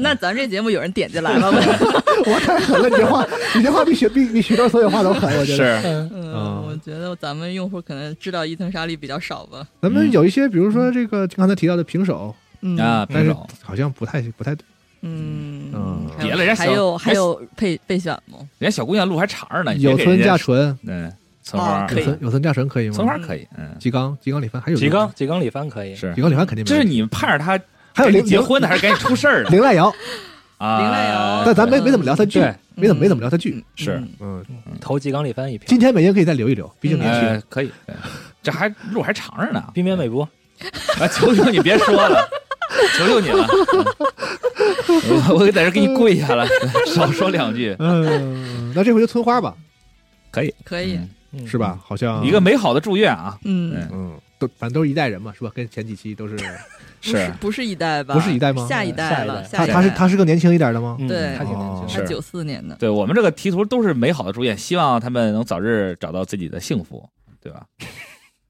Speaker 8: 那咱这节目有人点进来了吗？
Speaker 4: 我太狠了！你这话，你这话比许比比许多所有话都狠，我觉得。
Speaker 9: 是，
Speaker 10: 嗯，
Speaker 4: 嗯
Speaker 8: 嗯，我觉得咱们用户可能知道伊藤沙莉比较少吧。
Speaker 4: 咱
Speaker 9: 嗯
Speaker 4: 们有一些，比如说这个刚才提到的平手，
Speaker 8: 嗯
Speaker 9: 啊，
Speaker 4: 但
Speaker 9: 平
Speaker 4: 是
Speaker 9: 手
Speaker 4: 好像不太不太对。
Speaker 8: 嗯
Speaker 4: 嗯
Speaker 8: 还有
Speaker 9: 别了人家
Speaker 8: 还有
Speaker 9: 小
Speaker 8: 还有备备选吗？
Speaker 9: 人家小姑娘路还长着呢，你别
Speaker 4: 有
Speaker 9: 给
Speaker 4: 村
Speaker 9: 人
Speaker 4: 架
Speaker 9: 家
Speaker 4: 纯，
Speaker 9: 嗯，村花
Speaker 8: 哦
Speaker 4: 有
Speaker 8: 可以
Speaker 4: 村有村架纯可以吗？
Speaker 9: 村花可以，嗯，
Speaker 4: 吉冈吉冈里帆还有
Speaker 10: 吉冈，吉冈里帆可以，
Speaker 9: 是
Speaker 4: 吉。冈里帆肯定没
Speaker 9: 这
Speaker 4: 有
Speaker 9: 是你们盼着他
Speaker 4: 还有
Speaker 9: 赶紧
Speaker 4: 林
Speaker 9: 结婚呢，还是赶紧出事儿
Speaker 4: *laughs*
Speaker 9: 呢？
Speaker 4: 林濑遥，
Speaker 9: 啊，
Speaker 8: 林濑遥
Speaker 4: 但咱
Speaker 9: 嗯
Speaker 4: 没没怎么聊他剧
Speaker 10: 对，
Speaker 4: 没怎么没怎么聊他剧。
Speaker 9: 是
Speaker 8: 嗯
Speaker 4: 嗯，
Speaker 10: 投吉冈里帆一票
Speaker 4: 今。天每天可以再留一留，毕竟
Speaker 8: 嗯
Speaker 4: 年轻。
Speaker 9: 呃，可以，对 *laughs* 这还路还长着呢。
Speaker 10: 冰边美波，
Speaker 9: 啊，求求你别说了，求求你了，我我在这给你跪下了， *laughs* 少说两句，
Speaker 4: 嗯， *laughs* 那这回就村花吧，
Speaker 9: 可以，
Speaker 8: 可以，
Speaker 9: 嗯
Speaker 10: 嗯
Speaker 4: 是吧？好像
Speaker 9: 一个美好的祝愿啊，
Speaker 8: 嗯，
Speaker 9: 嗯，
Speaker 4: 嗯，都反正都是一代人嘛，是吧？跟前几期都是，
Speaker 8: 不是
Speaker 9: 是
Speaker 8: 不是一代吧？
Speaker 4: 不是一代吗
Speaker 8: 下一代
Speaker 10: 嗯
Speaker 8: 了，
Speaker 10: 下
Speaker 4: 他
Speaker 8: 下一代
Speaker 4: 他是他是个年轻一点的吗？
Speaker 10: 嗯
Speaker 8: 对
Speaker 10: 他挺年轻
Speaker 4: 哦
Speaker 10: 的，
Speaker 8: 他
Speaker 9: 是
Speaker 8: 九四年的，
Speaker 9: 对我们这个题图都是美好的祝愿，希望他们能早日找到自己的幸福，对吧？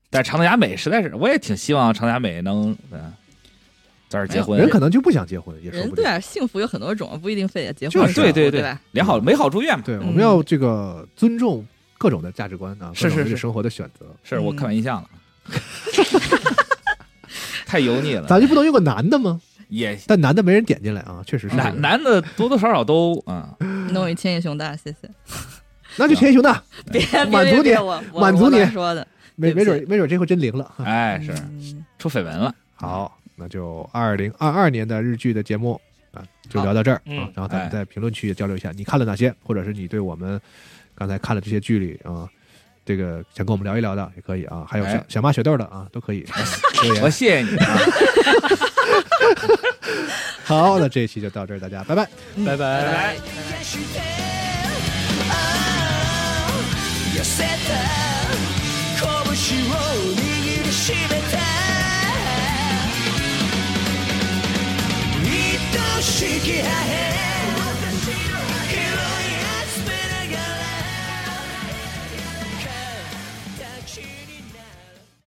Speaker 9: 但长泽雅美实在是，我也挺希望长泽雅美能嗯早点结婚。啊
Speaker 4: 人可能就不想结婚，也说
Speaker 8: 人
Speaker 4: 不
Speaker 8: 对
Speaker 4: 定。
Speaker 8: 啊，幸福有很多种，不一定非得结
Speaker 4: 就
Speaker 8: 婚
Speaker 4: 是
Speaker 8: 是吧。
Speaker 9: 对对
Speaker 8: 对
Speaker 9: 对
Speaker 8: 吧，
Speaker 9: 良好美好祝愿嘛。
Speaker 4: 对，我
Speaker 8: 嗯
Speaker 4: 们要这个尊重各种的价值观啊，
Speaker 9: 是
Speaker 4: 各种
Speaker 9: 是
Speaker 4: 对
Speaker 9: 是
Speaker 4: 生活的选择，
Speaker 9: 是我刻板
Speaker 10: 嗯
Speaker 9: 印象了， *laughs* 太油腻了，
Speaker 4: 咱就不能用个男的吗？
Speaker 9: 也
Speaker 4: 但男的没人点进来啊，确实是
Speaker 9: 男男的多多少少都嗯，
Speaker 8: 弄一千叶熊大，谢谢。
Speaker 4: 那就田一雄大，
Speaker 8: 别别
Speaker 4: 满
Speaker 8: *laughs* 别
Speaker 4: 足你
Speaker 8: 别我我
Speaker 4: 满足
Speaker 8: 我
Speaker 4: 你
Speaker 8: 乱说的。对
Speaker 4: 没
Speaker 8: 不
Speaker 4: 没
Speaker 8: 起
Speaker 4: 准没准这回真灵了。
Speaker 9: 哎是
Speaker 8: 嗯
Speaker 9: 出绯闻了，
Speaker 4: 好，那就二零二二年的日剧的节目啊，就聊到这儿
Speaker 10: 嗯
Speaker 4: 啊，然后咱
Speaker 9: 哎
Speaker 4: 们在评论区也交流一下，你看了哪些，或者是你对我们刚才看了这些剧里啊，这个想跟我们聊一聊的也可以啊，还有想
Speaker 9: 哎
Speaker 4: 想骂雪豆的啊，都
Speaker 8: *laughs*
Speaker 4: 可以留
Speaker 9: 我
Speaker 4: 言。
Speaker 9: 谢谢你啊，
Speaker 4: 好，那这一期就到这儿，大家拜拜。
Speaker 10: *laughs* 拜拜。
Speaker 7: 癒してああ寄せた拳を握りしめた愛しき破片